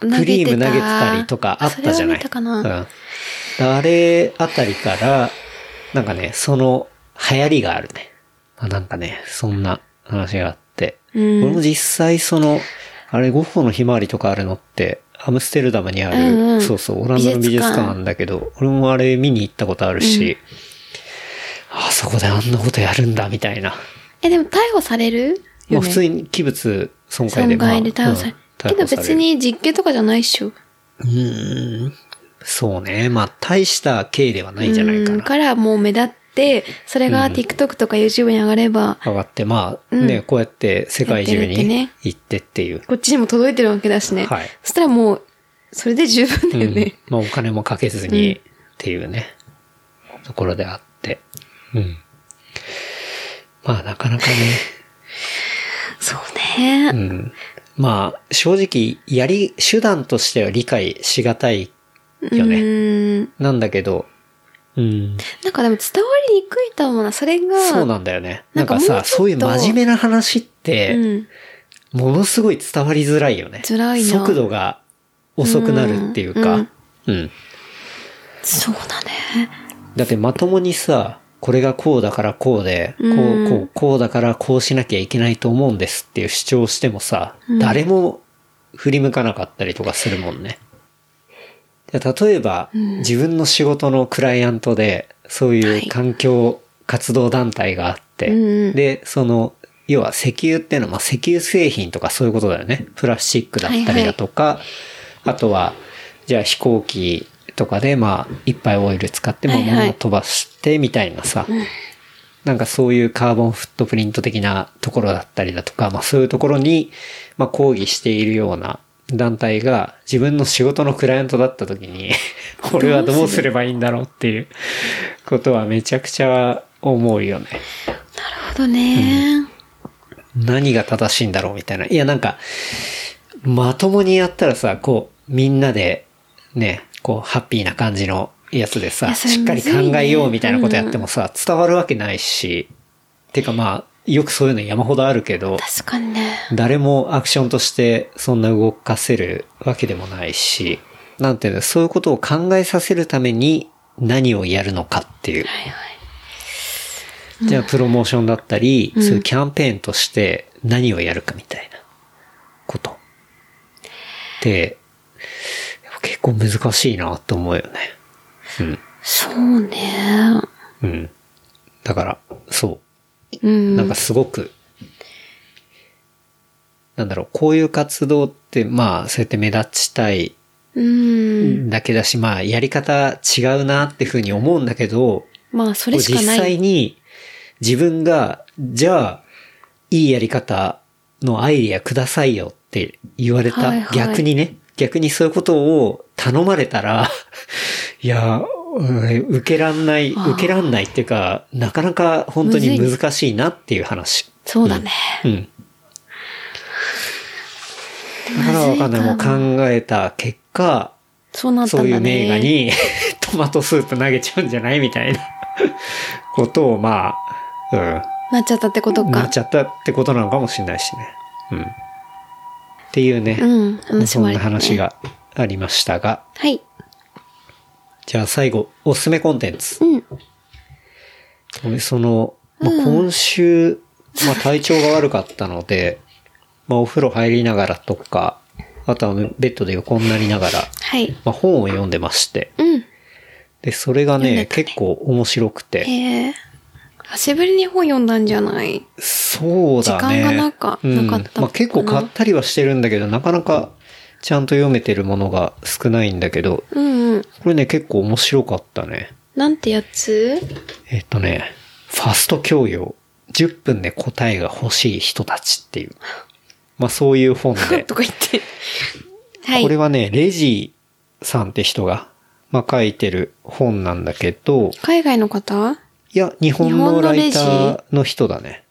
[SPEAKER 2] クリーム投げてたりとかあったじゃない。
[SPEAKER 3] それを見たかな。
[SPEAKER 2] うん。あれあたりから、なんかね、その流行りがあるね。まあ、なんかね、そんな話があって。
[SPEAKER 3] うん
[SPEAKER 2] 俺も実際その、あれ、ゴッホのひまわりとかあるのって、アムステルダムにある、
[SPEAKER 3] うんうん
[SPEAKER 2] そうそう、オランダの美術館なんだけど、俺もあれ見に行ったことあるし、あそこであんなことやるんだ、みたいな。
[SPEAKER 3] え、でも逮捕される
[SPEAKER 2] ま
[SPEAKER 3] よ、ね
[SPEAKER 2] あ普通に器物損壊で、
[SPEAKER 3] 損害で
[SPEAKER 2] まあ
[SPEAKER 3] 逮捕される。
[SPEAKER 2] うん
[SPEAKER 3] けど
[SPEAKER 2] 逮捕される
[SPEAKER 3] 別に実刑とかじゃないっしょ。
[SPEAKER 2] うーんそうね。まあ、大した刑ではないんじゃないか
[SPEAKER 3] うん
[SPEAKER 2] な。
[SPEAKER 3] からもう目立って、それが TikTok とか YouTube に上がれば、
[SPEAKER 2] 上がって、まあ、ね、こうやって世界中
[SPEAKER 3] やってるって
[SPEAKER 2] に
[SPEAKER 3] ね
[SPEAKER 2] 行ってっていう。
[SPEAKER 3] こっちにも届いてるわけだしね。
[SPEAKER 2] はい
[SPEAKER 3] そしたらもう、それで十分だよね。
[SPEAKER 2] うんまあ、お金もかけずにっていうね、ところであって。うん。まあ、なかな かね、
[SPEAKER 3] そうね。
[SPEAKER 2] うん。まあ、正直、やり、手段としては理解しがたいよね。
[SPEAKER 3] うん。
[SPEAKER 2] なんだけど、うん。
[SPEAKER 3] なんかでも伝わりにくいと思うな。それが、
[SPEAKER 2] そうなんだよね。な
[SPEAKER 3] な
[SPEAKER 2] んん
[SPEAKER 3] か
[SPEAKER 2] かさ、
[SPEAKER 3] もうちょっと
[SPEAKER 2] そういう真面目な話って、
[SPEAKER 3] うん。
[SPEAKER 2] ものすごい伝わりづらいよね。
[SPEAKER 3] 辛いな
[SPEAKER 2] 速度が遅くなるっていうか。
[SPEAKER 3] う
[SPEAKER 2] うんん、
[SPEAKER 3] そうだね。
[SPEAKER 2] だってまともにさ、これがこうだからこうで、こ
[SPEAKER 3] うん
[SPEAKER 2] う、こう、こうだからこうしなきゃいけないと思うんですっていう主張をしてもさ、誰も振り向かなかったりとかするもんね。じゃあ例えば、自分の仕事のクライアントで、そう
[SPEAKER 3] はい
[SPEAKER 2] いう環境活動団体があって、
[SPEAKER 3] うんうん
[SPEAKER 2] で、その、要は石油っていうのは、まあ、石油製品とかそういうことだよね。プラスチックだったりだとか、あとは、じゃあ飛行機とかで、まあ、いっぱいオイル使って、まあ、
[SPEAKER 3] はいはい
[SPEAKER 2] 物を飛ばしてみたいなさ、なんかそういうカーボンフットプリント的なところだったりだとか、まあそういうところに、まあ抗議しているような団体が自分の仕事のクライアントだった時 に、これはどうすればいいんだろうっていうことはめちゃくちゃ思うよね。
[SPEAKER 3] なるほどね。
[SPEAKER 2] 何が正しいんだろうみたいな。いや、なんか、まともにやったらさ、こう、みんなで、ね、こう、ハッピーな感じのやつで
[SPEAKER 3] いや
[SPEAKER 2] さ、
[SPEAKER 3] それ
[SPEAKER 2] しっかり
[SPEAKER 3] むず
[SPEAKER 2] 考
[SPEAKER 3] いね
[SPEAKER 2] えようみたいなことやってもさ、伝わるわけないし、てかまあ、よくそういうの山ほどあるけど、
[SPEAKER 3] 確かにね。
[SPEAKER 2] 誰もアクションとしてそんな動かせるわけでもないし、なんていうの、そういうことを考えさせるために何をやるのかっていう。
[SPEAKER 3] はいはい。
[SPEAKER 2] じゃあ、プロモーションだったり、そういうキャンペーンとして何をやるかみたいなこと。で、やっぱ結構難しいなと思うよね。
[SPEAKER 3] そうね。
[SPEAKER 2] うん。だから、そうう。
[SPEAKER 3] ん。
[SPEAKER 2] なんかすごく、なんだろう、こういう活動って、まあ、そうやって目立ちたい
[SPEAKER 3] うん。
[SPEAKER 2] だけだし、まあ、やり方違うなっていうふうに思うんだけど、
[SPEAKER 3] まあ、それしかな
[SPEAKER 2] 実際
[SPEAKER 3] い。
[SPEAKER 2] に自分が、じゃあ、いいやり方のアイディアくださいよって言われた。
[SPEAKER 3] はいはい
[SPEAKER 2] 逆にね、逆にそういうことを頼まれたら、 いや、うん受けらんない、
[SPEAKER 3] あー
[SPEAKER 2] 受けらんないっていうか、なかなか本当に
[SPEAKER 3] む
[SPEAKER 2] 難しいなっていう話。
[SPEAKER 3] そうだね。
[SPEAKER 2] うん。だからわかんない。もう考えた結果、
[SPEAKER 3] そうなった
[SPEAKER 2] そ
[SPEAKER 3] んだ
[SPEAKER 2] う
[SPEAKER 3] ね。
[SPEAKER 2] いう名画に トマトスープ投げちゃうんじゃないみたいな ことを、まあ、
[SPEAKER 3] なっちゃったってこと
[SPEAKER 2] うん、なっ
[SPEAKER 3] か。
[SPEAKER 2] ちゃったってことなのかもしれないしね。うん。っていうね、
[SPEAKER 3] うん。話
[SPEAKER 2] そ
[SPEAKER 3] もあ
[SPEAKER 2] ん
[SPEAKER 3] り、
[SPEAKER 2] な話。がありましたが、
[SPEAKER 3] はい。
[SPEAKER 2] じゃあ最後、おすすめコンテンツ。
[SPEAKER 3] うん。
[SPEAKER 2] 俺その、まあ、今週、まあ、体調が悪かったので、まあ、お風呂入りながらとか、あとはベッドで横になりながら、
[SPEAKER 3] はい。
[SPEAKER 2] まあ、本を読んでまして、
[SPEAKER 3] うん。
[SPEAKER 2] で、それが
[SPEAKER 3] 読んで
[SPEAKER 2] ね、
[SPEAKER 3] たね
[SPEAKER 2] 結構面白くて、
[SPEAKER 3] えー。久しぶりに本読んだんじゃない
[SPEAKER 2] そうだね。
[SPEAKER 3] 時間がなんかなかったのかな
[SPEAKER 2] まあ、結構買ったりはしてるんだけど、なかなかちゃんと読めてるものが少ないんだけど、
[SPEAKER 3] うんうん。
[SPEAKER 2] これね、結構面白かったね。
[SPEAKER 3] なんてやつ
[SPEAKER 2] えっとね、ファスト教養。10分で答 えが欲しい人たちっていう。まあそういう本で。
[SPEAKER 3] とか言って。はい
[SPEAKER 2] これはね、レジさんって人が、まあ、書いてる本なんだけど、
[SPEAKER 3] 海外の方
[SPEAKER 2] いや、日本の
[SPEAKER 3] 日本の
[SPEAKER 2] ラ
[SPEAKER 3] レ
[SPEAKER 2] イ
[SPEAKER 3] ジ
[SPEAKER 2] ターの人だね。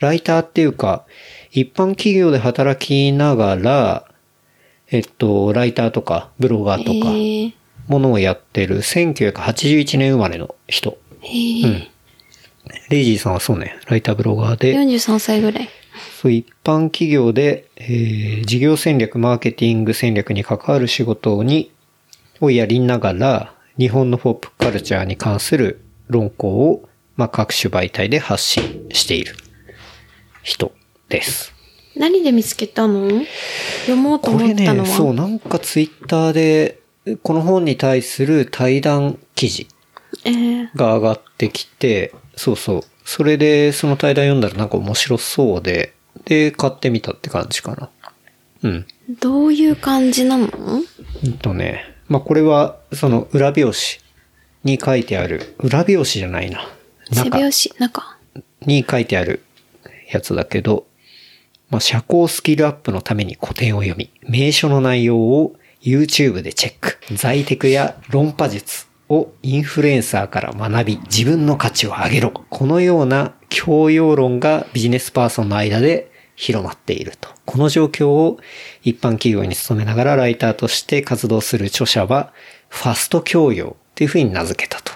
[SPEAKER 2] ライターっていうか、一般企業で働きながら、えっと、ライターとか、ブロガー
[SPEAKER 3] え
[SPEAKER 2] とか、
[SPEAKER 3] ー、
[SPEAKER 2] ものをやってる1981年生まれの人。
[SPEAKER 3] えー
[SPEAKER 2] レイジーさんはそうね、ライターブロガーで、
[SPEAKER 3] 43歳ぐらい。
[SPEAKER 2] そう一般企業で、えー事業戦略、マーケティング戦略に関わる仕事に、をやりながら、日本のポップカルチャーに関する論考を、まあ、各種媒体で発信している人です。
[SPEAKER 3] 何で見つけたの読もうと
[SPEAKER 2] こ
[SPEAKER 3] 思
[SPEAKER 2] れ
[SPEAKER 3] ったの
[SPEAKER 2] ね、
[SPEAKER 3] は。
[SPEAKER 2] そう、なんかツイッターで、この本に対する対談記事
[SPEAKER 3] えー
[SPEAKER 2] が上がってきて、そうそう。それで、その対談読んだらなんか面白そうで、で、買ってみたって感じかな。うん。
[SPEAKER 3] どういう感じなの
[SPEAKER 2] うんとね、まあ、これは、その裏表紙に書いてある、裏表紙じゃないな。
[SPEAKER 3] 背
[SPEAKER 2] 中
[SPEAKER 3] 拍子、中。
[SPEAKER 2] に書いてあるやつだけど、まあ、社交スキルアップのために古典を読み、名所の内容を YouTube でチェック、在テクや論破術をインフルエンサーから学び、自分の価値を上げろ。このような教養論がビジネスパーソンの間で広まっていると。この状況を一般企業に勤めながらライターとして活動する著者は、ファスト教養っていうふうに名付けたと。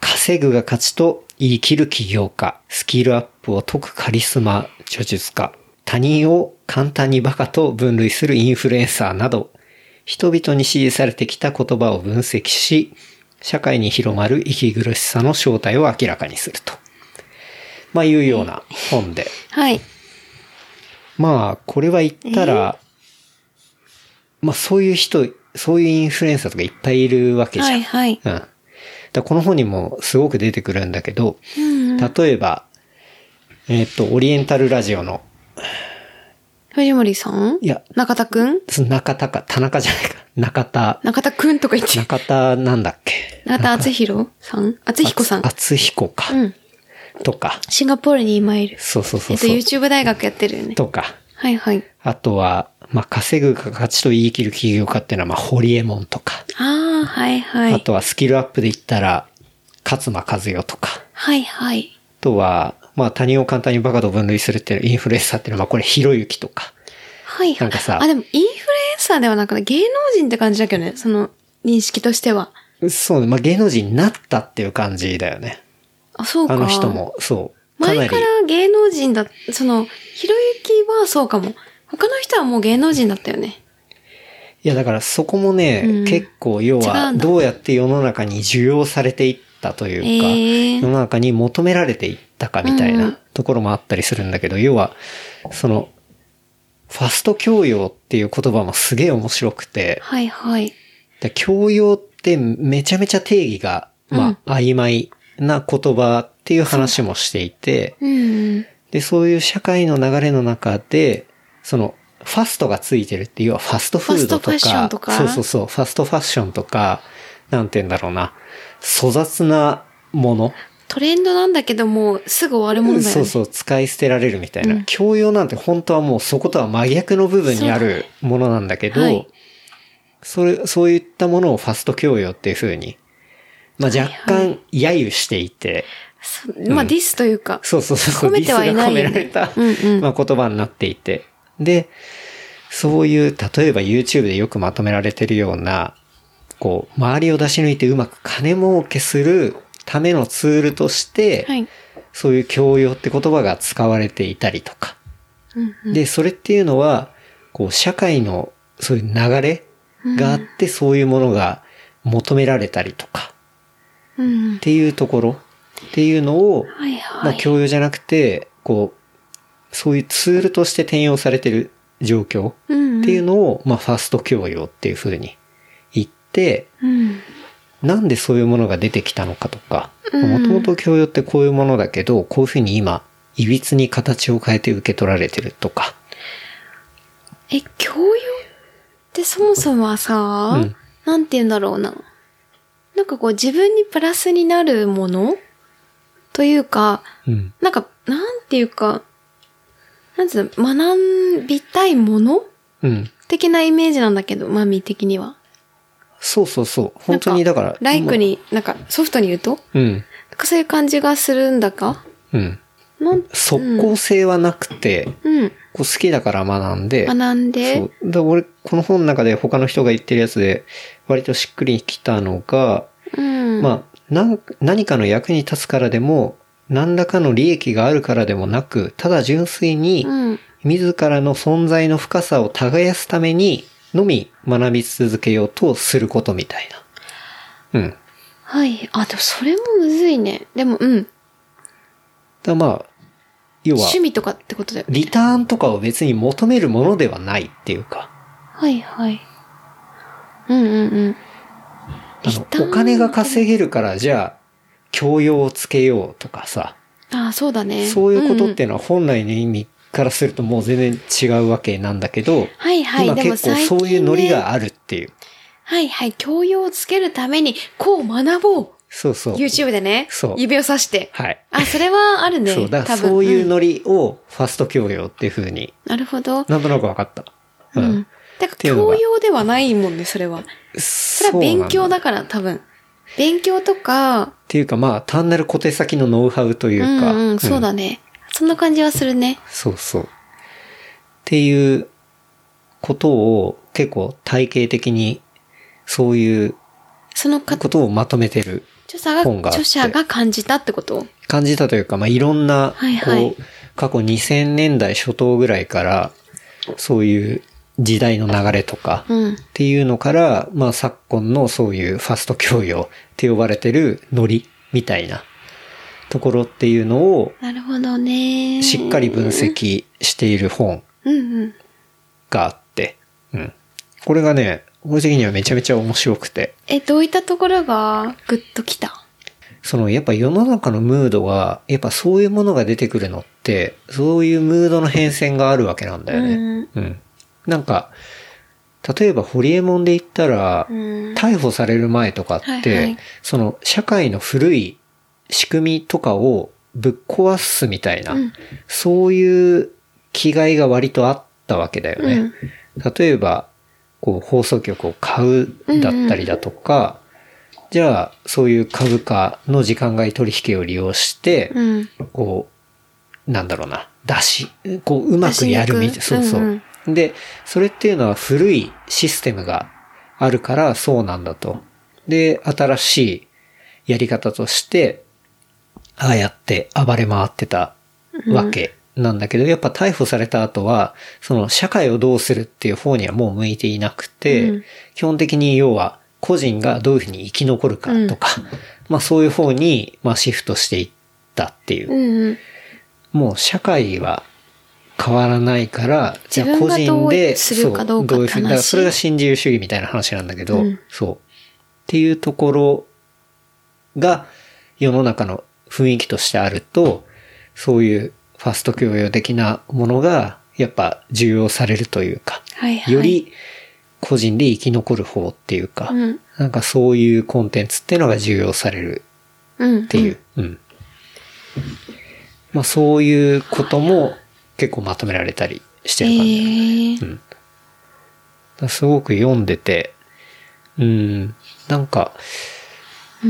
[SPEAKER 2] 稼ぐが勝ちと言い切る起業家、スキルアップを解くカリスマ、著述家、他人を簡単にバカと分類するインフルエンサーなど、人々に支持されてきた言葉を分析し、社会に広まる息苦しさの正体を明らかにすると。まあいうような本で。
[SPEAKER 3] はい。
[SPEAKER 2] まあ、これは言ったら、まあそういう人、そういうインフルエンサーとかいっぱいいるわけじゃん。
[SPEAKER 3] はい、はい。
[SPEAKER 2] うん。だからこの本にもすごく出てくるんだけど、
[SPEAKER 3] うん。
[SPEAKER 2] 例えば、えっ、と、オリエンタルラジオの、
[SPEAKER 3] 藤森さん
[SPEAKER 2] いや、
[SPEAKER 3] 中田くん
[SPEAKER 2] つ中田か、田中じゃないか、中田、
[SPEAKER 3] 中田くんとか言って。
[SPEAKER 2] 中田なんだっけ。
[SPEAKER 3] 中田敦弘さん敦彦さん。
[SPEAKER 2] あつ彦か、
[SPEAKER 3] うん。
[SPEAKER 2] とか、
[SPEAKER 3] シンガポールに今いる。
[SPEAKER 2] そうそうそ
[SPEAKER 3] え
[SPEAKER 2] う
[SPEAKER 3] っと、
[SPEAKER 2] そう、
[SPEAKER 3] YouTube 大学やってるよね。
[SPEAKER 2] とか、
[SPEAKER 3] はいはい。
[SPEAKER 2] あとは、まあ、稼ぐか勝ちと言い切る企業家っていうのは、まあ、ホリエモンとか、
[SPEAKER 3] ああ、はいは
[SPEAKER 2] あ
[SPEAKER 3] い。
[SPEAKER 2] とはスキルアップで言ったら、勝間和代とか、
[SPEAKER 3] はいはい。
[SPEAKER 2] あとは、まあ、他人を簡単にバカと分類するっていうインフルエンサーっていうのは、まあ、これ、ひろゆきとか、
[SPEAKER 3] はいは
[SPEAKER 2] ないんかさ。
[SPEAKER 3] あ、でもインフルエンサーではなくて芸能人って感じだけどね。その認識としては。
[SPEAKER 2] そうね、まあ、芸能人になったっていう感じだよね。
[SPEAKER 3] あ、そうか。
[SPEAKER 2] あの人。も、そう。かな
[SPEAKER 3] 前
[SPEAKER 2] り
[SPEAKER 3] か、ら芸能人だ、その、ひろゆきはそうかも。他の人はもう芸能人だったよね。
[SPEAKER 2] いやだからそこもね、
[SPEAKER 3] うん
[SPEAKER 2] 結構要
[SPEAKER 3] 違う
[SPEAKER 2] は、
[SPEAKER 3] んだ
[SPEAKER 2] どうやって世の中に受容されていったというか、
[SPEAKER 3] へー
[SPEAKER 2] 世の中に求められていったかみたい
[SPEAKER 3] うんうん
[SPEAKER 2] なところもあったりするんだけど、要は、その、ファスト教養っていう言葉もすげえ面白くて、
[SPEAKER 3] はいはい。
[SPEAKER 2] で教養ってめちゃめちゃ定義が、まあ、曖昧な言葉っていう話もしていて、
[SPEAKER 3] うん。
[SPEAKER 2] で、そういう社会の流れの中で、その、ファストがついてるって、要はファストフードとか、
[SPEAKER 3] ファストファッションとか
[SPEAKER 2] そうそうそう、ファストファッションとか、なんて言うんだろうな、粗雑なもの、
[SPEAKER 3] トレンドなんだけども、すぐ終わるもんだよね。
[SPEAKER 2] そうそう、使い捨てられるみたいな、
[SPEAKER 3] うん
[SPEAKER 2] 教養なんて本当はもうそことは真逆の部分にあるものなんだけど、
[SPEAKER 3] そ
[SPEAKER 2] そ
[SPEAKER 3] うだねはい
[SPEAKER 2] れそういったものをファスト教養っていう風に、まあ
[SPEAKER 3] はい
[SPEAKER 2] 若干揶揄していて、
[SPEAKER 3] そうまあ、
[SPEAKER 2] うん
[SPEAKER 3] ディスというか。
[SPEAKER 2] そうそうそう、
[SPEAKER 3] 褒めてはいないよね
[SPEAKER 2] ディスが褒められた、
[SPEAKER 3] うんうん
[SPEAKER 2] まあ、言葉になっていて。で、そういう、例えば YouTube でよくまとめられてるような、こう、周りを出し抜いてうまく金儲けするためのツールとして、
[SPEAKER 3] はい。
[SPEAKER 2] そういう教養って言葉が使われていたりとか。
[SPEAKER 3] うんうん
[SPEAKER 2] で、それっていうのは、こう、社会のそういう流れがあって、そういうものが求められたりとか、
[SPEAKER 3] うん
[SPEAKER 2] っ。ていうところっていうのを、
[SPEAKER 3] はいは
[SPEAKER 2] ま
[SPEAKER 3] い。
[SPEAKER 2] あ、教養じゃなくて、こう、そういうツールとして転用されてる状況っ
[SPEAKER 3] うん
[SPEAKER 2] ていうのを、まあ、ファースト教養っていう風に言って、
[SPEAKER 3] うん。
[SPEAKER 2] なんでそういうものが出てきたのかとか、
[SPEAKER 3] うん
[SPEAKER 2] もともと教養ってこういうものだけど、こういう風に今、いびつに形を変えて受け取られてるとか、
[SPEAKER 3] え、教養ってそもそもはさ、
[SPEAKER 2] うん
[SPEAKER 3] なんて言うんだろうな。なんかこう自分にプラスになるものというか、
[SPEAKER 2] うん、
[SPEAKER 3] なんか、なんていうか、なんつうの、学びたいもの
[SPEAKER 2] うん、
[SPEAKER 3] 的なイメージなんだけど、マミー的には。
[SPEAKER 2] そうそうそう。本当にだから。
[SPEAKER 3] ライクに、なんかソフトに言うと、
[SPEAKER 2] まあ。うん。
[SPEAKER 3] なんかそういう感じがするんだか
[SPEAKER 2] うん。
[SPEAKER 3] なん、
[SPEAKER 2] 即効性はなくて、
[SPEAKER 3] うん。
[SPEAKER 2] こう好きだから学んで。
[SPEAKER 3] 学んで、
[SPEAKER 2] そう。だから俺、この本の中で他の人が言ってるやつで、割としっくりきたのが、
[SPEAKER 3] うん。
[SPEAKER 2] まあ、なん何かの役に立つからでも、何らかの利益があるからでもなく、ただ純粋に、
[SPEAKER 3] うん。
[SPEAKER 2] 自らの存在の深さを耕すためにのみ学び続けようとすることみたいな。うん。
[SPEAKER 3] はい。あ、でもそれもむずいね。でも、うん。
[SPEAKER 2] だまあ、要は
[SPEAKER 3] 趣、味とかってことだよね。
[SPEAKER 2] リターンとかを別に求めるものではないっていうか、
[SPEAKER 3] はいはい。うんうんうん。
[SPEAKER 2] あの
[SPEAKER 3] リターン
[SPEAKER 2] お金が稼げるからじゃあ、教養をつけようとかさ、
[SPEAKER 3] ああ、そうだね。
[SPEAKER 2] そういうことっ
[SPEAKER 3] んん
[SPEAKER 2] ていうのは本来の意味からするともう全然違うわけなんだけど、
[SPEAKER 3] はいはい。
[SPEAKER 2] 今
[SPEAKER 3] でも
[SPEAKER 2] 結構
[SPEAKER 3] 最近、
[SPEAKER 2] そ
[SPEAKER 3] ね、
[SPEAKER 2] ういうノリがあるっていう。
[SPEAKER 3] はいはい。教養をつけるために、こう学ぼう。
[SPEAKER 2] そうそう。
[SPEAKER 3] YouTube でね。
[SPEAKER 2] そう
[SPEAKER 3] 指を指して。
[SPEAKER 2] はい。
[SPEAKER 3] あ、それはあるね。
[SPEAKER 2] そう、だから
[SPEAKER 3] 多分
[SPEAKER 2] そういう
[SPEAKER 3] うん
[SPEAKER 2] ノリをファスト教養っていう風に、
[SPEAKER 3] なるほど。
[SPEAKER 2] なんとなく分かった。う
[SPEAKER 3] う
[SPEAKER 2] ん
[SPEAKER 3] ん。だから
[SPEAKER 2] ていうの
[SPEAKER 3] 教
[SPEAKER 2] が
[SPEAKER 3] 養ではないもんね、それは。
[SPEAKER 2] そ
[SPEAKER 3] それは勉強
[SPEAKER 2] うなんっ
[SPEAKER 3] だから、多分。勉強とか、
[SPEAKER 2] ていうかまあ、単なる小手先のノウハウといううんか。
[SPEAKER 3] うん、そうだ
[SPEAKER 2] ん
[SPEAKER 3] ね。そんな感じはするね。
[SPEAKER 2] そうそう。っていうことを結構体系的に、そういう
[SPEAKER 3] そのか、
[SPEAKER 2] ことをまとめてる。
[SPEAKER 3] 著者が
[SPEAKER 2] 本があって
[SPEAKER 3] 著者が感じたってこと
[SPEAKER 2] 感じたというか、まあ、いろんな、こう、
[SPEAKER 3] はいはい
[SPEAKER 2] 過去2000年代初頭ぐらいから、そういう時代の流れとか、
[SPEAKER 3] うん。
[SPEAKER 2] っていうのから、まあ昨今のそういうファスト教養って呼ばれてるノリみたいなところっていうのを
[SPEAKER 3] なるほどね。
[SPEAKER 2] しっかり分析している本
[SPEAKER 3] うんうん。
[SPEAKER 2] があって、うん。これがね、個人的にはめちゃめちゃ面白くて、
[SPEAKER 3] え、どういったところがグッときた
[SPEAKER 2] そのやっぱ世の中のムードが、やっぱそういうものが出てくるのって、そういうムードの変遷があるわけなんだよね。うん。なんか、例えばホリエモンで言ったら、
[SPEAKER 3] うん。
[SPEAKER 2] 逮捕される前とかって、
[SPEAKER 3] はいはい
[SPEAKER 2] その社会の古い仕組みとかをぶっ壊すみたいな、
[SPEAKER 3] うん
[SPEAKER 2] そういう気概が割とあったわけだよね。
[SPEAKER 3] うん
[SPEAKER 2] 例えば、こう放送局を買うだったりだとか、じゃあそういう株価の時間外取引を利用して、
[SPEAKER 3] うん。
[SPEAKER 2] こう、なんだろうな、出し、こう、うまくやるみたい
[SPEAKER 3] 出
[SPEAKER 2] な。
[SPEAKER 3] し
[SPEAKER 2] そ
[SPEAKER 3] 抜く
[SPEAKER 2] うそう、
[SPEAKER 3] うん
[SPEAKER 2] で、それっていうのは古いシステムがあるからそうなんだと。で、新しいやり方として、ああやって暴れ回ってたわけなんだけど、やっぱ逮捕された後は、その社会をどうするっていう方にはもう向いていなくて、
[SPEAKER 3] うん
[SPEAKER 2] 基本的に要は個人がどういうふうに生き残るかとか、まあそういう方に、まあ、シフトしていったっていう
[SPEAKER 3] うんうん。
[SPEAKER 2] もう社会は変わらないから、じゃあ個
[SPEAKER 3] 自分がど
[SPEAKER 2] 人
[SPEAKER 3] う
[SPEAKER 2] で、
[SPEAKER 3] するかどうか
[SPEAKER 2] そ
[SPEAKER 3] って話
[SPEAKER 2] いだからそれが新自由主義みたいな話なんだけど、
[SPEAKER 3] うん
[SPEAKER 2] そう。っていうところが世の中の雰囲気としてあると、そういうファスト教養的なものが、やっぱ重要されるというか、
[SPEAKER 3] はいはい。
[SPEAKER 2] よ、り個人で生き残る方っていうか、
[SPEAKER 3] うん。
[SPEAKER 2] なんかそういうコンテンツっていうのが重要される
[SPEAKER 3] うん。っ
[SPEAKER 2] っていう。。うん。まあそういうことも結構まとめられたりして
[SPEAKER 3] え
[SPEAKER 2] る感じ。だ
[SPEAKER 3] ー
[SPEAKER 2] うんからすごく読んでて、うん、なんか、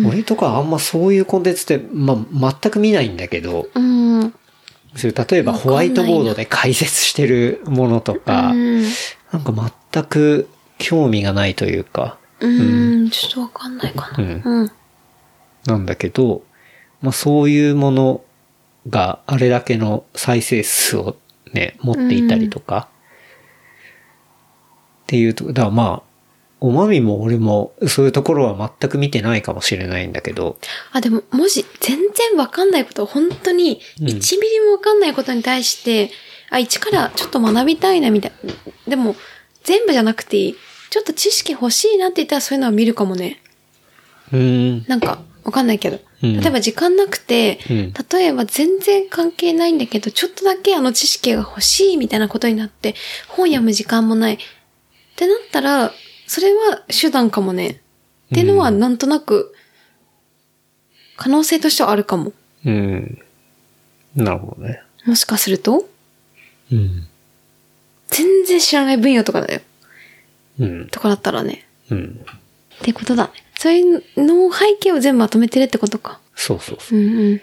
[SPEAKER 2] 俺とかあんまそういうコンテンツって、まあ、全く見ないんだけど、
[SPEAKER 3] うん。うん。
[SPEAKER 2] そういう例えばホワイトボードで解説してるものとか、なんか全く興味がないというか、
[SPEAKER 3] うん。ちょっとわかんないか
[SPEAKER 2] うん
[SPEAKER 3] な。うん。
[SPEAKER 2] なんだけど、まあそういうものがあれだけの再生数をね、持っていたりとか、っていうと、だからまあ、おまみも俺もそういうところは全く見てないかもしれないんだけど、
[SPEAKER 3] あ、でも、もし全然わかんないこと、本当に、1
[SPEAKER 2] うん
[SPEAKER 3] ミリもわかんないことに対して、あ、一からちょっと学びたいな、みたいな。でも、全部じゃなくていい。ちょっと知識欲しいなって言ったらそういうのは見るかもね。
[SPEAKER 2] うーん、
[SPEAKER 3] なんか、わかんないけど。
[SPEAKER 2] うん
[SPEAKER 3] 例えば時間なくて、
[SPEAKER 2] うん
[SPEAKER 3] 例えば全然関係ないんだけど、ちょっとだけあの知識が欲しいみたいなことになって、本読む時間もない。ってなったら、それは手段かもね。ってのは
[SPEAKER 2] うん
[SPEAKER 3] なんとなく、可能性としてはあるかも。
[SPEAKER 2] うん。なるほどね。
[SPEAKER 3] もしかすると
[SPEAKER 2] うん。
[SPEAKER 3] 全然知らない分野とかだよ。
[SPEAKER 2] うん。
[SPEAKER 3] とかだったらね。
[SPEAKER 2] うん。
[SPEAKER 3] ってことだね。そういうの背景を全部まとめてるってことか。
[SPEAKER 2] そうそうそ
[SPEAKER 3] うん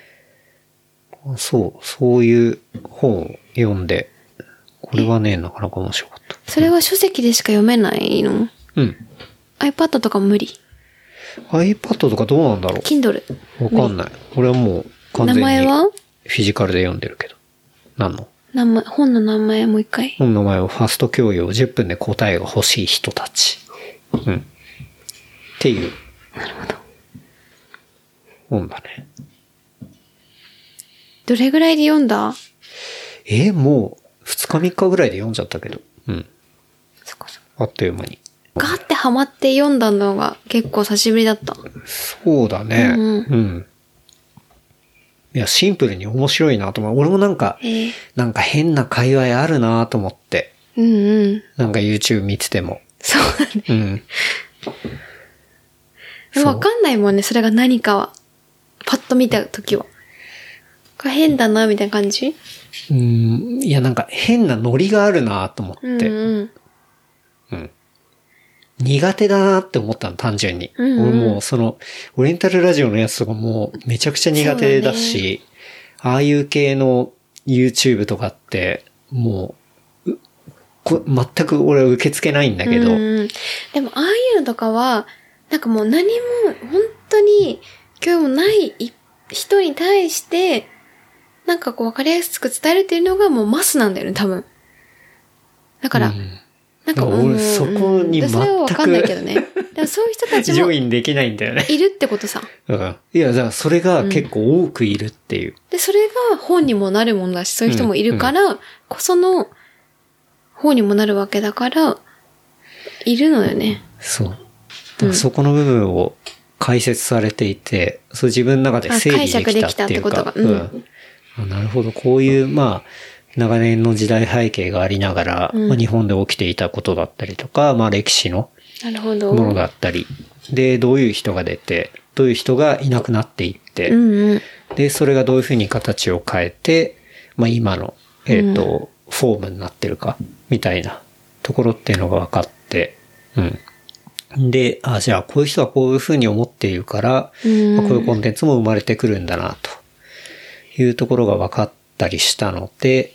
[SPEAKER 3] うん。
[SPEAKER 2] う。そう、そういう本を読んで、これはね、なかなか面白かった。
[SPEAKER 3] それは書籍でしか読めないの
[SPEAKER 2] うん。
[SPEAKER 3] ?iPad とか無理。
[SPEAKER 2] iPad とかどうなんだろ
[SPEAKER 3] Kindle。
[SPEAKER 2] うわかんない。俺はもう完全
[SPEAKER 3] 名
[SPEAKER 2] に
[SPEAKER 3] 前は
[SPEAKER 2] フィジカルで読んでるけど。何の
[SPEAKER 3] 名前、本の名前もう一回。
[SPEAKER 2] 本の名前をファースト教養10分で答えが欲しい人たち。うん。っていう。なるほど。本だね。
[SPEAKER 3] どれぐらいで読んだ
[SPEAKER 2] えーもう2日3日ぐらいで読んじゃったけど。うん。
[SPEAKER 3] そこそ
[SPEAKER 2] あ
[SPEAKER 3] こ。
[SPEAKER 2] っという間に。
[SPEAKER 3] ガーってハマって読んだのが結構久しぶりだった。
[SPEAKER 2] そうだね。
[SPEAKER 3] う
[SPEAKER 2] うんん、
[SPEAKER 3] う
[SPEAKER 2] いや、シンプルに面白いなと思う。俺もなんか、
[SPEAKER 3] ええ
[SPEAKER 2] なんか変な界隈あるなと思って。
[SPEAKER 3] うんうん。
[SPEAKER 2] なんか YouTube 見てても。
[SPEAKER 3] そうだね
[SPEAKER 2] うん。
[SPEAKER 3] でもわかんないもんね、それが何かは。パッと見た時は。これ変だな、みたいな感じ
[SPEAKER 2] うん。いや、なんか変なノリがあるなと思って。
[SPEAKER 3] うんうん。
[SPEAKER 2] 苦手だなって思ったの、単純に。
[SPEAKER 3] うんうん
[SPEAKER 2] 俺もう、その、オリエンタルラジオのやつとかもうめちゃくちゃ苦手だし、ああいう系の YouTube とかって、もう、うこ全く俺は受け付けないんだけど、
[SPEAKER 3] うんうん、でも、ああいうのとかは、なんかもう何も、本当に、今日もないい人に対して、なんかこう、わかりやすく伝えるっていうのがもうマスなんだよね、多分。だから、
[SPEAKER 2] うん
[SPEAKER 3] なんか
[SPEAKER 2] でも
[SPEAKER 3] うん
[SPEAKER 2] 俺そこに
[SPEAKER 3] うんそれはわかんないけどね。でもそういう人たち
[SPEAKER 2] 上
[SPEAKER 3] も
[SPEAKER 2] 位にできないんだ よね。
[SPEAKER 3] いるってことさ。
[SPEAKER 2] うんいや、だからそれが結構多くいるっていう。
[SPEAKER 3] で、それが本にもなるもんだし、そういう人もいるから、こその、本にもなるわけだから、いるのよね。
[SPEAKER 2] そう。だからそこの部分を解説されていて、そう自分の中で整理
[SPEAKER 3] あ解釈で
[SPEAKER 2] で
[SPEAKER 3] き
[SPEAKER 2] き
[SPEAKER 3] た
[SPEAKER 2] た
[SPEAKER 3] っ
[SPEAKER 2] っててい
[SPEAKER 3] こ
[SPEAKER 2] う
[SPEAKER 3] と
[SPEAKER 2] か
[SPEAKER 3] が。
[SPEAKER 2] うんあなるほど。こういう、まあ、長年の時代背景がありながら、
[SPEAKER 3] うん
[SPEAKER 2] まあ、日本で起きていたことだったりとか、まあ歴史の
[SPEAKER 3] なるほど。
[SPEAKER 2] ものだったり、で、どういう人が出て、どういう人がいなくなっていって、
[SPEAKER 3] うんうん。
[SPEAKER 2] で、それがどういうふうに形を変えて、まあ今の、えっ、と、フォームになってるか、みたいなところっていうのが分かって、うん。で、あ、じゃあこういう人はこういうふうに思っているから、
[SPEAKER 3] うん
[SPEAKER 2] まあこういうコンテンツも生まれてくるんだな、というところが分かったりしたので、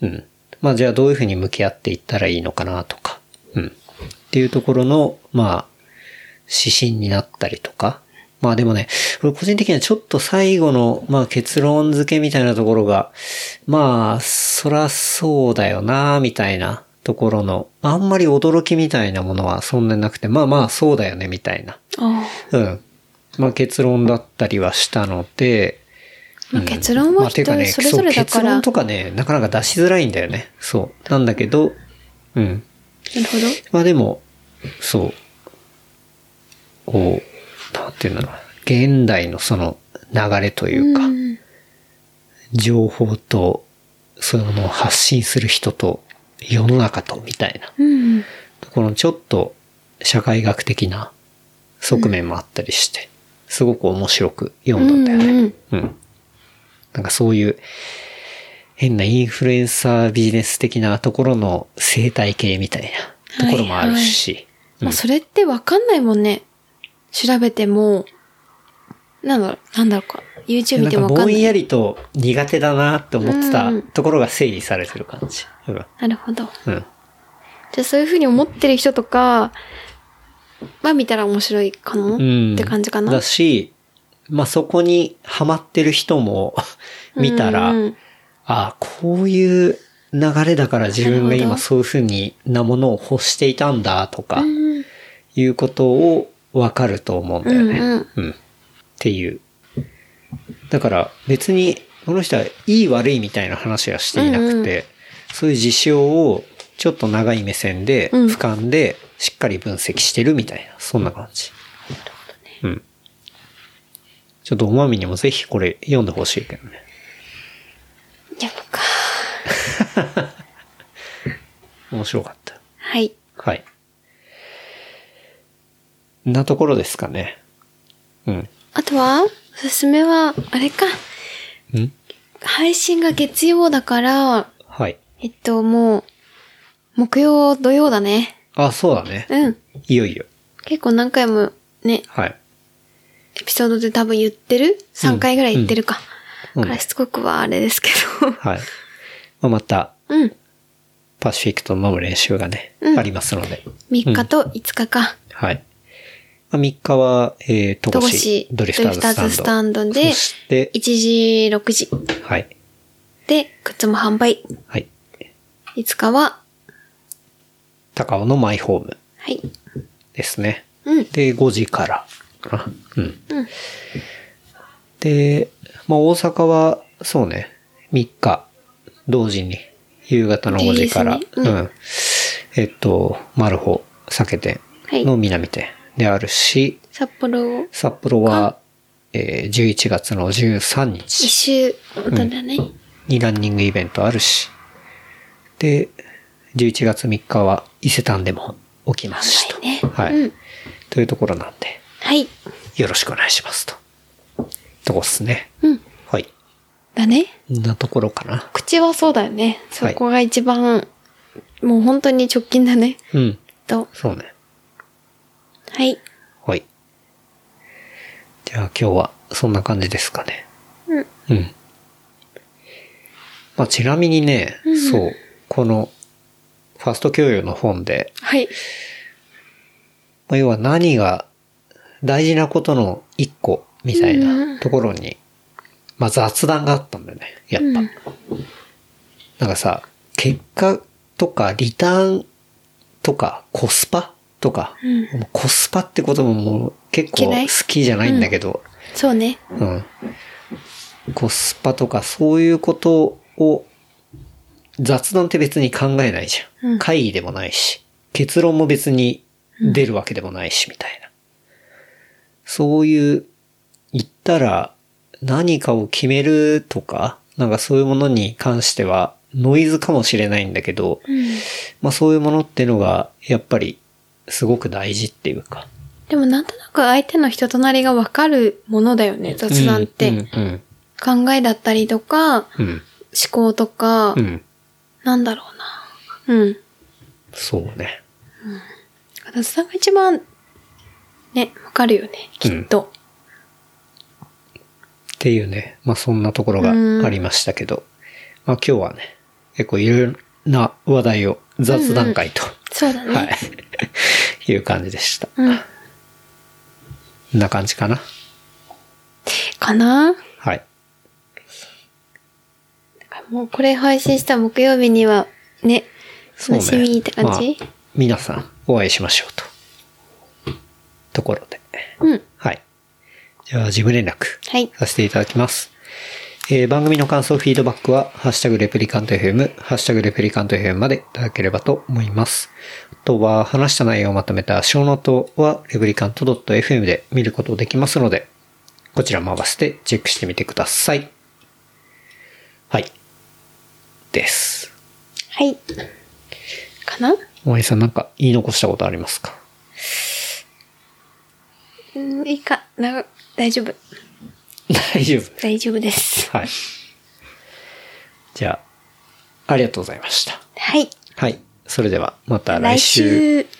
[SPEAKER 2] うん。まあじゃあどういうふうに向き合っていったらいいのかな、とか、うん。っていうところの、まあ、指針になったりとか。まあでもね、これ個人的にはちょっと最後の、まあ結論付けみたいなところが、まあ、そらそうだよな、みたいなところの、あんまり驚きみたいなものはそんなになくて、まあまあそうだよね、みたいな。
[SPEAKER 3] ああ。
[SPEAKER 2] うん。まあ結論だったりはしたので、
[SPEAKER 3] まあ、結論
[SPEAKER 2] ま
[SPEAKER 3] は
[SPEAKER 2] あてい
[SPEAKER 3] 人
[SPEAKER 2] うかね、
[SPEAKER 3] それぞれだ
[SPEAKER 2] そ
[SPEAKER 3] か
[SPEAKER 2] う結
[SPEAKER 3] ら。
[SPEAKER 2] 論とかね、なかなか出しづらいんだよね。そう。なんだけど、うん。
[SPEAKER 3] なるほど。
[SPEAKER 2] まあでも、そう。こう、なんていうんだろうな。現代のその流れというか、
[SPEAKER 3] うん
[SPEAKER 2] 情報と、そういうものを発信する人と、世の中と、みたいな。
[SPEAKER 3] うん。
[SPEAKER 2] ところのちょっと、社会学的な側面もあったりして、すごく面白く読んだんだよね。
[SPEAKER 3] うん
[SPEAKER 2] うん。なんかそういう変なインフルエンサービジネス的なところの生態系みたいなところもあるし。
[SPEAKER 3] まあ、それってわかんないもんね。調べても、なんだろう、なんだろうか。YouTube 見て
[SPEAKER 2] な
[SPEAKER 3] も
[SPEAKER 2] んか
[SPEAKER 3] わか
[SPEAKER 2] ぼ
[SPEAKER 3] んなんい。
[SPEAKER 2] やりと苦手だなって思って
[SPEAKER 3] う
[SPEAKER 2] た
[SPEAKER 3] ん
[SPEAKER 2] ところが整理されてる感じ。うん。
[SPEAKER 3] なるほど。
[SPEAKER 2] うん。
[SPEAKER 3] じゃあそういうふうに思ってる人とかは見たら面白いかな、
[SPEAKER 2] うん
[SPEAKER 3] って感じかな。
[SPEAKER 2] だし、まあ、そこにハマってる人も 見たら、
[SPEAKER 3] うんうん
[SPEAKER 2] ああ、こういう流れだから自分が今そういうふうになものを欲していたんだとか、
[SPEAKER 3] うん
[SPEAKER 2] いうことを分かると思うんだよね。
[SPEAKER 3] う
[SPEAKER 2] うんん、
[SPEAKER 3] うん
[SPEAKER 2] っていう。だから別に、この人はいい悪いみたいな話はしていなくて、
[SPEAKER 3] うんうん
[SPEAKER 2] そういう事象をちょっと長い目線で、
[SPEAKER 3] うん
[SPEAKER 2] 俯瞰でしっかり分析してるみたいな、そんな感じ。うん。ちょっとおまみにもぜひこれ読んでほしいけどね。
[SPEAKER 3] やっぱか。
[SPEAKER 2] 面白かった。
[SPEAKER 3] はい。
[SPEAKER 2] はい。んなところですかね。うん。
[SPEAKER 3] あとは、おすすめは、あれか。
[SPEAKER 2] ん
[SPEAKER 3] 配信が月曜だから、
[SPEAKER 2] はい。
[SPEAKER 3] えっと、もう、木曜、土曜だね。
[SPEAKER 2] あ、そうだね。
[SPEAKER 3] うん。
[SPEAKER 2] いよいよ。
[SPEAKER 3] 結構何回もね、
[SPEAKER 2] はい。
[SPEAKER 3] エピソードで多分言ってる ?3 回ぐらい言ってるか。
[SPEAKER 2] うん
[SPEAKER 3] からしつこくはあれですけど。
[SPEAKER 2] はい。まあ、また、
[SPEAKER 3] うん。
[SPEAKER 2] パシフィックと飲む練習がね、
[SPEAKER 3] うん
[SPEAKER 2] ありますので。
[SPEAKER 3] 3日と5日か。
[SPEAKER 2] はい。まあ、3日は、えー、戸
[SPEAKER 3] 戸
[SPEAKER 2] 越
[SPEAKER 3] 越
[SPEAKER 2] ドリフターズスタンド。
[SPEAKER 3] ドリフターズスタンドで
[SPEAKER 2] そして
[SPEAKER 3] 1、時、6時。
[SPEAKER 2] はい。
[SPEAKER 3] で、靴も販売。
[SPEAKER 2] はい。
[SPEAKER 3] 5日は、
[SPEAKER 2] 高尾のマイホーム
[SPEAKER 3] はい。
[SPEAKER 2] ですね。
[SPEAKER 3] うん。
[SPEAKER 2] で、5時からかな。うん。
[SPEAKER 3] うん。
[SPEAKER 2] で、まあ、大阪は、そうね、3日、同時に、夕方の5時から、
[SPEAKER 3] いいですねうん
[SPEAKER 2] うん。えっと、マルホ酒店の南店であるし、
[SPEAKER 3] 札幌を、
[SPEAKER 2] 札幌は、えー、11月の13
[SPEAKER 3] 一
[SPEAKER 2] 日
[SPEAKER 3] 周、本当だね。
[SPEAKER 2] にランニングイベントあるし、で、11月3日は伊勢丹でも起きますしと。
[SPEAKER 3] ね
[SPEAKER 2] はい、
[SPEAKER 3] うん
[SPEAKER 2] というところなんで、
[SPEAKER 3] はい。
[SPEAKER 2] よろしくお願いしますと。とこっすね。
[SPEAKER 3] うん。
[SPEAKER 2] はい。
[SPEAKER 3] だね。
[SPEAKER 2] こんなところかな。
[SPEAKER 3] 口はそうだよね。そ
[SPEAKER 2] はい
[SPEAKER 3] こが一番、もう本当に直近だね。
[SPEAKER 2] うん。
[SPEAKER 3] と。
[SPEAKER 2] そうね。
[SPEAKER 3] はい。
[SPEAKER 2] はい。じゃあ今日はそんな感じですかね。
[SPEAKER 3] うん。
[SPEAKER 2] うん。まあ、ちなみにね、そう、この、ファースト教養の本で、
[SPEAKER 3] はい。
[SPEAKER 2] まあ、要は何が大事なことの一個みたいなところに、まあ、雑談があったんだよね、やっぱ。
[SPEAKER 3] うん
[SPEAKER 2] なんかさ、結果とかリターンとかコスパとか、
[SPEAKER 3] う
[SPEAKER 2] もうコスパってことももう結構
[SPEAKER 3] 嫌い
[SPEAKER 2] 好きじゃないんだけど、
[SPEAKER 3] そうね。
[SPEAKER 2] うん。コスパとかそういうことを雑談って別に考えないじゃん。
[SPEAKER 3] うん
[SPEAKER 2] 会議でもないし、結論も別に出るわけでもないし、みたいな。そういう、言ったら何かを決めるとか、なんかそういうものに関してはノイズかもしれないんだけど、
[SPEAKER 3] うん。
[SPEAKER 2] まあそういうものってのがやっぱりすごく大事っていうか。
[SPEAKER 3] でもなんとなく相手の人となりがわかるものだよね、雑談って。
[SPEAKER 2] うん、うん、
[SPEAKER 3] 考えだったりとか、思
[SPEAKER 2] うん。
[SPEAKER 3] 考とか、
[SPEAKER 2] うん。
[SPEAKER 3] なんだろうな。うん。
[SPEAKER 2] そうね。
[SPEAKER 3] 雑談が一番、ね、わかるよね、きっと。
[SPEAKER 2] っていうね、まあそんなところがありましたけど、まあ今日はね、結構いろんな話題を雑談会と、
[SPEAKER 3] そうだね。
[SPEAKER 2] はい、いう 感じでした。こ
[SPEAKER 3] うん。
[SPEAKER 2] んな感じかな。
[SPEAKER 3] かな
[SPEAKER 2] はい。
[SPEAKER 3] もうこれ配信した木曜日には、ね、楽しみって感じ
[SPEAKER 2] まあ皆さんお会いしましょうと。ところで。
[SPEAKER 3] うん。
[SPEAKER 2] はい。じゃあ事務連絡。
[SPEAKER 3] はい。
[SPEAKER 2] させていただきます。えー番組の感想、フィードバックは、ハッシュタグレプリカント FM、ハッシュタグレプリカント FM までいただければと思います。あとは、話した内容をまとめた小ノートは、レプリカント .fm で見ることできますので、こちらも合わせてチェックしてみてください。はい。です。
[SPEAKER 3] はい。かな
[SPEAKER 2] お井さんなんか言い残したことありますか
[SPEAKER 3] うん、いいか。な大丈夫。
[SPEAKER 2] 大丈夫。
[SPEAKER 3] 大丈夫です。
[SPEAKER 2] はい。じゃあ、ありがとうございました。
[SPEAKER 3] はい。
[SPEAKER 2] はい。それでは、また来
[SPEAKER 3] 来
[SPEAKER 2] 週。
[SPEAKER 3] 週。